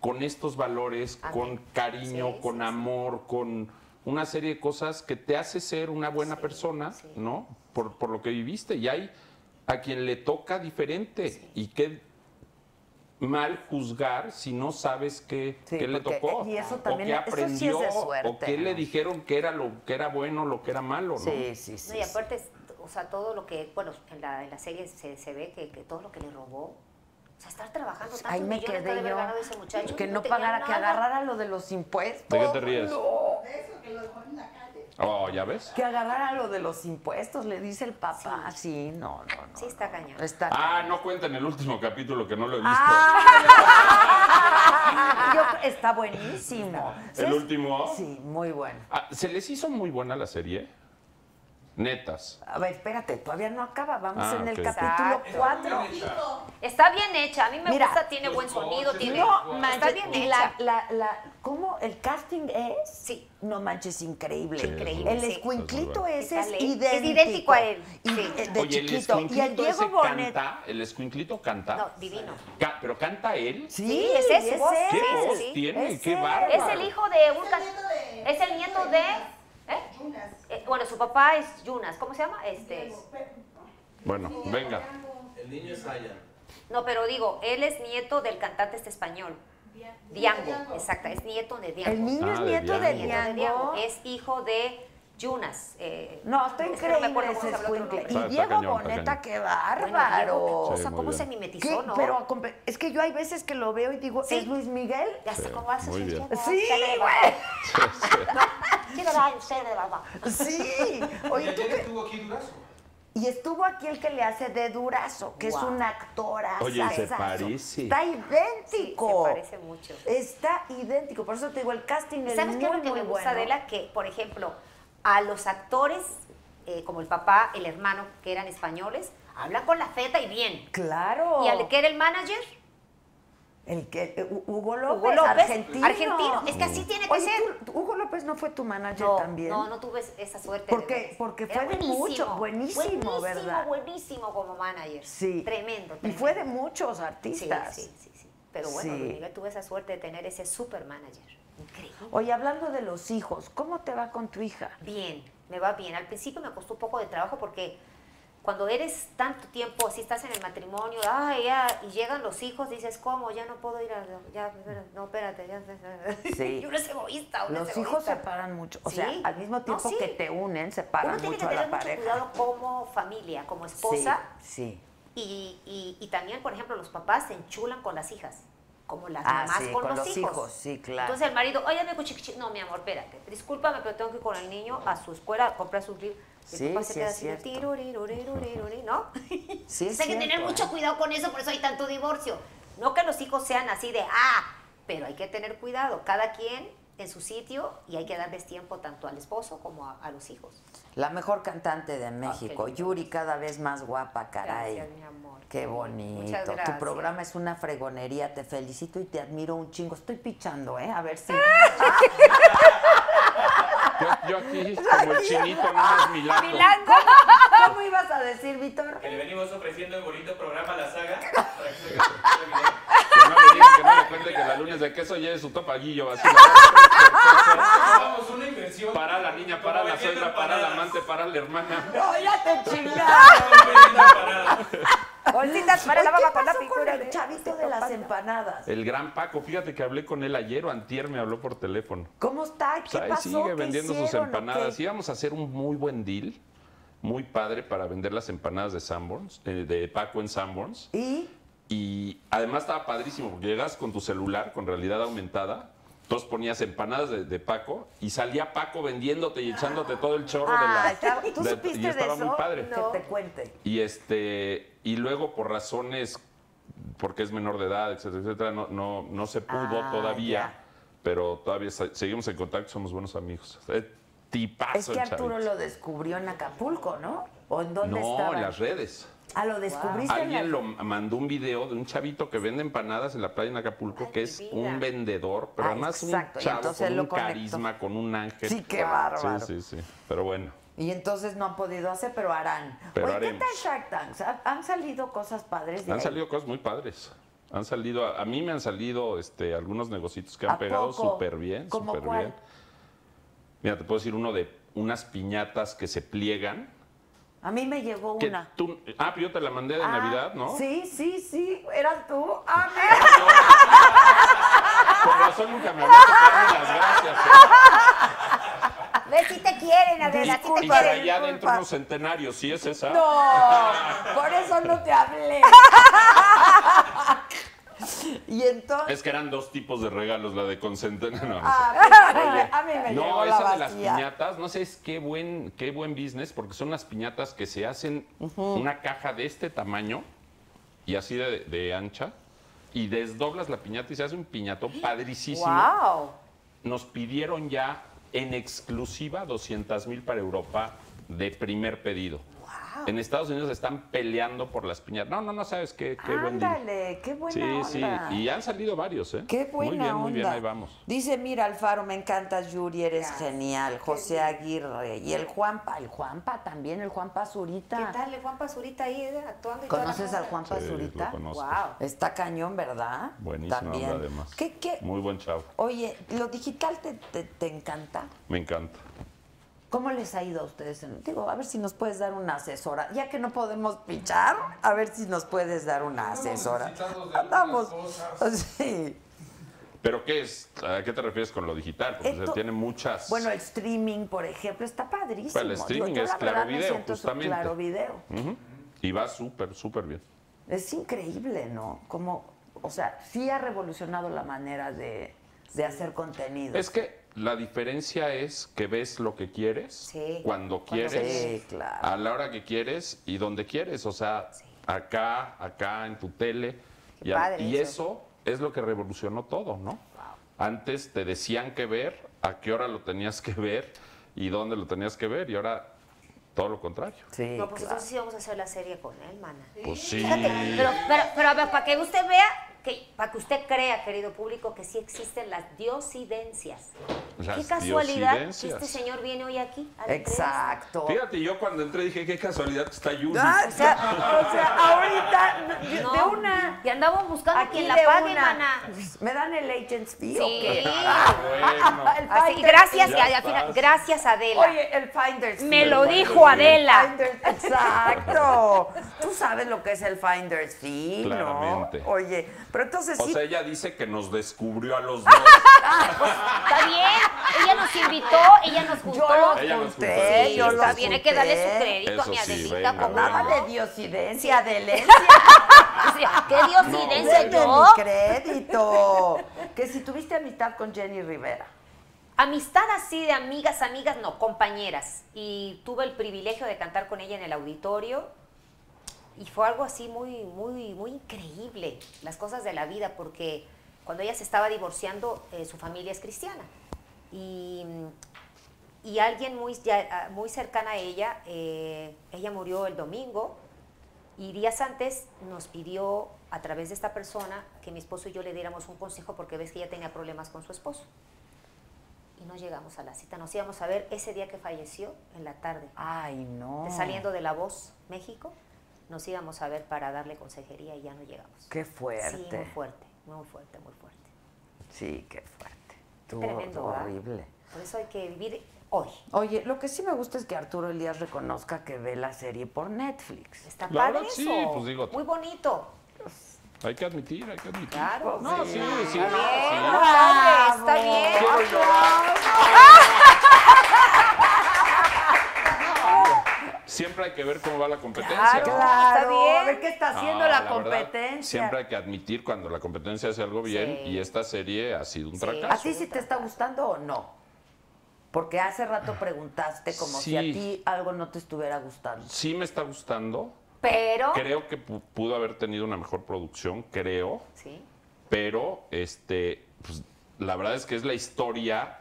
S3: con estos valores,
S6: Amén.
S3: con cariño,
S6: Sí, sí,
S3: con
S6: sí.
S3: amor, con una serie de cosas que te hace ser una buena
S6: Sí,
S3: persona,
S6: sí.
S3: ¿no? Por, por lo que viviste. Y hay a quien le toca diferente. Y qué mal juzgar si no sabes qué,
S1: Sí,
S3: qué le
S1: porque-
S3: tocó.
S1: y eso
S3: o
S1: también-
S3: qué
S1: eso sí es de
S3: aprendió, o
S1: suerte,
S3: qué le
S1: ¿no?
S3: dijeron que era lo que era bueno, lo que era malo, ¿no?
S1: Sí, sí, sí.
S6: No, y
S1: sí.
S6: aparte, es- o sea, todo lo que, bueno, en la, en la serie se, se ve que, que todo lo que le robó, o sea, estar trabajando tantos
S1: Pues, Ahí me
S6: millones que ha de
S1: quedé
S6: haber
S1: yo.
S6: ganado ese muchacho.
S1: Que
S6: y
S1: no
S6: tenía
S1: pagara, que
S6: nada.
S1: agarrara lo de los impuestos.
S3: ¿De qué te ríes?
S5: Oh, De eso, que lo dejó en la calle.
S3: Oh, ¿ya ves?
S1: Que agarrara lo de los impuestos, le dice el papá. Sí, no, no, no.
S6: Sí, está
S1: no, no.
S6: cañón.
S1: Está
S3: Ah, no cuenten el último capítulo que no lo he visto.
S1: Ah, yo- está buenísimo.
S3: ¿El
S1: ¿Sabes?
S3: último?
S1: Sí, muy bueno.
S3: Ah, ¿Se les hizo muy buena la serie? Netas.
S1: A ver, espérate, todavía no acaba. Vamos
S3: Ah,
S1: en el
S3: ok.
S1: capítulo
S6: Exacto.
S1: 4.
S6: Está bien hecha, a mí me
S1: Mira,
S6: gusta, tiene
S3: Pues,
S6: buen sonido, tiene...
S1: No
S6: está
S1: manches.
S6: bien
S1: Y
S6: hecha.
S1: la, la, la, ¿Cómo el casting es?
S6: Sí.
S1: No manches, increíble.
S3: Sí,
S6: Increíble,
S1: El
S6: sí.
S1: escuinclito ese
S6: Está
S1: es
S6: ley.
S1: idéntico.
S6: Es idéntico a él,
S1: Y,
S6: sí.
S1: eh, de
S3: Oye,
S1: chiquito.
S3: el
S1: y el Diego
S3: escuinclito ese
S1: Bonet.
S3: canta, el escuinclito canta.
S6: No, divino.
S3: Ca- pero canta él.
S1: Sí,
S6: Sí, es ese,
S1: es
S6: voz.
S3: ¿Qué
S6: Sí, sí,
S3: voz
S6: sí.
S3: tiene?
S1: Es
S3: ¿Qué
S1: él.
S3: bárbaro.
S6: Es el hijo de un...
S5: Es el
S6: ca-
S5: nieto de-
S6: Es el nieto de... ¿eh?
S5: Yunas.
S6: Eh, bueno, su papá es Yunas, ¿cómo se llama? Este...
S3: Bueno, venga.
S7: El niño es Aya.
S6: No, pero digo, él es nieto del cantante este español. Diango, exacta, es nieto de Diango.
S1: El niño es
S3: Ah, de
S1: nieto de
S3: Diango.
S6: Nieto de
S1: Diango.
S6: Diango, es hijo de Yunas. eh,
S1: No, está
S6: es que no
S1: increíble
S6: me acuerdo cómo
S1: ese
S6: se habla otro
S1: escuincle.
S6: nombre.
S3: Está-
S1: Y
S3: está
S1: Diego
S3: cañón, está
S1: Boneta,
S3: cañón.
S1: qué
S6: Bueno,
S1: bárbaro.
S6: Diego, qué cosa,
S3: Sí, muy
S6: cómo
S3: bien.
S6: se
S1: ¿Qué?
S6: mimetizó, ¿no?
S1: Pero compa- es que yo hay veces que lo veo y digo,
S6: Sí.
S1: ¿es Luis Miguel?
S6: ya está cómo hace
S3: muy
S6: sus
S3: bien.
S6: cosas,
S1: Sí,
S6: ya le va.
S1: güey.
S6: Sí, verdad, en serio, de verdad.
S1: Sí.
S4: Y
S1: Oye, ¿tú
S4: ayer
S1: qué?
S4: estuvo aquí Durazo.
S1: Y estuvo aquí el que le hace de Durazo, que es
S6: Guau.
S1: un actor
S3: Oye, y se parece.
S1: Está
S6: Sí,
S1: idéntico.
S6: se parece mucho.
S1: Está idéntico. Por eso te digo, el casting es
S6: ¿Sabes
S1: muy,
S6: qué es lo que
S1: muy
S6: me gusta
S1: bueno.
S6: de la Que, por ejemplo, a los actores, eh, como el papá, el hermano, que eran españoles, hablan con la feta y bien.
S1: Claro.
S6: Y al que era el manager,
S1: El que, eh, Hu- Hugo López,
S6: Hugo López,
S1: argentino.
S6: argentino. Es que así tiene que
S1: Oye,
S6: ser.
S1: tú- Hugo López no fue tu manager
S6: No,
S1: también.
S6: no, no tuve esa suerte.
S1: ¿Por
S6: de
S1: qué?
S6: veras.
S1: Porque
S6: Era
S1: fue de mucho, buenísimo,
S6: buenísimo,
S1: ¿verdad?
S6: Buenísimo como manager.
S1: Sí.
S6: Tremendo,
S1: Y
S6: tremendo.
S1: fue de muchos
S6: Sí,
S1: artistas.
S6: sí, sí, sí. Pero bueno,
S1: Sí.
S6: Luis Miguel, tuve esa suerte de tener ese super manager. Increíble.
S1: Oye, hablando de los hijos, ¿cómo te va con tu hija?
S6: Bien, me va bien. Al principio me costó un poco de trabajo porque cuando eres tanto tiempo, así estás en el matrimonio, ay, ya, y llegan los hijos, dices, ¿cómo? Ya no puedo ir a... Ya, no, espérate. Ya,
S1: Sí.
S6: Y uno es egoísta. uno es
S1: Los hijos
S6: egoísta.
S1: separan mucho. O
S6: Sí.
S1: sea, al mismo
S6: No,
S1: tiempo
S6: sí.
S1: que te unen, separan
S6: Uno tiene
S1: mucho
S6: que
S1: a
S6: tener
S1: la
S6: mucho
S1: pareja.
S6: cuidado como familia, como esposa.
S1: Sí, sí.
S6: Y, y- y también, por ejemplo, los papás se enchulan con las hijas, como las
S1: Ah,
S6: mamás
S1: sí,
S6: con,
S1: con
S6: los,
S1: los
S6: hijos.
S1: hijos, sí, claro.
S6: Entonces el marido, oye, me cuchi, cuchi". No, mi amor, espérate, discúlpame, pero tengo que ir con el niño a su escuela a comprar sus libros. El
S1: Sí,
S6: papá se
S1: sí,
S6: queda
S1: es
S6: así de
S1: cierto.
S6: tiruriruriruriruri, ¿no?
S1: Sí, es
S6: Entonces hay que tener
S1: cierto, ¿eh?
S6: mucho cuidado con eso, por eso hay tanto divorcio. No que los hijos sean así de, ah, pero hay que tener cuidado, cada quien en su sitio y hay que darles tiempo tanto al esposo como a, a los hijos.
S1: La mejor cantante de México,
S6: lindo.
S1: Yuri, cada vez más guapa, caray.
S6: Gracias, mi amor.
S1: Qué
S6: Muchas
S1: bonito. Tu
S6: gracias.
S1: programa es una fregonería. Te felicito y te admiro un chingo. Estoy pichando, ¿eh? A ver si.
S3: Yo, yo aquí, como el chinito, no más milagro.
S1: ¿Cómo ibas a decir, Víctor?
S2: Que le venimos ofreciendo el bonito programa La Saga. Para que se
S3: Que no le digan, que no le cuente que la lunes de queso lleve su topaguillo. Así la-
S4: Vamos, una inversión.
S3: para la niña, para la suegra, para la amante, para la hermana.
S1: No, ya te chingaste.
S6: Bolsitas para la
S1: Oye,
S6: baba
S1: ¿qué
S6: con la
S1: pasó
S6: pintura
S1: el
S6: de- este
S1: chavito de las empanadas.
S3: El gran Paco, fíjate que hablé con él ayer o antier, me habló por teléfono.
S1: ¿Cómo está? ¿Qué
S3: Pues ahí
S1: pasó?
S3: sigue
S1: ¿Qué
S3: vendiendo sus
S1: hicieron o qué?
S3: empanadas. Íbamos a hacer un muy buen deal, muy padre para vender las empanadas de Sanborns, eh, de Paco en Sanborns.
S1: ¿Y?
S3: Y además estaba padrísimo, porque llegas con tu celular con realidad aumentada, entonces ponías empanadas de, de Paco y salía Paco vendiéndote y echándote todo el chorro de la.
S1: Ah, estaba- ¿Tú
S3: de-
S1: supiste
S3: y estaba
S1: de eso?
S3: muy padre.
S1: Que te cuente.
S3: Y este, y luego por razones, porque es menor de edad, etcétera, etcétera, no, no, no se pudo
S1: Ah,
S3: todavía,
S1: ya.
S3: pero todavía se- seguimos en contacto, somos buenos amigos. Eh, Tipazo
S1: Es que
S3: el
S1: Arturo
S3: chavito.
S1: lo descubrió en Acapulco, ¿no? ¿O en dónde
S3: No,
S1: estaba?
S3: en las redes.
S1: Ah, lo descubriste en
S3: Alguien
S1: la-
S3: lo mandó un video de un chavito que vende empanadas en la playa en Acapulco,
S6: Ay,
S3: que
S6: mi
S3: es
S6: vida.
S3: un vendedor, pero
S1: Ah,
S3: además
S1: exacto, y
S3: un chavo
S1: entonces
S3: con
S1: lo
S3: un
S1: conectó.
S3: carisma, con un ángel.
S1: Sí, qué
S3: Sí,
S1: bárbaro.
S3: Sí, sí, Pero bueno,
S1: Y entonces no han podido hacer, pero harán.
S3: Pero
S1: Oye, ¿qué
S3: haremos.
S1: tal Shark Tanks? ¿Han, han salido cosas padres de
S3: han
S1: ahí?
S3: salido cosas muy padres. Han salido, a a mí me han salido este, algunos negocios que
S1: ¿A
S3: han pegado
S1: poco?
S3: súper bien,
S1: ¿Cómo
S3: súper
S1: cuál?
S3: bien. Mira, te puedo decir uno de unas piñatas que se pliegan.
S1: A mí me llegó
S3: que
S1: una.
S3: tú- ah, pero yo te la mandé de
S1: Ah,
S3: Navidad, ¿no?
S1: Sí, sí, sí. ¿Eras tú? ¡Ah,
S3: Por razón nunca me hablaste para darme las gracias. ¿eh?
S6: Ve si te quieren, Adela, si te
S3: Y
S1: Disculpa,
S3: para
S6: quieren.
S3: allá
S1: disculpa.
S3: adentro unos centenarios, ¿sí es esa?
S1: ¡No! Por eso no te hablé. y entonces...
S3: Es que eran dos tipos de regalos, la de concentenario. No, no,
S1: A mí, a mí me
S3: sé. No,
S1: llegó la
S3: esa de las
S1: vacía.
S3: piñatas, no sé, es qué buen, qué buen business, porque son las piñatas que se hacen una caja de este tamaño y así de, de ancha, y desdoblas la piñata y se hace un piñatón padricísimo.
S1: ¡Wow!
S3: Nos pidieron ya en exclusiva 200 mil para Europa de primer pedido. En Estados Unidos están peleando por las piñatas. No, no, no sabes qué, qué buen deal.
S1: Ándale, qué buena
S3: Sí,
S1: onda.
S3: sí, y han salido varios, ¿eh?
S1: Qué buena
S3: Muy bien,
S1: onda.
S3: muy bien, ahí vamos.
S1: Dice, mira, Alfaro, me encantas, Yuri, eres genial. José Aguirre. Y el Juanpa, el Juanpa también, el Juanpa Zurita.
S6: ¿Qué tal el Juan Pazurita ahí eh, actuando? y toda la
S1: ¿Conoces al
S6: cosa?
S1: Juanpa
S3: Sí, lo
S1: Zurita?
S3: conozco.
S1: Guau. Está cañón, ¿verdad?
S3: Buenísima onda,
S1: También.
S3: además.
S1: ¿Qué, qué?
S3: Muy buen chavo,
S1: Oye, ¿lo digital te, te- te encanta?
S3: me encanta.
S1: ¿Cómo les ha ido a ustedes? en- Digo, a ver si nos puedes dar una asesora. Ya que no podemos pichar, a ver si nos puedes dar una
S4: Estamos
S1: asesora.
S4: necesitados de
S1: Andamos.
S4: algunas cosas.
S1: Sí.
S3: ¿Pero qué es? ¿A qué te refieres con lo digital? Porque
S1: Esto-
S3: se tiene muchas...
S1: Bueno, el streaming, por ejemplo, está padrísimo.
S3: Bueno, el streaming
S1: Digo, yo
S3: es
S1: la verdad
S3: Claro
S1: me
S3: Video,
S1: siento su-
S3: justamente. Mm.
S1: Claro video.
S3: Ujú. Y va súper, súper bien.
S1: Es increíble, ¿no? Como, o sea, sí ha revolucionado la manera de, de hacer contenido.
S3: Es que la diferencia es que ves lo que quieres,
S6: Sí.
S3: cuando quieres,
S1: quieres. Sí, claro.
S3: a la hora que quieres y donde quieres. O sea, acá, acá, en tu tele.
S6: Qué
S3: y a-
S6: padre
S3: y
S6: eso.
S3: eso. es lo que revolucionó todo, ¿no? Antes te decían qué ver, a qué hora lo tenías que ver y dónde lo tenías que ver. Y ahora todo lo contrario.
S1: Sí,
S6: No, pues
S1: claro.
S6: entonces sí vamos a hacer la serie con él, mana.
S3: Pues sí.
S6: Fíjate, pero, pero, pero a ver, para que usted vea que, para que usted crea, querido público, que sí existen las diosidencias.
S3: Las
S6: Qué casualidad que
S3: diosidencias.
S6: este señor viene hoy aquí. a la entrevista.
S1: Exacto.
S3: Fíjate, yo cuando entré dije, qué casualidad que está Yuri.
S1: Ah, o, sea, o sea, ahorita, de-
S6: No,
S1: de una.
S6: Y andamos buscando a
S1: Aquí
S6: quien la
S1: de
S6: pague,
S1: una.
S6: maná.
S1: ¿Me dan el agent's fee o
S6: Sí.
S1: qué? Ah,
S3: Bueno,
S1: El
S6: Así,
S1: Finder's
S6: gracias,
S3: Ya
S6: y a- y al
S3: estás.
S6: final, gracias Adela.
S1: Oye, el Finder's
S6: Me
S1: fee.
S6: lo
S3: Finder's
S6: dijo
S3: Fee.
S6: Adela.
S1: Finder's- exacto. Tú sabes lo que es el Finder's Fee,
S3: Claramente.
S1: ¿no? Oye, pero entonces
S3: o
S1: sí.
S3: sea, ella dice que nos descubrió a los dos.
S6: Está bien, ella nos invitó, ella nos juntó.
S1: yo lo
S3: Ella nos
S1: junté, yo
S3: juntó, sí,
S1: lo
S3: está
S6: Está bien, hay que darle su
S1: junté.
S6: crédito a
S3: Eso
S6: mi
S3: sí,
S6: Adelita.
S3: venga,
S6: como
S1: Nada
S3: venga.
S6: no.
S1: de diosidencia, Adelencia.
S6: Sí, ¿Qué diosidencia
S1: Denme
S6: yo?
S1: mi crédito. Que si tuviste amistad con Jenny Rivera.
S6: Amistad así de amigas, amigas, no, compañeras. Y tuve el privilegio de cantar con ella en el auditorio. Y fue algo así muy, muy, muy increíble, las cosas de la vida, porque cuando ella se estaba divorciando, eh, su familia es cristiana. Y, y alguien muy, ya- ah, muy cercana a ella, eh, ella murió el domingo, y días antes nos pidió a través de esta persona que mi esposo y yo le diéramos un consejo porque ves que ella tenía problemas con su esposo. Y no llegamos a la cita, nos íbamos a ver ese día que falleció, en la tarde.
S1: Ay, no.
S6: De saliendo de La Voz, México, nos íbamos a ver para darle consejería y ya no llegamos.
S1: Qué
S6: Sí, muy
S1: fuerte.
S6: fuerte, muy fuerte, muy fuerte.
S1: Sí, qué fuerte. Estuvo
S6: Tremendo, ¿verdad?
S1: horrible.
S6: Por eso hay que vivir hoy.
S1: Oye, lo que sí me gusta es que Arturo Elías reconozca que ve la serie por Netflix.
S6: Está
S3: La
S6: padre
S3: verdad,
S6: eso.
S3: sí, pues, digo-
S6: muy bonito.
S3: Hay que admitir, hay que admitir.
S6: Claro.
S1: Pues,
S3: No, sí, sí.
S6: Está bien,
S3: sí.
S6: padre, está bien.
S3: Quiero llorar. Siempre hay que ver cómo va la competencia. ¿no?
S6: Está bien.
S1: ¿De qué está haciendo
S3: No,
S1: la,
S3: verdad,
S1: competencia?
S3: siempre hay que admitir cuando la competencia hace algo bien
S6: Sí.
S3: y esta serie ha sido un
S6: Sí.
S3: fracaso.
S1: ¿A ti sí te está gustando o no? Porque hace rato preguntaste como si a
S3: Sí.
S1: ti algo no te estuviera gustando.
S3: Sí me está gustando.
S6: Pero.
S3: Creo que pu- pudo haber tenido una mejor producción, creo.
S6: Sí.
S3: Pero este, pues, la verdad es que es la historia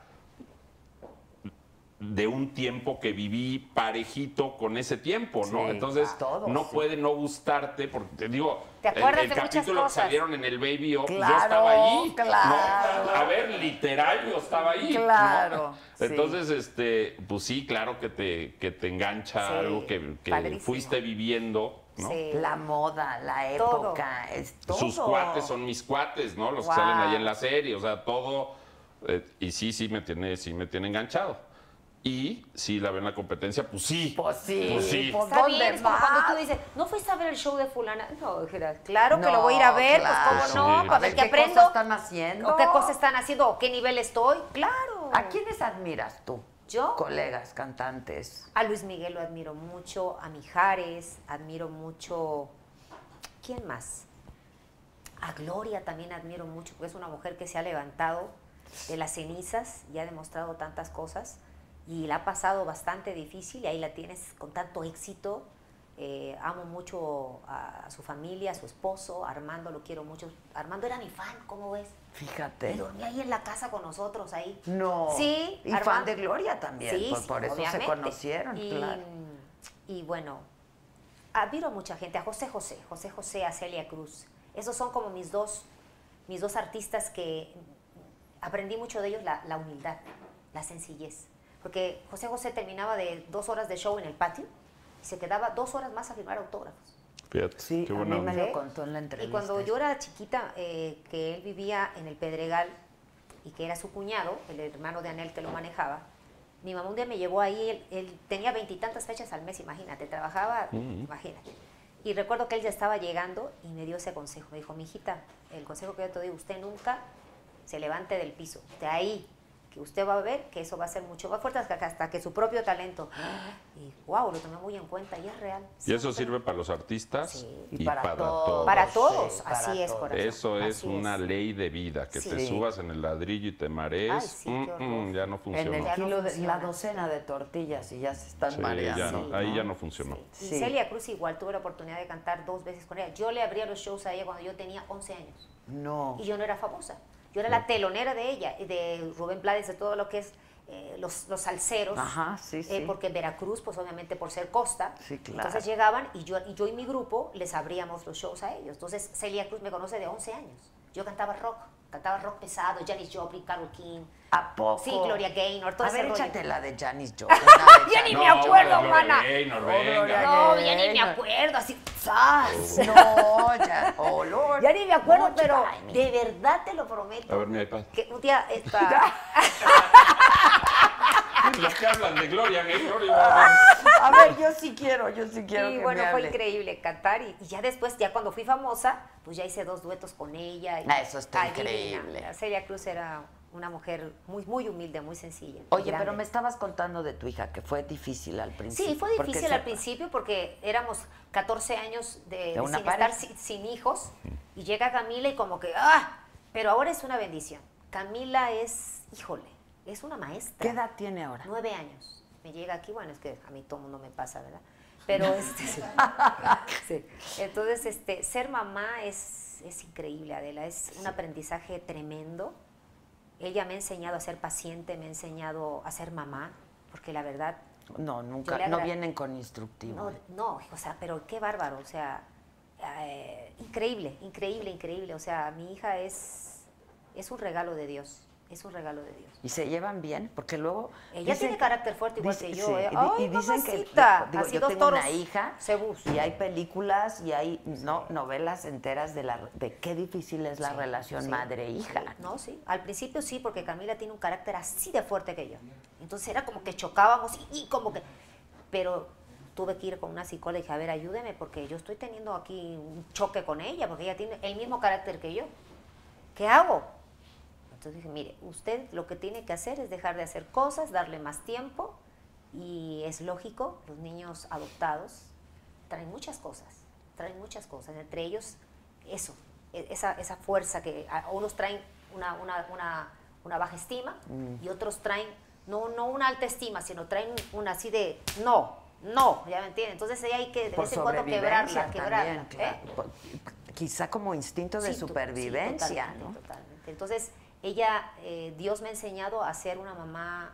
S3: de un tiempo que viví parejito con ese tiempo, ¿no?
S1: Sí,
S3: Entonces,
S1: a todos,
S3: no
S1: sí.
S3: puede no gustarte, porque te digo,
S6: Te
S3: el,
S6: acuerdas
S3: el
S6: de muchas
S3: capítulo que
S6: cosas.
S3: salieron en el Baby Up,
S1: Claro,
S3: yo estaba ahí.
S1: claro.
S3: ¿no? A ver, literal, yo estaba ahí. ¿no?
S1: Claro, sí.
S3: Entonces, este, pues sí, claro que te, que te engancha
S6: Sí,
S3: algo que, que
S6: padrísimo.
S3: fuiste viviendo, ¿no?
S6: Sí.
S1: La moda, la
S6: Todo.
S1: época, es todo.
S3: Sus cuates son mis cuates, ¿no? Los que
S1: Wow.
S3: salen ahí en la serie, o sea, todo. eh, y sí, sí me tiene, sí me tiene enganchado. Y si la ven la competencia, pues sí.
S1: Pues sí,
S3: Pues sí.
S1: pues
S6: Está
S1: ¿dónde
S6: bien, es como cuando
S1: más?
S6: tú dices, ¿no fuiste a ver el show de fulana? No, dijera, claro que
S1: No,
S6: lo voy a ir a ver, pues
S1: claro.
S6: cómo no,
S3: Sí.
S6: para
S3: A
S6: ver
S3: ver
S6: qué
S1: ¿Qué
S6: aprendo.
S1: cosas están haciendo?
S6: ¿O qué cosas están haciendo? ¿O qué nivel estoy? Claro.
S1: ¿A quiénes admiras tú?
S6: ¿Yo?
S1: Colegas, cantantes.
S6: A Luis Miguel lo admiro mucho, a Mijares, admiro mucho. ¿Quién más? A Gloria también admiro mucho, porque es una mujer que se ha levantado de las cenizas y ha demostrado tantas cosas. Y la ha pasado bastante difícil y ahí la tienes con tanto éxito. Eh, amo mucho a, a su familia, a su esposo, a Armando lo quiero mucho. Armando era mi fan, ¿cómo ves? Y
S1: Fíjate.
S6: dormía ahí en la casa con nosotros, ahí.
S1: No.
S6: Sí.
S1: Y fan
S6: Armando.
S1: de Gloria también.
S6: Sí,
S1: pues
S6: sí,
S1: por eso
S6: obviamente.
S1: se conocieron,
S6: y,
S1: claro.
S6: Y bueno, admiro a mucha gente, a José José, José José, a Celia Cruz. Esos son como mis dos, mis dos artistas que aprendí mucho de ellos, la, la humildad, la sencillez. Porque José José terminaba de dos horas de show en el patio y se quedaba dos horas más a firmar autógrafos.
S3: Fíjate,
S1: Sí,
S3: qué
S1: a
S3: buena
S1: mí me
S3: onda.
S1: lo contó en la entrevista.
S6: Y cuando yo era chiquita, eh, que él vivía en el Pedregal y que era su cuñado, el hermano de Anel que lo manejaba, mi mamá un día me llevó ahí, él, él tenía veintitantas fechas al mes, imagínate, trabajaba,
S3: Mm.
S6: imagínate. Y recuerdo que él ya estaba llegando y me dio ese consejo. Me dijo, mijita, el consejo que yo te doy, usted nunca se levante del piso. De ahí, que usted va a ver que eso va a ser mucho más fuerte hasta que, hasta que su propio talento. Y wow, lo tomé muy en cuenta y es real.
S3: Y eso
S6: Siempre-
S3: sirve para los artistas
S6: Sí.
S3: y, para, todos.
S6: Para
S1: Sí,
S6: todos,
S1: para
S6: así es,
S1: todos.
S6: corazón.
S3: Eso es
S6: así
S3: una ley de vida, que
S6: Sí.
S3: te subas en el ladrillo y te marees.
S6: Ay, sí, qué
S3: mm,
S6: horror.
S3: mm, ya no
S1: En
S3: funcionó.
S1: el
S6: Ya no
S1: kilo de
S6: funciona.
S1: la docena de tortillas y ya se están
S3: Sí,
S1: mareando.
S3: ya no, ahí ya no funcionó.
S6: Y
S1: Sí.
S6: Celia Cruz igual tuve la oportunidad de cantar dos veces con ella. Yo le abría los shows a ella cuando yo tenía 11 años
S1: No.
S3: Mm.
S6: eh, y yo no era famosa. Yo era la telonera de ella, y de Rubén Blades, de todo lo que es eh, los, los salseros,
S1: Ajá, sí,
S6: eh,
S1: sí.
S6: porque en Veracruz, pues obviamente por ser costa,
S1: Sí, claro.
S6: entonces llegaban y yo, y yo y mi grupo les abríamos los shows a ellos. Entonces Celia Cruz me conoce de 11 años, yo cantaba rock, cantaba rock pesado, Janis Joplin, Carol King,
S1: ¿A poco?
S6: Sí, Gloria Gaynor, todo
S1: A
S6: ese
S1: ver,
S6: rollo.
S1: échate la de Janis Joplin. la de
S6: Ya ni
S1: Janis
S6: me acuerdo,
S3: Gloria
S6: mana.
S3: Gaynor,
S1: Oh,
S3: venga.
S1: Gloria
S6: No,
S1: Gaynor.
S6: ya ni me acuerdo, así, ¡zas!
S1: No, ya, oh, Lord.
S6: Ya ni me acuerdo,
S1: Mucho
S6: pero
S1: timing.
S6: de verdad te lo prometo.
S3: A ver mi iPad.
S6: Que un día esta-
S3: Los que hablan de Gloria Gaynor.
S1: Ah.
S3: y-
S1: A ver, yo sí quiero, yo sí quiero.
S6: Sí,
S1: que
S6: bueno,
S1: me
S6: fue
S1: hable.
S6: increíble cantar. Y, y ya después, ya cuando fui famosa, pues ya hice dos duetos con ella. y-
S1: Ah, eso está
S6: Ay, divina.
S1: increíble.
S6: La Celia Cruz era una mujer muy, muy humilde, muy sencilla. muy
S1: Oye, pero
S6: grande.
S1: me estabas contando de tu hija que fue difícil al principio.
S6: Sí, fue
S1: porque
S6: difícil
S1: se-
S6: al principio porque éramos 14 años de,
S1: De una
S6: sin
S1: pareja. Mm.
S6: estar sin, sin hijos y llega Camila y como que ¡ah! Pero ahora es una bendición. Camila es, híjole, es una maestra.
S1: ¿Qué edad tiene ahora?
S6: Nueve años. Me llega aquí, bueno, es que a mí todo mundo me pasa, ¿verdad? Pero este, sí. Sí. Entonces, este, ser mamá es, es increíble, Adela. Es un aprendizaje tremendo. Ella me ha enseñado a ser paciente, me ha enseñado a ser mamá, porque la verdad
S1: No, nunca,
S6: Yo le
S1: no
S6: agra-
S1: vienen con instructivo. ¿eh?
S6: no, no, o sea, pero qué bárbaro, o sea, eh, increíble, increíble, increíble. O sea, mi hija es, es un regalo de Dios, es un regalo de Dios.
S1: ¿Y se llevan bien? Porque luego...
S6: Ella tiene carácter fuerte igual
S1: dice-
S6: que yo,
S1: sí,
S6: ¿eh?
S1: y di-
S6: Ay,
S1: y dicen que...
S6: mamacita,
S1: digo,
S6: así
S1: yo
S6: dos
S1: tengo una
S6: toros
S1: hija
S6: se buscan.
S1: y hay películas y hay no novelas enteras de, la, de qué difícil es la
S6: Sí,
S1: relación
S6: sí,
S1: madre-hija.
S6: sí, no, sí. Al principio sí, porque Camila tiene un carácter así de fuerte que yo. Entonces era como que chocábamos y, y como que... Pero tuve que ir con una psicóloga y dije, a ver, ayúdeme porque yo estoy teniendo aquí un choque con ella, porque ella tiene el mismo carácter que yo. ¿Qué hago? Entonces dije, mire, usted lo que tiene que hacer es dejar de hacer cosas, darle más tiempo y es lógico, los niños adoptados traen muchas cosas, traen muchas cosas, entre ellos eso, e- esa, esa fuerza que a- unos traen una, una- una- una baja estima
S1: Mm.
S6: y otros traen, no, no una alta estima, sino traen una así de no, no, ya me entienden. Entonces ahí hay que de
S1: Por
S6: vez en cuando
S1: sobrevivencia
S6: quebrarla, quebrarla.
S1: también,
S6: ¿eh?
S1: claro. Por- Quizá como instinto de
S6: Sí, to- sí,
S1: supervivencia,
S6: totalmente,
S1: ¿no?
S6: totalmente. Entonces, ella, eh, Dios me ha enseñado a ser una mamá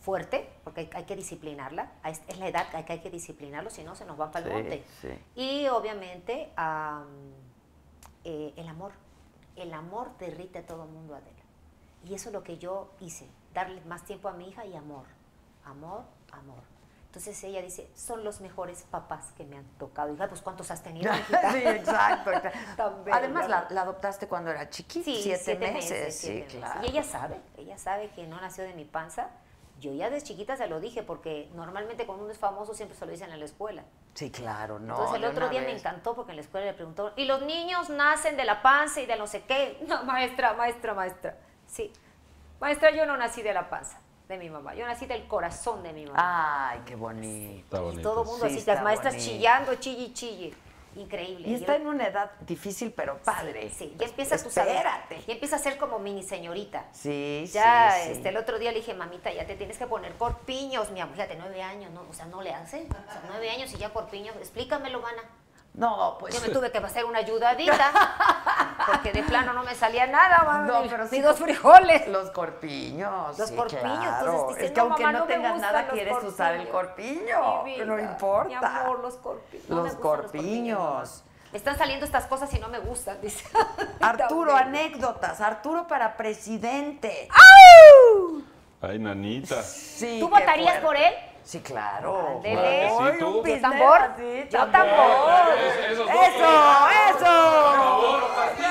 S6: fuerte, porque hay, hay que disciplinarla. A es- Es la edad que hay que disciplinarlo, si no se nos va para el
S1: Sí,
S6: monte.
S1: sí.
S6: Y obviamente, am, eh, el amor. El amor derrite a todo mundo, Adela. Y eso es lo que yo hice, darle más tiempo a mi hija y amor. Amor, amor. Entonces ella dice, son los mejores papás que me han tocado. Hija, pues ¿cuántos has tenido? hijita?"
S1: sí, exacto.
S6: Tan bella.
S1: Además, la, la adoptaste cuando era chiquita,
S6: Sí,
S1: siete, meses.
S6: siete
S1: sí,
S6: meses.
S1: claro.
S6: Y ella sabe, ella sabe que no nació de mi panza. Yo ya desde chiquita se lo dije, porque normalmente cuando uno es famoso siempre se lo dicen en la escuela.
S1: Sí, claro, no.
S6: Entonces el
S1: de
S6: otro
S1: una
S6: día me
S1: vez.
S6: encantó porque en la escuela le preguntó, ¿y los niños nacen de la panza y de no sé qué? No, maestra, maestra, maestra. Sí. Maestra, yo no nací de la panza de mi mamá, yo nací del corazón de mi mamá.
S1: Ay, qué Ah, bonito.
S3: Está
S6: y
S3: bonito.
S6: todo el mundo
S1: Sí,
S6: así, las
S1: está
S6: maestras
S1: bonito.
S6: chillando, chille, chille. Increíble.
S1: Y
S6: Y
S1: está
S6: el-
S1: en una edad difícil, pero padre.
S6: Eh, Sí, ya empieza tú sabes,
S1: Espérate.
S6: Ya empieza a ser como mini señorita.
S1: Sí,
S6: Ya,
S1: sí, sí.
S6: este, el otro día le dije, mamita, ya te tienes que poner corpiños, mi amor, ya de nueve años, ¿no? O sea, no le hace. O sea, nueve años y ya corpiños. Explícamelo, mana.
S1: No, pues.
S6: Yo me tuve que hacer una ayudadita, porque de plano no me salía nada, mami.
S1: No, pero sí.
S6: Ni dos frijoles.
S1: Los corpiños.
S6: Los
S1: sí,
S6: corpiños,
S1: claro.
S6: entonces dicen,
S1: es que aunque
S6: mamá,
S1: no,
S6: me
S1: tengas
S6: gustan
S1: nada,
S6: los
S1: quieres usar el corpiño.
S6: Mi
S1: No
S6: vida,
S1: importa.
S6: Mi amor, los corpiños. No me
S1: Los
S6: gustan los corpiños, mamá.
S1: corpiños.
S6: Me están saliendo estas cosas y no me gustan, dice.
S1: Arturo,
S6: Tan bello.
S1: anécdotas. Arturo para presidente.
S3: Ay, nanita.
S1: Sí,
S6: ¡Ah! ¿Tú
S1: qué
S6: votarías
S1: fuerte.
S6: por él?
S1: Sí, claro.
S6: Ándele.
S3: Claro que sí, tú.
S1: un
S6: ¿Yo
S1: pisnero
S6: tambor?
S1: así,
S6: Yo tambor.
S3: Es- esos dos
S1: ¡Eso, eso!
S3: Oro partido,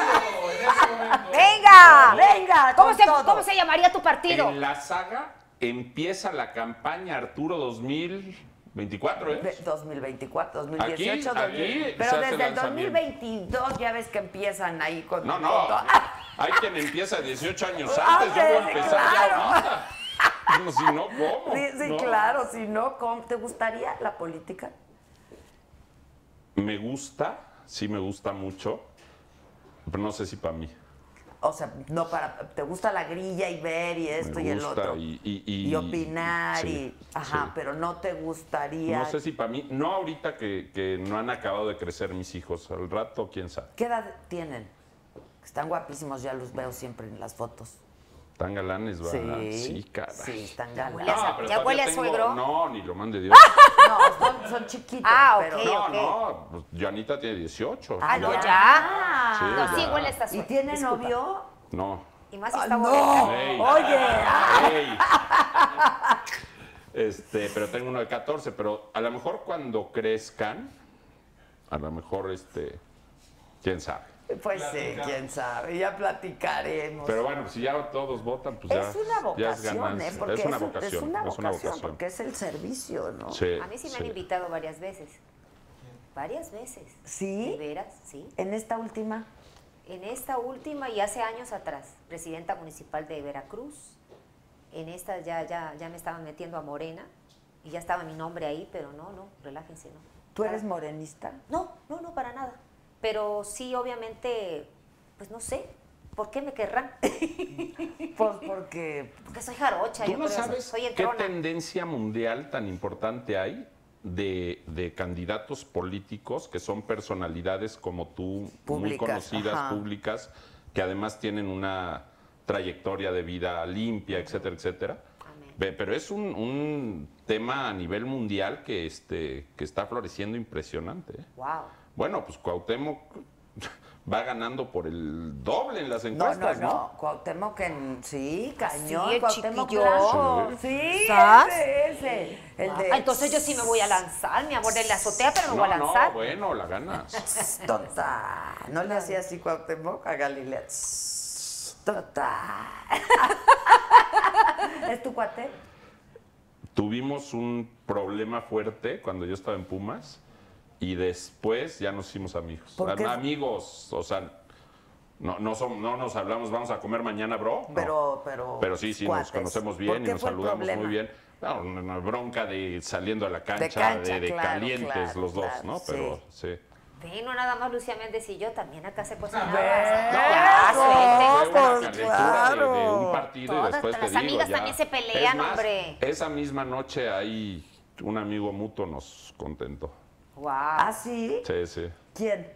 S3: en ese momento.
S6: ¡Venga!
S1: Venga,
S6: ¿Cómo
S1: con
S6: se,
S1: todo.
S6: ¿Cómo se llamaría tu partido?
S3: En la saga empieza la campaña Arturo 2024,
S1: De-
S3: ¿eh?
S1: 2024, 2018,
S3: Aquí, aquí
S1: 2000,
S3: se
S1: pero
S3: hace
S1: desde el
S3: lanzamiento.
S1: 2022 ya ves que empiezan ahí con
S3: No,
S1: con
S3: no.
S1: todo.
S3: Hay quien empieza 18 años
S1: Ah,
S3: antes. Yo voy a
S1: sí,
S3: empezar
S1: claro.
S3: ya ahorita. No, si no, ¿cómo?
S1: Sí, sí,
S3: No.
S1: claro, si no, ¿cómo? ¿te gustaría la política?
S3: Me gusta, sí me gusta mucho, pero no sé si para mí.
S1: O sea, no para, ¿te gusta la grilla y ver y esto
S3: Me
S1: y el
S3: gusta
S1: otro?
S3: y- y- y-
S1: opinar
S3: sí,
S1: y, ajá,
S3: sí.
S1: pero no te gustaría.
S3: No sé si para mí, no ahorita que, que no han acabado de crecer mis hijos, al rato quién sabe.
S1: ¿Qué edad tienen? Están guapísimos, ya los veo siempre en las fotos.
S3: Tan galanes, ¿verdad?
S1: Sí,
S3: Ah, Sí, caray.
S1: sí, están
S6: Huele a
S1: ganas.
S6: sa-
S3: pero
S6: ¿Ya
S3: todavía
S6: huele a
S3: tengo-
S6: suegro?
S3: No, ni lo mande Dios.
S1: No, son, son chiquitos.
S6: Ah,
S1: pero-
S6: ok.
S3: no, no, pues Joanita tiene 18.
S6: Ah,
S1: no,
S6: no,
S1: ya.
S6: ya.
S3: Sí,
S6: no, sí,
S3: ya.
S6: huele a esta
S1: ¿Y
S6: suegra.
S1: tiene
S6: Disculpa.
S1: novio?
S3: Ah, No.
S6: Y más si está
S1: ¡No!
S6: bonita.
S3: Ey.
S1: Oye, ah,
S3: Ey. Este, pero tengo uno de 14, pero a lo mejor cuando crezcan, a lo mejor este, quién sabe.
S1: pues sí, quién sabe, ya platicaremos.
S3: Pero bueno, si ya todos votan, pues ya
S1: es una
S3: ya es
S1: vocación,
S3: ganancia.
S1: ¿eh? Porque
S3: es una
S1: un-
S3: vocación.
S1: es una vocación, porque es el servicio, ¿no?
S3: Sí,
S6: A mí sí me
S3: sí.
S6: han invitado varias veces. Varias veces.
S1: ¿Sí?
S6: ¿De veras? Sí.
S1: En esta última.
S6: En esta última y hace años atrás, presidenta municipal de Veracruz. En esta ya, ya, ya me estaban metiendo a Morena y ya estaba mi nombre ahí, pero no, no, relájense, no.
S1: ¿Tú eres morenista?
S6: No, no, no, para nada. Pero sí, obviamente, pues no sé, ¿por qué me querrán?
S1: Pues porque
S6: Porque soy jarocha,
S3: ¿Tú
S6: yo
S3: no
S6: creo,
S3: sabes
S6: soy
S3: qué
S6: entrona.
S3: tendencia mundial tan importante hay de, de candidatos políticos que son personalidades como tú, muy
S1: Públicas,
S3: conocidas,
S1: ajá.
S3: públicas, que además tienen una trayectoria de vida limpia, etcétera, etcétera?
S6: Amén.
S3: Ve, Pero es un, un tema a nivel mundial que, este, que está floreciendo impresionante. ¿eh?
S6: Wow.
S3: Bueno, pues Cuauhtémoc va ganando por el doble en las
S1: No, no,
S3: encuestas, ¿no?
S1: no. Cuauhtémoc en... Sí, cañón.
S6: Sí, el
S1: Cuauhtémoc
S6: chiquillo.
S1: Blanco.
S3: Sí.
S1: Sí,
S6: ¿Sas?
S1: ese, ese. El de...
S6: Ah, entonces yo sí me voy a lanzar, mi amor, en la azotea, pero me voy a
S3: no,
S6: lanzar.
S3: bueno, la ganas.
S1: Tota. ¿No le hacía así Cuauhtémoc a Galilea? Tota. ¿Es tu cuate?
S3: Tuvimos un problema fuerte cuando yo estaba en Pumas y después ya nos hicimos amigos.
S1: ¿Por qué?
S3: Am- Amigos, o sea, no, no, som- no nos hablamos, vamos a comer mañana, bro. no.
S1: Pero, pero.
S3: Pero sí, sí,
S1: cuates.
S3: nos conocemos
S1: ¿Por
S3: bien y
S1: qué
S3: nos
S1: fue el
S3: saludamos muy
S1: problema?
S3: bien. No, una, una bronca de saliendo a la cancha, de,
S1: cancha,
S3: de
S1: claro,
S3: calientes
S1: claro,
S3: los dos,
S1: claro,
S3: ¿no? Pero sí.
S6: Ve, no nada más Lucía Méndez y yo, también acá se cocinaban.
S3: Ah,
S6: Ya,
S3: no,
S1: Ah,
S6: suerte.
S3: fue una calentura de- de, un partido
S6: Todas
S3: y después te
S6: las
S3: digo,
S6: amigas
S3: ya.
S6: también se pelean,
S3: Es más,
S6: hombre.
S3: Esa misma noche ahí un amigo mutuo nos contentó.
S1: ¿Ah,
S6: Wow.
S1: sí?
S3: Sí, sí.
S1: ¿Quién?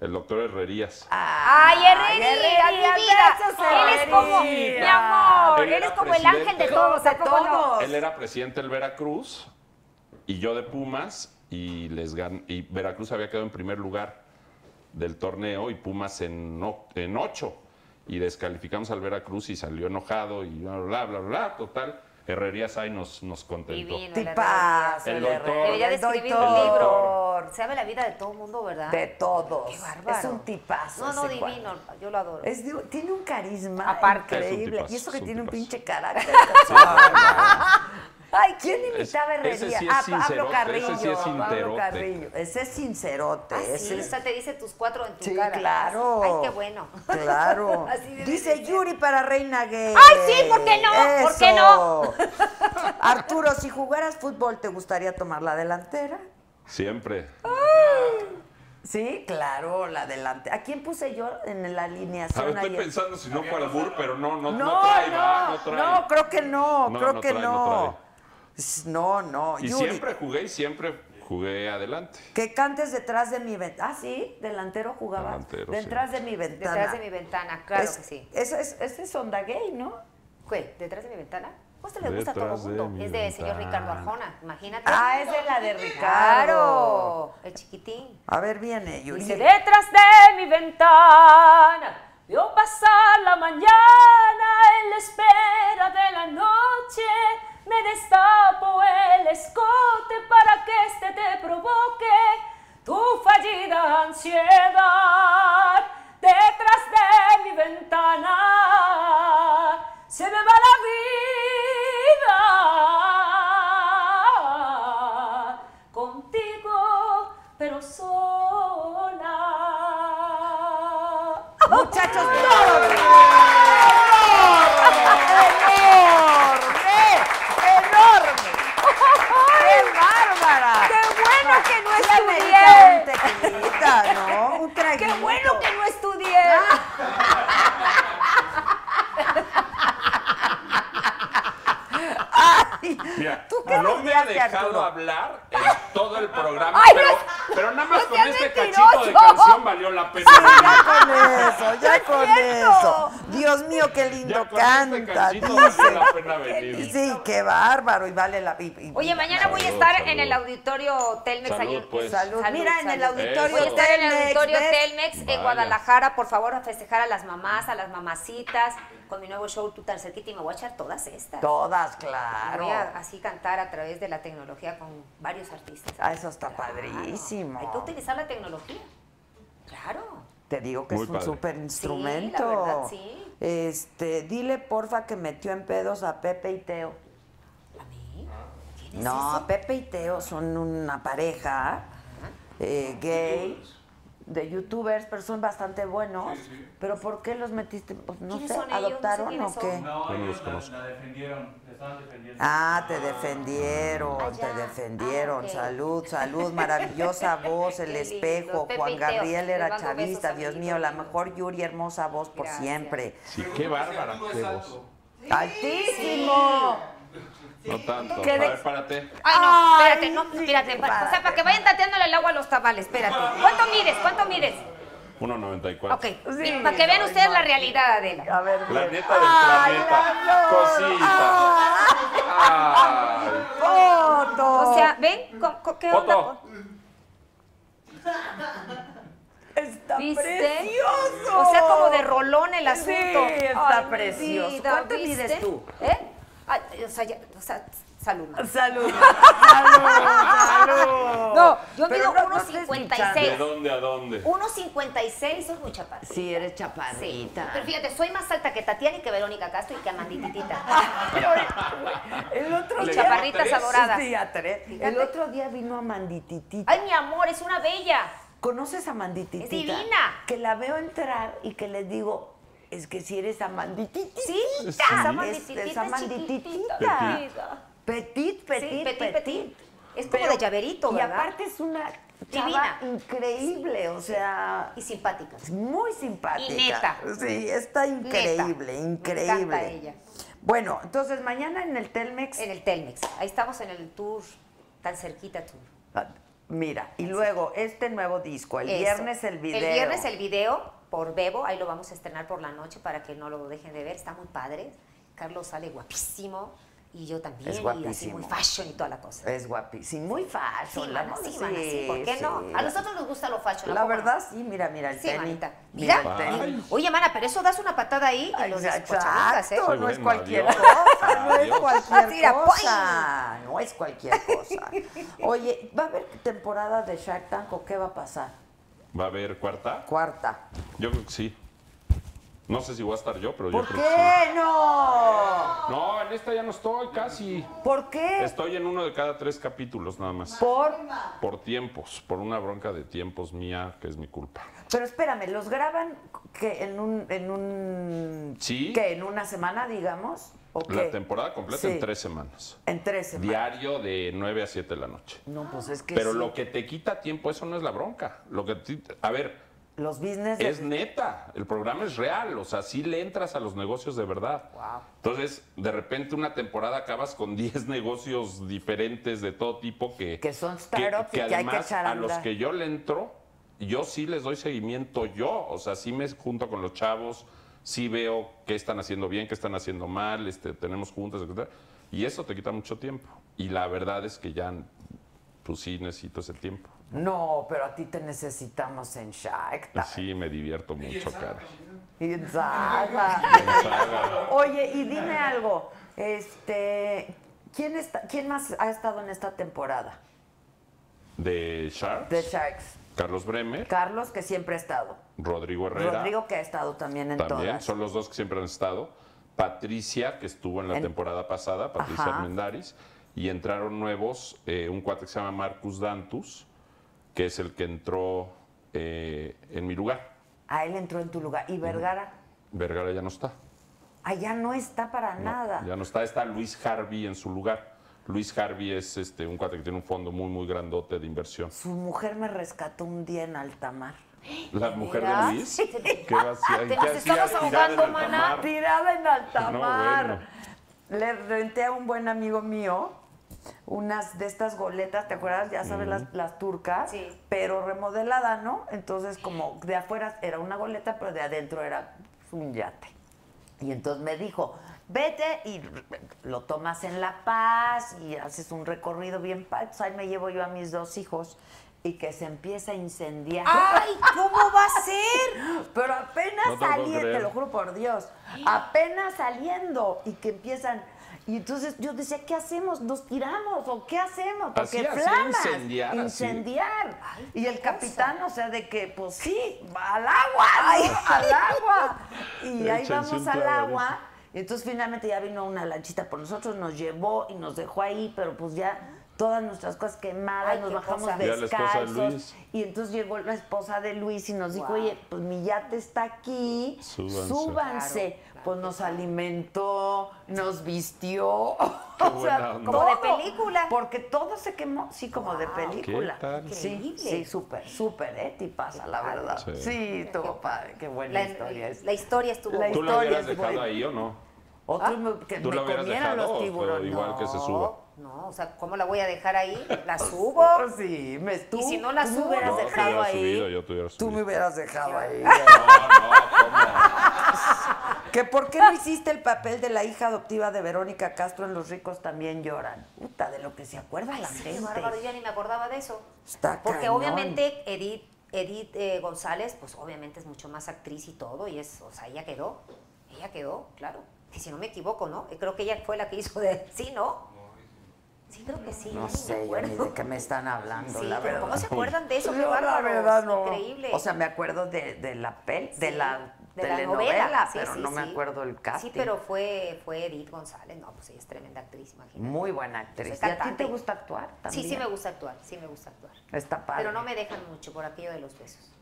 S3: El doctor Herrerías.
S1: Ah.
S6: Ay, Herrera,
S1: Herrera,
S6: mi
S1: mi
S6: vida.
S1: besos,
S6: Él es como, mi
S1: Herrera.
S6: amor,
S3: Él
S6: él es
S3: era
S6: como el ángel de
S3: presidente.
S6: todos,
S1: De
S6: ¿a poco no?
S1: todos.
S3: Él era presidente del Veracruz y yo de Pumas y les gan- y Veracruz había quedado en primer lugar del torneo y Pumas en, o- en ocho. Y descalificamos al Veracruz y salió enojado y bla, bla, bla, bla. Total, Herrerías ahí nos, nos contentó.
S6: Divino.
S1: Tipas.
S3: El doctor.
S6: Debería de
S1: el
S6: escribir un
S1: doctor.
S6: libro. Sabe la vida de todo el mundo, ¿verdad?
S1: De todos.
S6: Qué bárbaro.
S1: Es un tipazo.
S6: No, no,
S1: ese cuate.
S6: divino. Yo lo adoro.
S1: Es de- tiene un carisma
S6: Aparte.
S3: Es un
S1: increíble.
S3: tipazo,
S1: y eso que
S3: es un
S1: tiene un
S3: tipazo.
S1: pinche carácter.
S3: Ah,
S1: Ay, ¿quién imitaba a
S3: Ese- ese
S1: Herrería?
S3: sí es
S1: ah, Pablo
S3: sincerote,
S1: Carrillo.
S3: ese sí es
S1: Pablo
S3: sincerote.
S1: Carrillo. Ese es sincerote.
S6: Ah,
S1: ese
S6: sí, o
S1: es-
S6: sea, te dice tus cuatro en tu
S1: Sí,
S6: cara.
S1: claro.
S6: Ay, qué bueno.
S1: Claro.
S6: Así debe
S1: Dice
S6: de ser.
S1: Yuri para Reina Gay.
S6: Ay, sí, ¿por qué no? ¿Por qué no?
S1: Arturo, si jugaras fútbol, ¿te gustaría tomar la delantera?
S3: Siempre.
S1: Ah, Sí, claro, la delantera. ¿A quién puse yo en la
S3: A ver,
S1: alineación
S3: Ah, estoy
S1: ayer?
S3: pensando si no fue al Bur, pero no, no,
S1: no,
S3: no trae, ¿verdad?
S1: no,
S3: no trae.
S1: no, creo que no,
S3: No,
S1: creo
S3: no
S1: que
S3: trae, no
S1: no.
S3: trae.
S1: S- No, no,
S3: Y
S1: Yuri.
S3: siempre jugué y siempre jugué adelante.
S1: Que cantes detrás de mi ventana. Ah, sí, delantero jugaba.
S3: Delantero,
S1: detrás
S3: sí.
S1: de mi ventana.
S6: Detrás de mi ventana, claro
S1: Es-
S6: que sí.
S1: Esa es, esa es onda gay, ¿no?
S6: ¿Qué? ¿Detrás de mi ventana? ¿A usted le gusta a todo
S3: Detrás de
S6: mundo?
S3: mi
S6: es de señor
S3: ventana.
S6: Ricardo Arjona, imagínate.
S1: Ah, es de la de Ricardo.
S6: Claro, el chiquitín.
S1: A ver, viene, Yuri.
S6: Dice, detrás de mi ventana veo pasar la mañana en la espera de la noche. Me destapo el escote para que este te provoque tu fallida ansiedad. Detrás de mi ventana se me va la vida contigo, pero sola.
S1: Muchachos, todos. ¡Enorme! ¡Enorme! ¡Qué bárbara!
S6: ¡Qué bueno que no
S1: Ya me
S6: estudié!
S1: dieron un tequilita, ¿no? Un
S6: ¡Qué
S1: traguito.
S6: bueno que no estudié!
S1: Ay,
S3: Mira,
S1: ¿Tú qué
S3: no me ha
S1: estudiaste,
S3: dejado
S1: Arturo?
S3: hablar el todo el programa.
S5: Ay,
S3: pero,
S5: no
S3: pero nada más
S5: no
S3: con
S5: seas
S3: este
S5: mentiroso.
S3: cachito de canción valió la pena.
S1: Ya con eso, ya con eso. Dios mío, qué lindo
S3: Ya con este
S1: canta,
S3: cachito valió
S1: dice.
S3: la pena venir.
S1: Sí, qué bárbaro, y vale la... y- y-
S6: Oye, mañana voy a
S3: Salud,
S6: estar
S3: salud.
S6: en el auditorio Telmex.
S3: Salud,
S6: ahí en-
S3: pues.
S1: Salud. Mira, en el auditorio
S6: Voy a estar en el
S1: Telmex,
S6: auditorio
S1: ¿ves?
S6: Telmex en
S3: Vaya.
S6: Guadalajara, por favor, a festejar a las mamás, a las mamacitas, con mi nuevo show Tu tan cerquita y me voy a echar todas estas.
S1: Todas,
S6: Voy a
S1: claro.
S6: así cantar a través de la tecnología con varios artistas.
S1: Ah, eso está
S6: Claro.
S1: padrísimo.
S6: Hay que utilizar la tecnología. Claro.
S1: Te digo que
S3: Muy
S1: es un
S3: padre.
S1: súper instrumento.
S6: Sí, la verdad, sí.
S1: Este, dile porfa que metió en pedos a Pepe y Teo.
S6: ¿A mí? ¿Quién es
S1: No,
S6: ese?
S1: Pepe y Teo son una pareja eh, gay de youtubers, pero son bastante buenos. Pero ¿por qué los metiste? Pues, no
S6: ¿Quiénes
S1: sé,
S6: son ellos? No sé
S1: adoptaron
S6: quiénes
S1: o
S6: son.
S1: qué.
S8: No,
S3: no
S8: ellos
S3: los
S8: la,
S3: conozco.
S8: la defendieron, la estaban defendiendo.
S1: Ah, te defendieron,
S6: Ah,
S1: te
S6: ya.
S1: defendieron.
S6: Ah, ok.
S1: Salud, salud, maravillosa voz, el
S6: Qué
S1: espejo.
S6: lindo. Pepe
S1: Juan
S6: y Teo,
S1: Gabriel
S6: les
S1: era
S6: mando
S1: chavista,
S6: besos,
S1: Dios
S6: amiguitos
S1: mío, la
S6: lindos.
S1: mejor Yuri, hermosa voz por
S6: Gracias.
S1: siempre.
S3: Sí, qué bárbara,
S9: Arturo
S3: qué
S9: es
S3: voz.
S9: alto.
S1: ¡Altísimo!
S3: No tanto.
S1: Qué
S3: A
S1: de-
S3: ver, párate.
S6: Ay, no,
S1: Ay,
S6: espérate, no,
S1: sí,
S6: espérate. para- O
S1: párate.
S6: sea, para que vayan tateándole el agua a los tamales, espérate. ¿Cuánto mides? ¿Cuánto mides?
S3: 1.94.
S6: Ok, y para que vean ustedes la realidad, Adela.
S1: A ver,
S3: La
S1: bien.
S3: neta del
S1: ¡Ay,
S3: planeta.
S1: la Ah.
S3: Cosita. Ay.
S1: foto!
S6: O sea, ¿ven? Co- co- ¿Qué onda?
S3: Foto.
S1: está
S6: ¿Viste?
S1: precioso.
S6: O sea, como de rolón el
S1: Sí,
S6: asunto.
S1: está
S6: mi
S1: precioso. ¿Cuánto mides tú?
S6: ¿Eh? Ay, o sea, ya- o sea, salud. mamá.
S1: Salud, salud, salud.
S6: No, yo
S1: Pero
S6: mido
S1: no estés
S6: 1.56.
S3: ¿De dónde a dónde?
S6: 1.56, soy muy chaparrita.
S1: Sí, eres
S6: Sí,
S1: chaparrita.
S6: pero fíjate, soy más alta que Tatiana y que Verónica Castro y que Amandititita.
S1: Ah. El otro
S6: Y
S1: día.
S6: chaparritas
S1: Sí,
S6: adoradas.
S1: sí, a tres.
S6: Fíjate.
S1: El otro día vino a Mandititita.
S6: Ay, mi amor, es una bella.
S1: ¿Conoces a Mandititita?
S6: Es divina.
S1: Que la veo entrar y que les digo, es que si eres amandititita.
S6: Sí,
S1: Es-
S6: esa
S1: es
S6: Amandititita es
S1: amandititita.
S6: chiquitita.
S1: Petit, petit,
S6: Sí,
S1: petit,
S6: petit, petit. Es como de llaverito,
S1: Y
S6: ¿verdad?
S1: aparte es una chava
S6: Divina.
S1: increíble, o sea,
S6: Y simpática.
S1: es muy simpática.
S6: Y neta.
S1: Sí, está increíble,
S6: Me
S1: increíble.
S6: encanta ella.
S1: Bueno, entonces mañana en el Telmex,
S6: En el Telmex. Ahí estamos en el tour, tan cerquita tour.
S1: ah, mira, y luego este nuevo disco, el
S6: Eso.
S1: viernes el video.
S6: El viernes el video por Bebo, ahí lo vamos a estrenar por la noche para que no lo dejen de ver, está muy padre. Carlos sale guapísimo y yo también,
S1: Es
S6: y así
S1: guapísimo.
S6: muy fashion y toda la cosa.
S1: Es guapísimo, muy
S6: Sí,
S1: fashion. la
S6: mana,
S1: moda,
S6: sí, mana, sí, ¿por qué
S1: sí,
S6: no? A
S1: sí.
S6: nosotros nos gusta lo fashion. ¿a
S1: La
S6: poco no?
S1: verdad, sí, mira, mira el
S6: Sí,
S1: tenis.
S6: manita.
S1: Mira
S6: Mira.
S1: el tenis.
S6: Oye, mana, pero eso das una patada ahí y los despochamigas, ¿eh?
S1: Exacto,
S3: Sí,
S1: no es
S3: bueno,
S1: cualquier
S3: adiós,
S1: cosa, no es
S3: adiós.
S1: cualquier
S6: Tira,
S1: cosa, no es cualquier cosa. Oye, ¿va a haber temporada de Shark Tank o qué va a pasar?
S3: ¿Va a haber cuarta?
S1: Cuarta.
S3: Yo creo que sí. No sé si voy a estar yo, pero
S1: ¿Por
S3: yo creo que
S1: qué no?
S3: sí. No, en esta ya no estoy casi.
S1: ¿Por qué?
S3: Estoy en uno de cada tres capítulos nada más.
S1: Por,
S3: Por tiempos, por una bronca de tiempos mía, que es mi culpa.
S1: pero espérame, los graban que en un, en un,
S3: Sí.
S1: ¿qué? En una semana, digamos, o qué?
S3: La temporada completa
S1: Sí,
S3: en tres semanas.
S1: En tres semanas.
S3: Diario de 9 a 7 de la noche.
S1: No, pues es que
S3: Pero
S1: sí.
S3: lo que te quita tiempo, eso no es la bronca. Lo que ti- a ver,
S1: los business de-
S3: es neta. El programa es real. O sea, sí le entras a los negocios de verdad. Entonces, de repente, una temporada acabas con 10 negocios diferentes de todo tipo que.
S1: Que son startups y que hay que
S3: además,
S1: echar a
S3: A los
S1: andar.
S3: que yo le entro, yo sí les doy seguimiento yo. O sea, sí me junto con los chavos, sí veo qué están haciendo bien, qué están haciendo mal, este, tenemos juntas, etc. Y eso te quita mucho tiempo. Y la verdad es que ya, pues sí, necesito ese tiempo.
S1: No, pero a ti te necesitamos en Shark Tank.
S3: Pues Sí, me divierto mucho, cara.
S1: Y en Saga. Oye, y dime algo. Este, ¿quién está, quién más ha estado en esta temporada
S3: De Sharks,
S1: de Sharks?
S3: Carlos Bremer,
S1: Carlos, que siempre ha estado.
S3: Rodrigo Herrera.
S1: Rodrigo, que ha estado también en
S3: también,
S1: todas.
S3: son los dos que siempre han estado. Patricia, que estuvo en la
S1: En-
S3: temporada pasada, Patricia
S1: Ajá.
S3: Armendáriz, y entraron nuevos, eh, un cuate que se llama Marcus Dantus, que es el que entró eh, en mi lugar.
S1: A él entró en tu lugar. Y Vergara,
S3: Vergara ya no está.
S1: allá no está para
S3: No,
S1: nada.
S3: Ya no está, está Luis Harvey en su lugar. Luis Harvey es este, un cuate que tiene un fondo muy, muy grandote de inversión.
S1: Su mujer me rescató un día en Altamar.
S3: La mujer
S6: veras?
S3: de Luis. ¿Qué va a hacer?
S6: Te
S3: ¿Qué
S6: nos
S3: hacía
S6: estamos
S3: tirada en
S6: ahogando,
S3: alta
S6: maná.
S3: mar?
S1: Tirada en Altamar.
S3: No, bueno.
S1: Le renté a un buen amigo mío unas de estas goletas, ¿te acuerdas? Ya sabes, las, las turcas,
S6: Sí.
S1: pero remodelada, ¿no? Entonces, como de afuera era una goleta, pero de adentro era pues, un yate. Y entonces me dijo, vete y lo tomas en La Paz y haces un recorrido bien padre. Pues ahí me llevo yo a mis dos hijos y que se empieza a incendiar.
S6: ¡Ay, cómo va a ser!
S1: Pero apenas
S3: No te lo puedo
S1: saliendo, te
S3: creer.
S1: lo juro por Dios, apenas saliendo y que empiezan. Y entonces yo decía, ¿qué hacemos? ¿Nos tiramos? ¿O qué hacemos?
S3: Así,
S1: Porque
S3: así,
S1: flamas.
S3: incendiar, así.
S1: incendiar.
S6: Ay,
S1: y el
S6: cosa.
S1: capitán, o sea, de que, pues sí, al agua, ¿no? al agua. Y ahí
S3: Échense
S1: vamos
S3: un
S1: al
S3: clavo,
S1: agua. Y entonces finalmente ya vino una lanchita por nosotros, nos llevó y nos dejó ahí, pero pues ya todas nuestras cosas quemadas,
S6: Ay,
S1: nos
S6: qué
S1: bajamos
S6: cosa.
S3: Ya la esposa de
S1: descalzos.
S3: Luis.
S1: Y entonces llegó la esposa de Luis y nos dijo,
S6: Guau.
S1: oye, pues mi yate está aquí, súbanse.
S3: Súbanse.
S6: Claro, claro.
S1: Pues nos alimentó, nos vistió.
S3: Qué
S1: o sea,
S3: buena onda.
S6: Como de
S1: todo.
S6: película.
S1: Porque todo se quemó, sí, como de
S6: Guau.
S1: película.
S3: ¿Qué tal?
S1: Sí,
S6: Increíble.
S1: sí, súper, súper, ¿eh? Tipaza, la verdad. Sí,
S3: Sí.
S1: estuvo padre, qué buena
S6: La,
S1: historia. es.
S6: la historia estuvo
S1: La
S6: buena.
S3: ¿Tú la
S1: historia
S3: hubieras
S1: es
S3: dejado
S1: buena.
S3: ahí o no?
S6: ¿Ah?
S1: Otros me- que
S3: ¿Tú
S1: me
S3: la hubieras
S1: comieran
S3: dejado
S1: los
S3: o- pero
S1: tiburones.
S3: igual que se suba?
S6: No, o sea, ¿cómo la voy a dejar ahí? La subo.
S1: No, sí, me tú-
S6: si no la
S1: tú me
S6: subo,
S1: hubieras
S6: no,
S3: te
S1: dejado
S3: hubiera
S1: ahí.
S3: subido, yo te hubiera
S1: Tú
S3: subido.
S1: me hubieras dejado ahí.
S3: No,
S1: ¿Que ¿Por qué no hiciste el papel de la hija adoptiva de Verónica Castro en Los ricos también lloran? Puta, de lo que se acuerda la
S6: Sí, qué bárbaro, yo
S1: gente.
S6: ya ni me acordaba de eso.
S1: Está
S6: Porque
S1: cañón.
S6: obviamente Edith, Edith eh, González, pues obviamente es mucho más actriz y todo, y es, o sea, ella quedó, ella quedó, claro. Y si no me equivoco, ¿no? Eh, Creo que ella fue la que hizo de... Sí, ¿no? Sí, creo que sí.
S1: No
S6: ya ni me
S1: sé yo ni
S6: acuerdo.
S1: de qué me están hablando,
S6: Sí,
S1: la
S6: pero
S1: verdad.
S6: ¿cómo se acuerdan de eso? Qué
S1: Yo, la
S6: bárbaros,
S1: verdad no.
S6: Increíble.
S1: O sea, me acuerdo de, de la pel, de
S6: Sí,
S1: la
S6: de la
S1: telenovela,
S6: novela, sí,
S1: pero
S6: sí,
S1: no me
S6: sí.
S1: acuerdo el casting.
S6: Sí, pero fue, fue Edith González. No, pues ella es tremenda actriz, imagínate.
S1: muy buena actriz.
S6: Es
S1: ¿Y a ti
S6: cantante.
S1: te gusta actuar también?
S6: Sí, sí me gusta actuar, sí me gusta actuar.
S1: Está padre.
S6: Pero no me dejan mucho por aquello de los besos.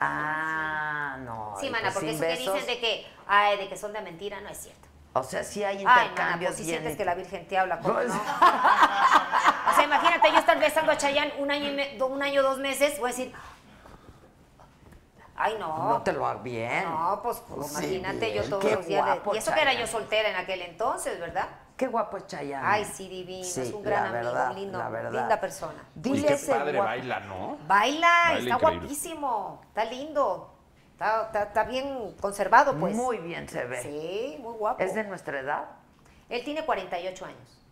S1: Ah, no.
S6: Sí,
S1: y
S6: mana,
S1: pues
S6: porque
S1: sin
S6: eso que
S1: besos-
S6: dicen de que, ay, de que son de mentira, no es cierto.
S1: O sea, sí hay
S6: Ay, mana,
S1: intercambios
S6: pues si
S1: bien
S6: sientes
S1: y-
S6: que la Virgen te habla, ¿cómo
S1: Pues-
S6: no? O sea, imagínate yo estar besando a Chayanne un año, y me- do- un año dos meses, voy a decir, ay, no.
S1: No te lo hago bien.
S6: No, pues, pues,
S1: Sí,
S6: imagínate
S1: bien,
S6: yo todos
S1: qué
S6: los días. de-
S1: guapo,
S6: y eso que era
S1: Chayanne.
S6: yo soltera en aquel entonces, ¿verdad?
S1: Qué guapo es Chayanne.
S6: Ay, sí, divino,
S1: Sí,
S6: es un
S1: la
S6: gran
S1: verdad,
S6: amigo, un lindo,
S1: la verdad.
S6: linda persona.
S3: y
S1: Dile
S3: qué
S1: ese
S3: padre
S1: guapo.
S3: baila, ¿no?
S6: Baila,
S3: Baila
S6: está
S3: increíble.
S6: guapísimo, está lindo, está, está- está bien conservado, pues.
S1: Muy bien se ve.
S6: Sí, muy guapo.
S1: ¿Es de nuestra edad?
S6: Él tiene 48 años.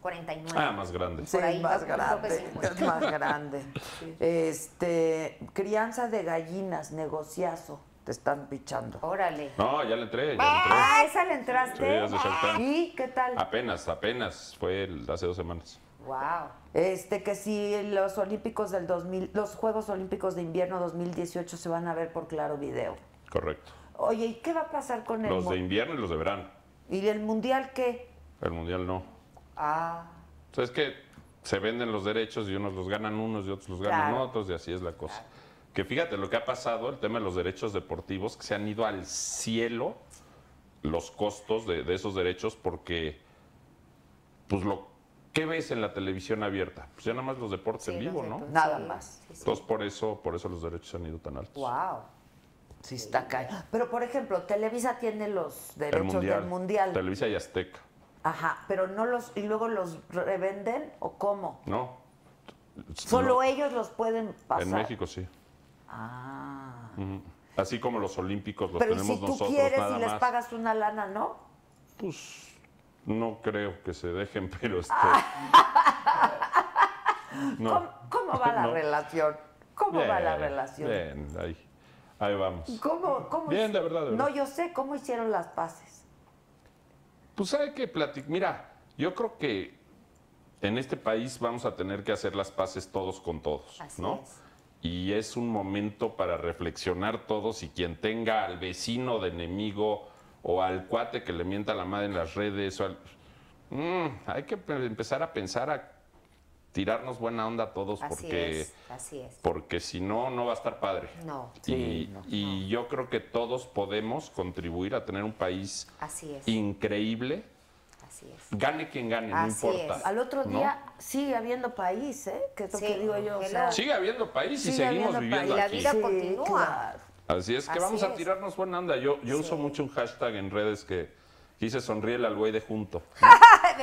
S6: 49.
S3: Ah, más grande.
S1: Sí,
S6: ahí,
S1: es más
S6: yo creo que
S1: grande. Es
S6: 50.
S1: más grande. Este, crianza de gallinas, negociazo. Te están pichando.
S6: Órale.
S3: No, ya le entré, ya le entré.
S1: Ah, esa le entraste.
S3: Sí, es de Shark Tank.
S1: ¿Y qué tal?
S3: Apenas, apenas. Fue el- hace dos semanas.
S6: Wow.
S1: Este, que si los Olímpicos del 2000, los Juegos Olímpicos de Invierno 2018 se van a ver por claro video.
S3: Correcto.
S1: Oye, ¿y qué va a pasar con el
S3: Los
S1: mu-
S3: de invierno y los de verano.
S1: ¿Y el mundial qué?
S3: El mundial no.
S6: Ah.
S3: Entonces es que se venden los derechos y unos los ganan unos y otros los ganan
S1: Claro.
S3: otros y así es la cosa. Que fíjate lo que ha pasado, el tema de los derechos deportivos, que se han ido al cielo los costos de, de esos derechos porque, pues lo, ¿qué ves en la televisión abierta? Pues ya nada más los deportes
S6: sí,
S3: en
S6: los
S3: vivo,
S6: de
S3: ¿no?
S6: todo.
S1: Nada
S6: pues, Sí,
S1: más.
S6: sí, sí.
S3: Entonces por eso, por eso los derechos han ido tan altos.
S6: Wow.
S1: Sí, está cañón. Pero, por ejemplo, Televisa tiene los
S3: El
S1: derechos
S3: mundial,
S1: del mundial.
S3: Televisa y Azteca,
S1: Ajá, pero no los. ¿Y luego los revenden o cómo?
S3: ¿no?
S1: Solo
S3: Lo-
S1: ellos los pueden pasar.
S3: En México sí.
S1: Ah.
S3: Ujú. Así como los olímpicos los
S1: pero ¿y
S3: tenemos
S1: si tú
S3: nosotros
S1: quieres
S3: nada
S1: y les
S3: más.
S1: pagas una lana, ¿no?
S3: Pues no creo que se dejen, pero este. No.
S1: ¿Cómo, cómo va la
S3: No.
S1: relación? ¿Cómo va la
S3: Bien,
S1: relación?
S3: Bien, ahí, ahí vamos.
S1: ¿Cómo, cómo
S3: Bien,
S1: hici-
S3: de verdad, de
S1: No,
S3: verdad.
S1: yo sé cómo hicieron las paces.
S3: Pues sabe que platic. Mira, yo creo que en este país vamos a tener que hacer las paces todos con todos,
S6: Así
S3: ¿no?
S6: es.
S3: Y es un momento para reflexionar todos y quien tenga al vecino de enemigo o al cuate que le mienta la madre en las redes o al- Mm, hay que pe- empezar a pensar a tirarnos buena onda a todos
S6: Así
S3: porque
S6: es. Así es.
S3: porque si no, no va a estar padre.
S6: No.
S3: y, y yo creo que todos podemos contribuir a tener un país
S6: Así es.
S3: increíble,
S6: Así es.
S3: gane quien gane,
S6: Así
S3: no importa.
S6: es.
S1: Al otro
S3: Ah, ¿no?
S1: día sigue habiendo país, ¿eh? Que es lo
S6: Sí,
S1: que digo yo. o
S6: hello.
S1: sea,
S3: Sigue habiendo país y
S1: sigue
S3: seguimos
S1: habiendo país.
S3: viviendo
S6: la
S3: aquí.
S6: vida continúa.
S1: claro.
S3: Así es que
S6: Así
S3: vamos a
S6: es.
S3: tirarnos buena onda. Yo, yo uso mucho un hashtag en redes que dice sonríele al güey de junto.
S6: me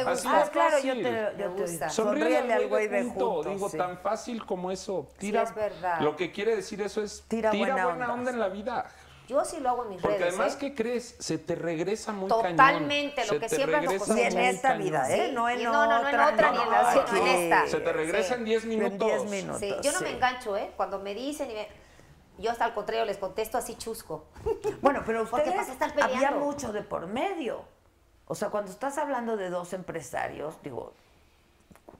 S3: Así
S6: gusta.
S3: de
S1: Ah, claro, yo
S3: fácil.
S1: te, yo te
S6: gusta.
S3: Sonríele al güey de
S1: junto,
S3: junto. Digo,
S1: sí.
S3: tan fácil como eso. Tira,
S6: es verdad.
S3: Lo que quiere decir eso es
S1: Tira
S3: tira,
S1: buena
S3: buena,
S1: onda.
S3: onda. en la vida.
S6: Yo sí lo hago en mis
S3: Porque
S6: redes.
S3: además,
S6: ¿eh?
S3: ¿qué crees? Se te regresa muy cañón.
S6: Totalmente, lo
S3: Se
S6: que
S3: te
S6: siempre nos
S3: regresa
S6: costó.
S1: Sí, en
S3: muy
S1: esta
S3: cañón.
S1: vida, ¿eh?
S6: Sí,
S1: No en
S6: y no, no, no en
S1: otra,
S6: otra,
S1: no,
S6: ni en
S1: no,
S6: la-
S1: aquí.
S6: no, en esta.
S3: Se te regresa en 10
S1: En
S3: minutos.
S1: 10 minutos.
S6: Sí, yo no me engancho, ¿eh? Cuando me dicen y me... Yo hasta al contrario les contesto así chusco.
S1: Bueno, pero
S6: Porque
S1: ustedes
S6: vas a estar
S1: había
S6: peleando.
S1: mucho de por medio. O sea, cuando estás hablando de dos empresarios, digo,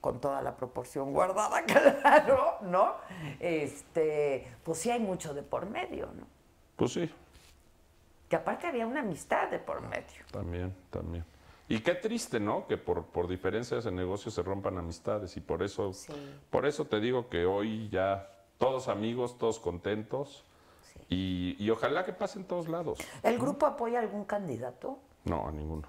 S1: con toda la proporción guardada, claro, ¿no? Este, pues sí hay mucho de por medio, ¿no?
S3: Pues sí,
S1: Que aparte había una amistad de por medio.
S3: también, también. Y qué triste, ¿no? Que por, por diferencias en negocios se rompan amistades y por eso,
S6: Sí.
S3: por eso te digo que hoy ya todos amigos, todos contentos y, y ojalá que pase en todos lados.
S1: ¿El grupo apoya a algún candidato?
S3: No, a ninguno.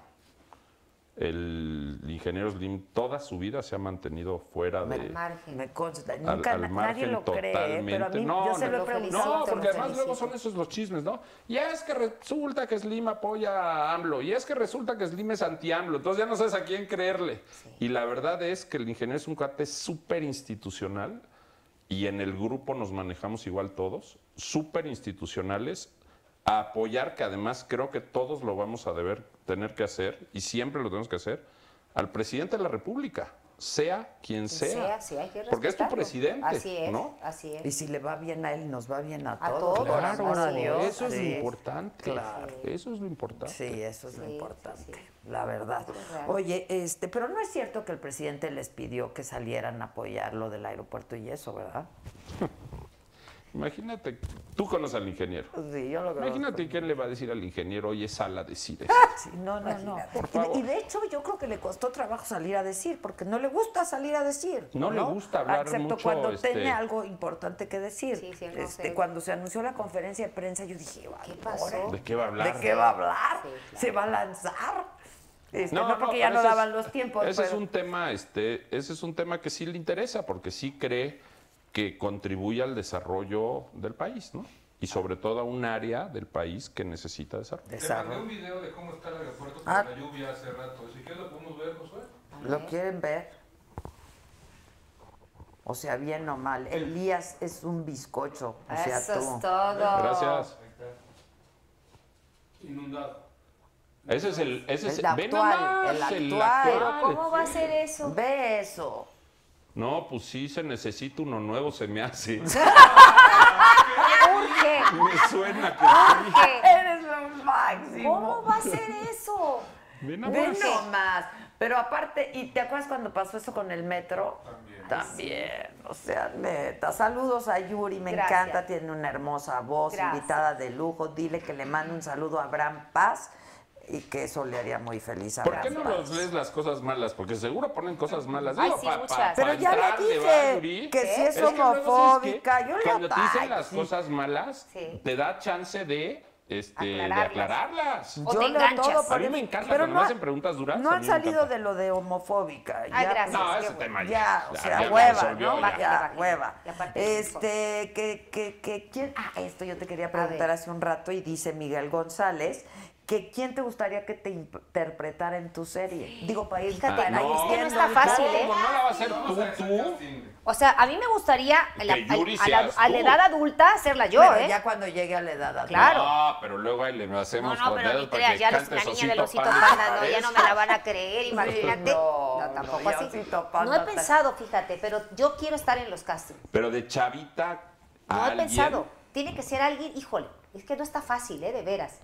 S3: El ingeniero Slim toda su vida se ha mantenido fuera de...
S6: Al margen.
S1: Me consta,
S3: al-
S1: nunca
S3: al
S1: na- nadie
S3: margen
S1: lo cree, ¿eh? pero a mí
S3: No,
S1: yo se
S3: no,
S1: lo he
S6: no.
S1: preguntado.
S3: No,
S6: Felicito,
S3: porque
S6: lo
S3: además luego son esos los chismes, ¿no? Y es que resulta que Slim apoya a AMLO, y es que resulta que Slim es anti-AMLO, entonces ya no sabes a quién creerle. Y la verdad es que el ingeniero es un cuate súper institucional, y en el grupo nos manejamos igual todos, súper institucionales, a apoyar, que además creo que todos lo vamos a deber tener que hacer, y siempre lo tenemos que hacer, al presidente de la República, sea quien sea.
S6: sea, sí, hay que
S3: porque es tu
S6: respetarlo.
S3: presidente,
S6: Así es,
S3: ¿no?
S6: así
S1: Y
S6: es.
S1: si le va bien a él, nos va bien a,
S6: A
S1: todos.
S6: todos,
S1: Claro,
S6: así
S1: a
S6: es.
S1: Dios.
S3: Eso es lo
S1: sí.
S3: importante.
S1: Claro.
S3: Eso es lo importante.
S1: Sí, eso es lo
S6: Sí, sí,
S1: importante,
S6: sí.
S1: la verdad.
S6: Es real.
S1: Oye, este, pero no es cierto que el presidente les pidió que salieran a apoyar lo del aeropuerto y eso, ¿verdad?
S3: Imagínate, tú conoces al ingeniero.
S1: Pues Sí, yo lo creo.
S3: Imagínate quién le va a decir al ingeniero, oye, sal a decir eso.
S1: Sí, no, no, no.
S3: Por
S1: Y de-
S3: favor.
S1: Y de hecho, yo creo que le costó trabajo salir a decir, porque no le gusta salir a decir.
S3: No le gusta hablar
S1: Excepto
S3: mucho,
S1: cuando
S3: este-
S1: tiene algo importante que decir.
S6: Sí, sí, él no
S1: Este,
S6: se-
S1: Cuando se anunció la conferencia de prensa, yo dije,
S6: ¿Qué
S1: "Ahora,
S6: pasó?
S3: ¿De qué va a hablar?
S1: ¿De qué va a hablar?
S6: Sí, claro.
S1: ¿Se va a lanzar? Este, no, porque
S3: pero
S1: ya no
S3: ese es-
S1: daban los tiempos.
S3: Ese es
S1: pero-
S3: un tema, este, ese es un tema que sí le interesa, porque sí cree que contribuye al desarrollo del país, ¿no? Y sobre todo a un área del país que necesita desarrollo.
S10: Te mandé un video de cómo está el aeropuerto con
S1: Ah.
S10: la lluvia hace rato. Si quieres lo podemos ver, Josué.
S1: ¿Lo quieren ver? O sea, bien o mal. Elías es un bizcocho. O sea,
S6: Eso
S1: tú.
S6: es todo.
S3: Gracias.
S10: Inundado.
S3: Ese es el, ese es
S1: El actual,
S3: ven nada
S1: el
S3: más,
S1: actual.
S6: Pero ¿cómo va a ser eso?
S1: Ve eso.
S3: No, pues sí se necesita uno nuevo, se me hace.
S6: Urge,
S3: me suena que
S6: urge.
S1: Eres lo máximo.
S6: ¿Cómo va a ser eso?
S3: Ve nada
S1: Ve
S3: más.
S1: nomás. Pero aparte, ¿y te acuerdas cuando pasó eso con el metro? También. O sea, neta. Saludos a Yuri, me
S6: Gracias.
S1: encanta, tiene una hermosa voz,
S6: Gracias.
S1: invitada de lujo. Dile que le mando un saludo a Abraham Paz y que eso le haría muy feliz a
S3: ¿Por qué
S1: Abraham
S3: no
S1: Paz.
S3: los lees las cosas malas? Porque seguro ponen cosas malas.
S6: Ay,
S3: Digo,
S6: sí,
S3: pa- pa-
S6: muchas.
S3: pa
S1: Pero ya le
S3: entrarle,
S1: dije
S3: ¿va, Yuri?
S1: que si es
S3: que luego, ¿sabes qué?
S1: homofóbica, yo le
S3: Cuando te
S1: ataco,
S3: dicen las
S1: sí.
S3: cosas malas,
S6: Sí.
S3: te da chance de, este,
S6: Aclararlas.
S3: de aclararlas.
S6: O
S1: Yo
S6: te
S1: leo
S6: enganchas.
S1: todo,
S3: A mí
S1: pero-
S3: me encanta
S1: pero
S3: cuando
S1: no
S3: me
S1: ha-
S3: hacen preguntas duras,
S1: No
S3: a
S1: han
S3: mí me
S1: salido
S3: encanta.
S1: de lo de homofóbica.
S6: Ay,
S1: ya,
S6: Ah,
S1: pues,
S6: gracias.
S3: No,
S6: qué
S3: ese
S6: bueno.
S3: tema ya.
S1: Ya, o
S3: ya,
S1: sea,
S3: ya me
S1: hueva,
S3: absorbió,
S1: ¿no?
S3: ya.
S1: Ya,
S6: Bájale.
S1: hueva.
S6: Y aparte-
S1: Este, que, que, que, ¿quién? Ah, esto yo te quería preguntar
S6: ver.
S1: hace un rato y dice Miguel González que quién te gustaría que te imp- interpretara en tu serie. Digo, para ir Ah,
S6: Fíjate,
S1: para ir
S6: no, es que no
S1: viendo
S6: está
S1: el
S6: fácil,
S1: cast-
S6: ¿eh?
S3: ¿Cómo no la va a hacer
S10: Vamos a
S3: tú,
S10: hacer
S3: tú?
S10: casting.
S6: O sea, a mí me gustaría a la,
S3: Que Yuri
S6: a- a la-
S3: seas
S6: a la
S3: tú.
S6: edad adulta hacerla yo,
S1: Pero
S6: ¿eh?
S1: ya cuando llegue a la edad adulta.
S6: Claro.
S3: No, pero luego ahí le hacemos
S6: no, no, pero ni
S3: dedos para
S6: creas,
S3: que
S6: ya los-
S3: cantes
S6: la niña del
S3: Osito
S6: osito
S3: Panda,
S6: panda, no, ya
S3: ¿sabes?
S6: no me la van a creer, imagínate.
S1: no,
S6: No,
S1: no,
S6: tampoco
S1: ya
S6: así.
S1: Osito Panda
S6: No he
S1: está-
S6: pensado, fíjate, pero yo quiero estar en los castings.
S3: Pero de chavita a
S6: No he
S3: alguien,
S6: pensado. Tiene que ser alguien, híjole, es que no está fácil, ¿eh? De veras.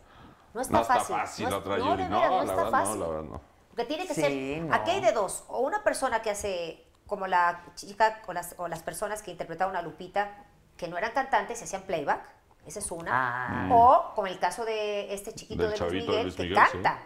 S6: No está
S3: No está
S6: fácil.
S3: fácil
S6: es-
S3: otra
S6: no,
S3: Yuri.
S6: de
S3: No,
S6: veras, no
S3: la
S6: está
S3: verdad no,
S6: fácil.
S3: la verdad no.
S6: Porque tiene que
S1: Sí,
S6: ser.
S1: no.
S6: Aquí hay de dos. O una persona que hace, como la chica o las, o las personas que interpretaban a Lupita, que no eran cantantes y hacían playback. Esa es
S1: Ah.
S6: una. O como el caso de este chiquito
S3: Del
S6: de Luis
S3: chavito
S6: Miguel,
S3: de Luis Miguel,
S6: que
S3: sí.
S6: canta.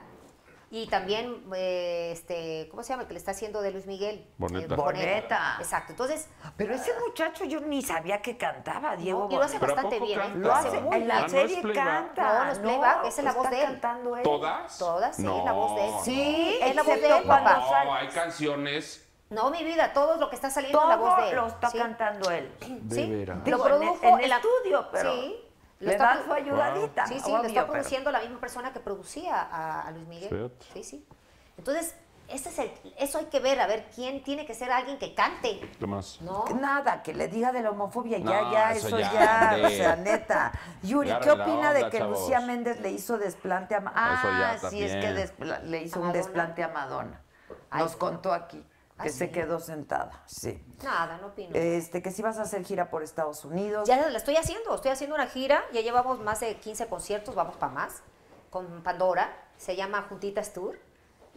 S6: Y también, eh, este, ¿cómo se llama? El que le está haciendo de Luis Miguel. Eh,
S3: Boneta.
S1: Boneta.
S6: Exacto. Entonces,
S1: Pero ese muchacho yo ni sabía que cantaba, Diego.
S6: y lo
S1: Boneta.
S6: hace
S3: ¿Pero a
S6: bastante
S3: poco
S6: bien, ¿eh?
S3: canta?
S1: Lo hace
S6: muy
S1: en
S3: Ah,
S1: la
S3: no es
S1: serie
S3: playback.
S1: canta.
S6: No, no es playback, esa es la voz
S1: está
S6: de él.
S1: cantando él.
S3: ¿Todas?
S6: Todas, sí, la voz de él.
S1: Sí,
S6: es la voz de
S1: excepto
S6: él,
S1: cuando
S6: papá.
S1: sal-
S3: No, hay canciones.
S6: No, mi vida, todo lo que está saliendo
S1: Todo
S6: es la voz de él.
S1: lo está
S6: ¿sí?
S1: cantando él.
S6: ¿Sí?
S1: Digo,
S6: Lo
S1: en el-
S6: produjo
S1: en
S6: la-
S1: estudio, pero
S6: Sí. lo
S1: Le
S6: está
S1: dan
S6: produ-
S1: su ayudadita.
S6: Sí, sí,
S1: obvio,
S6: lo está
S1: pero-
S6: produciendo la misma persona que producía a, a Luis Miguel.
S3: Fíjate.
S6: Sí, sí. Entonces, Este es el, eso hay que ver, a ver quién tiene que ser alguien que cante,
S3: ¿Qué más?
S6: ¿no?
S1: Nada, que le diga de la homofobia, ya,
S3: No,
S1: ya, eso,
S3: eso
S1: ya,
S3: ya,
S1: o
S3: hombre.
S1: sea, neta. Yuri,
S3: Agarren
S1: ¿qué
S3: la
S1: opina de
S3: onda,
S1: que
S3: chavos.
S1: Lucía Méndez le hizo desplante a Ma-
S3: Eso ya
S1: Ah, sí, es que
S3: también.
S1: despla- le hizo
S6: ¿A
S1: un
S6: Madonna?
S1: desplante a Madonna. Nos contó aquí que
S6: Ay,
S1: se
S6: sí.
S1: quedó sentada, sí.
S6: Nada, no opino.
S1: Este, que si vas a hacer gira por Estados Unidos.
S6: Ya la estoy haciendo, estoy haciendo una gira, ya llevamos más de 15 conciertos, vamos para más, con Pandora, se llama Juntitas Tour,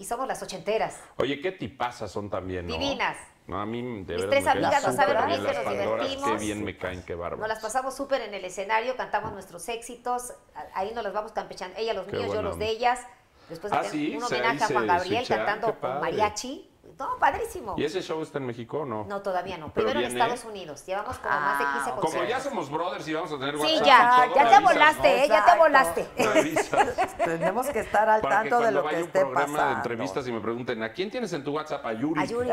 S6: y somos las ochenteras.
S3: Oye, qué tipazas son también, ¿no?
S6: Divinas.
S3: No, a mí de
S6: Mis
S3: verdad
S6: tres
S3: me caen
S6: amigas
S1: lo
S3: súper
S1: saben muy
S3: bien
S1: bien,
S3: las
S1: nos
S3: Pandoras, qué
S6: divertimos.
S3: bien me caen, qué bárbaro.
S6: Nos las pasamos súper en el escenario, cantamos nuestros éxitos, a- ahí nos las vamos campechando, ella los
S3: Qué
S6: míos, yo
S3: buena
S6: los de
S3: onda.
S6: ellas. Después
S3: Ah,
S6: hacen
S3: sí,
S6: un
S3: se-
S6: homenaje
S3: ahí
S6: a Juan
S3: se-
S6: Gabriel
S3: se echan,
S6: cantando
S3: qué
S6: con
S3: padre.
S6: mariachi. No, padrísimo.
S3: ¿Y ese show está en México o no?
S6: No, todavía no.
S3: Pero
S6: Primero en
S3: viene.
S6: Estados Unidos. Llevamos como más de 15
S1: Ah, ok.
S3: Como
S6: conciertos.
S3: ya somos brothers y vamos a tener
S6: Sí, ya,
S3: WhatsApp y todo,
S6: ya
S3: me
S6: te
S3: avisas,
S6: volaste,
S1: ¿no?
S6: ¿eh? ya te
S1: Exacto.
S6: volaste.
S3: ¿no? Me avisas.
S1: Tenemos que estar al
S3: Para que
S1: tanto de lo
S3: cuando
S1: que
S3: vaya un
S1: esté
S3: programa
S1: pasando.
S3: de entrevistas y me pregunten, ¿a quién tienes en tu WhatsApp? A Yuri.
S6: A Yuri.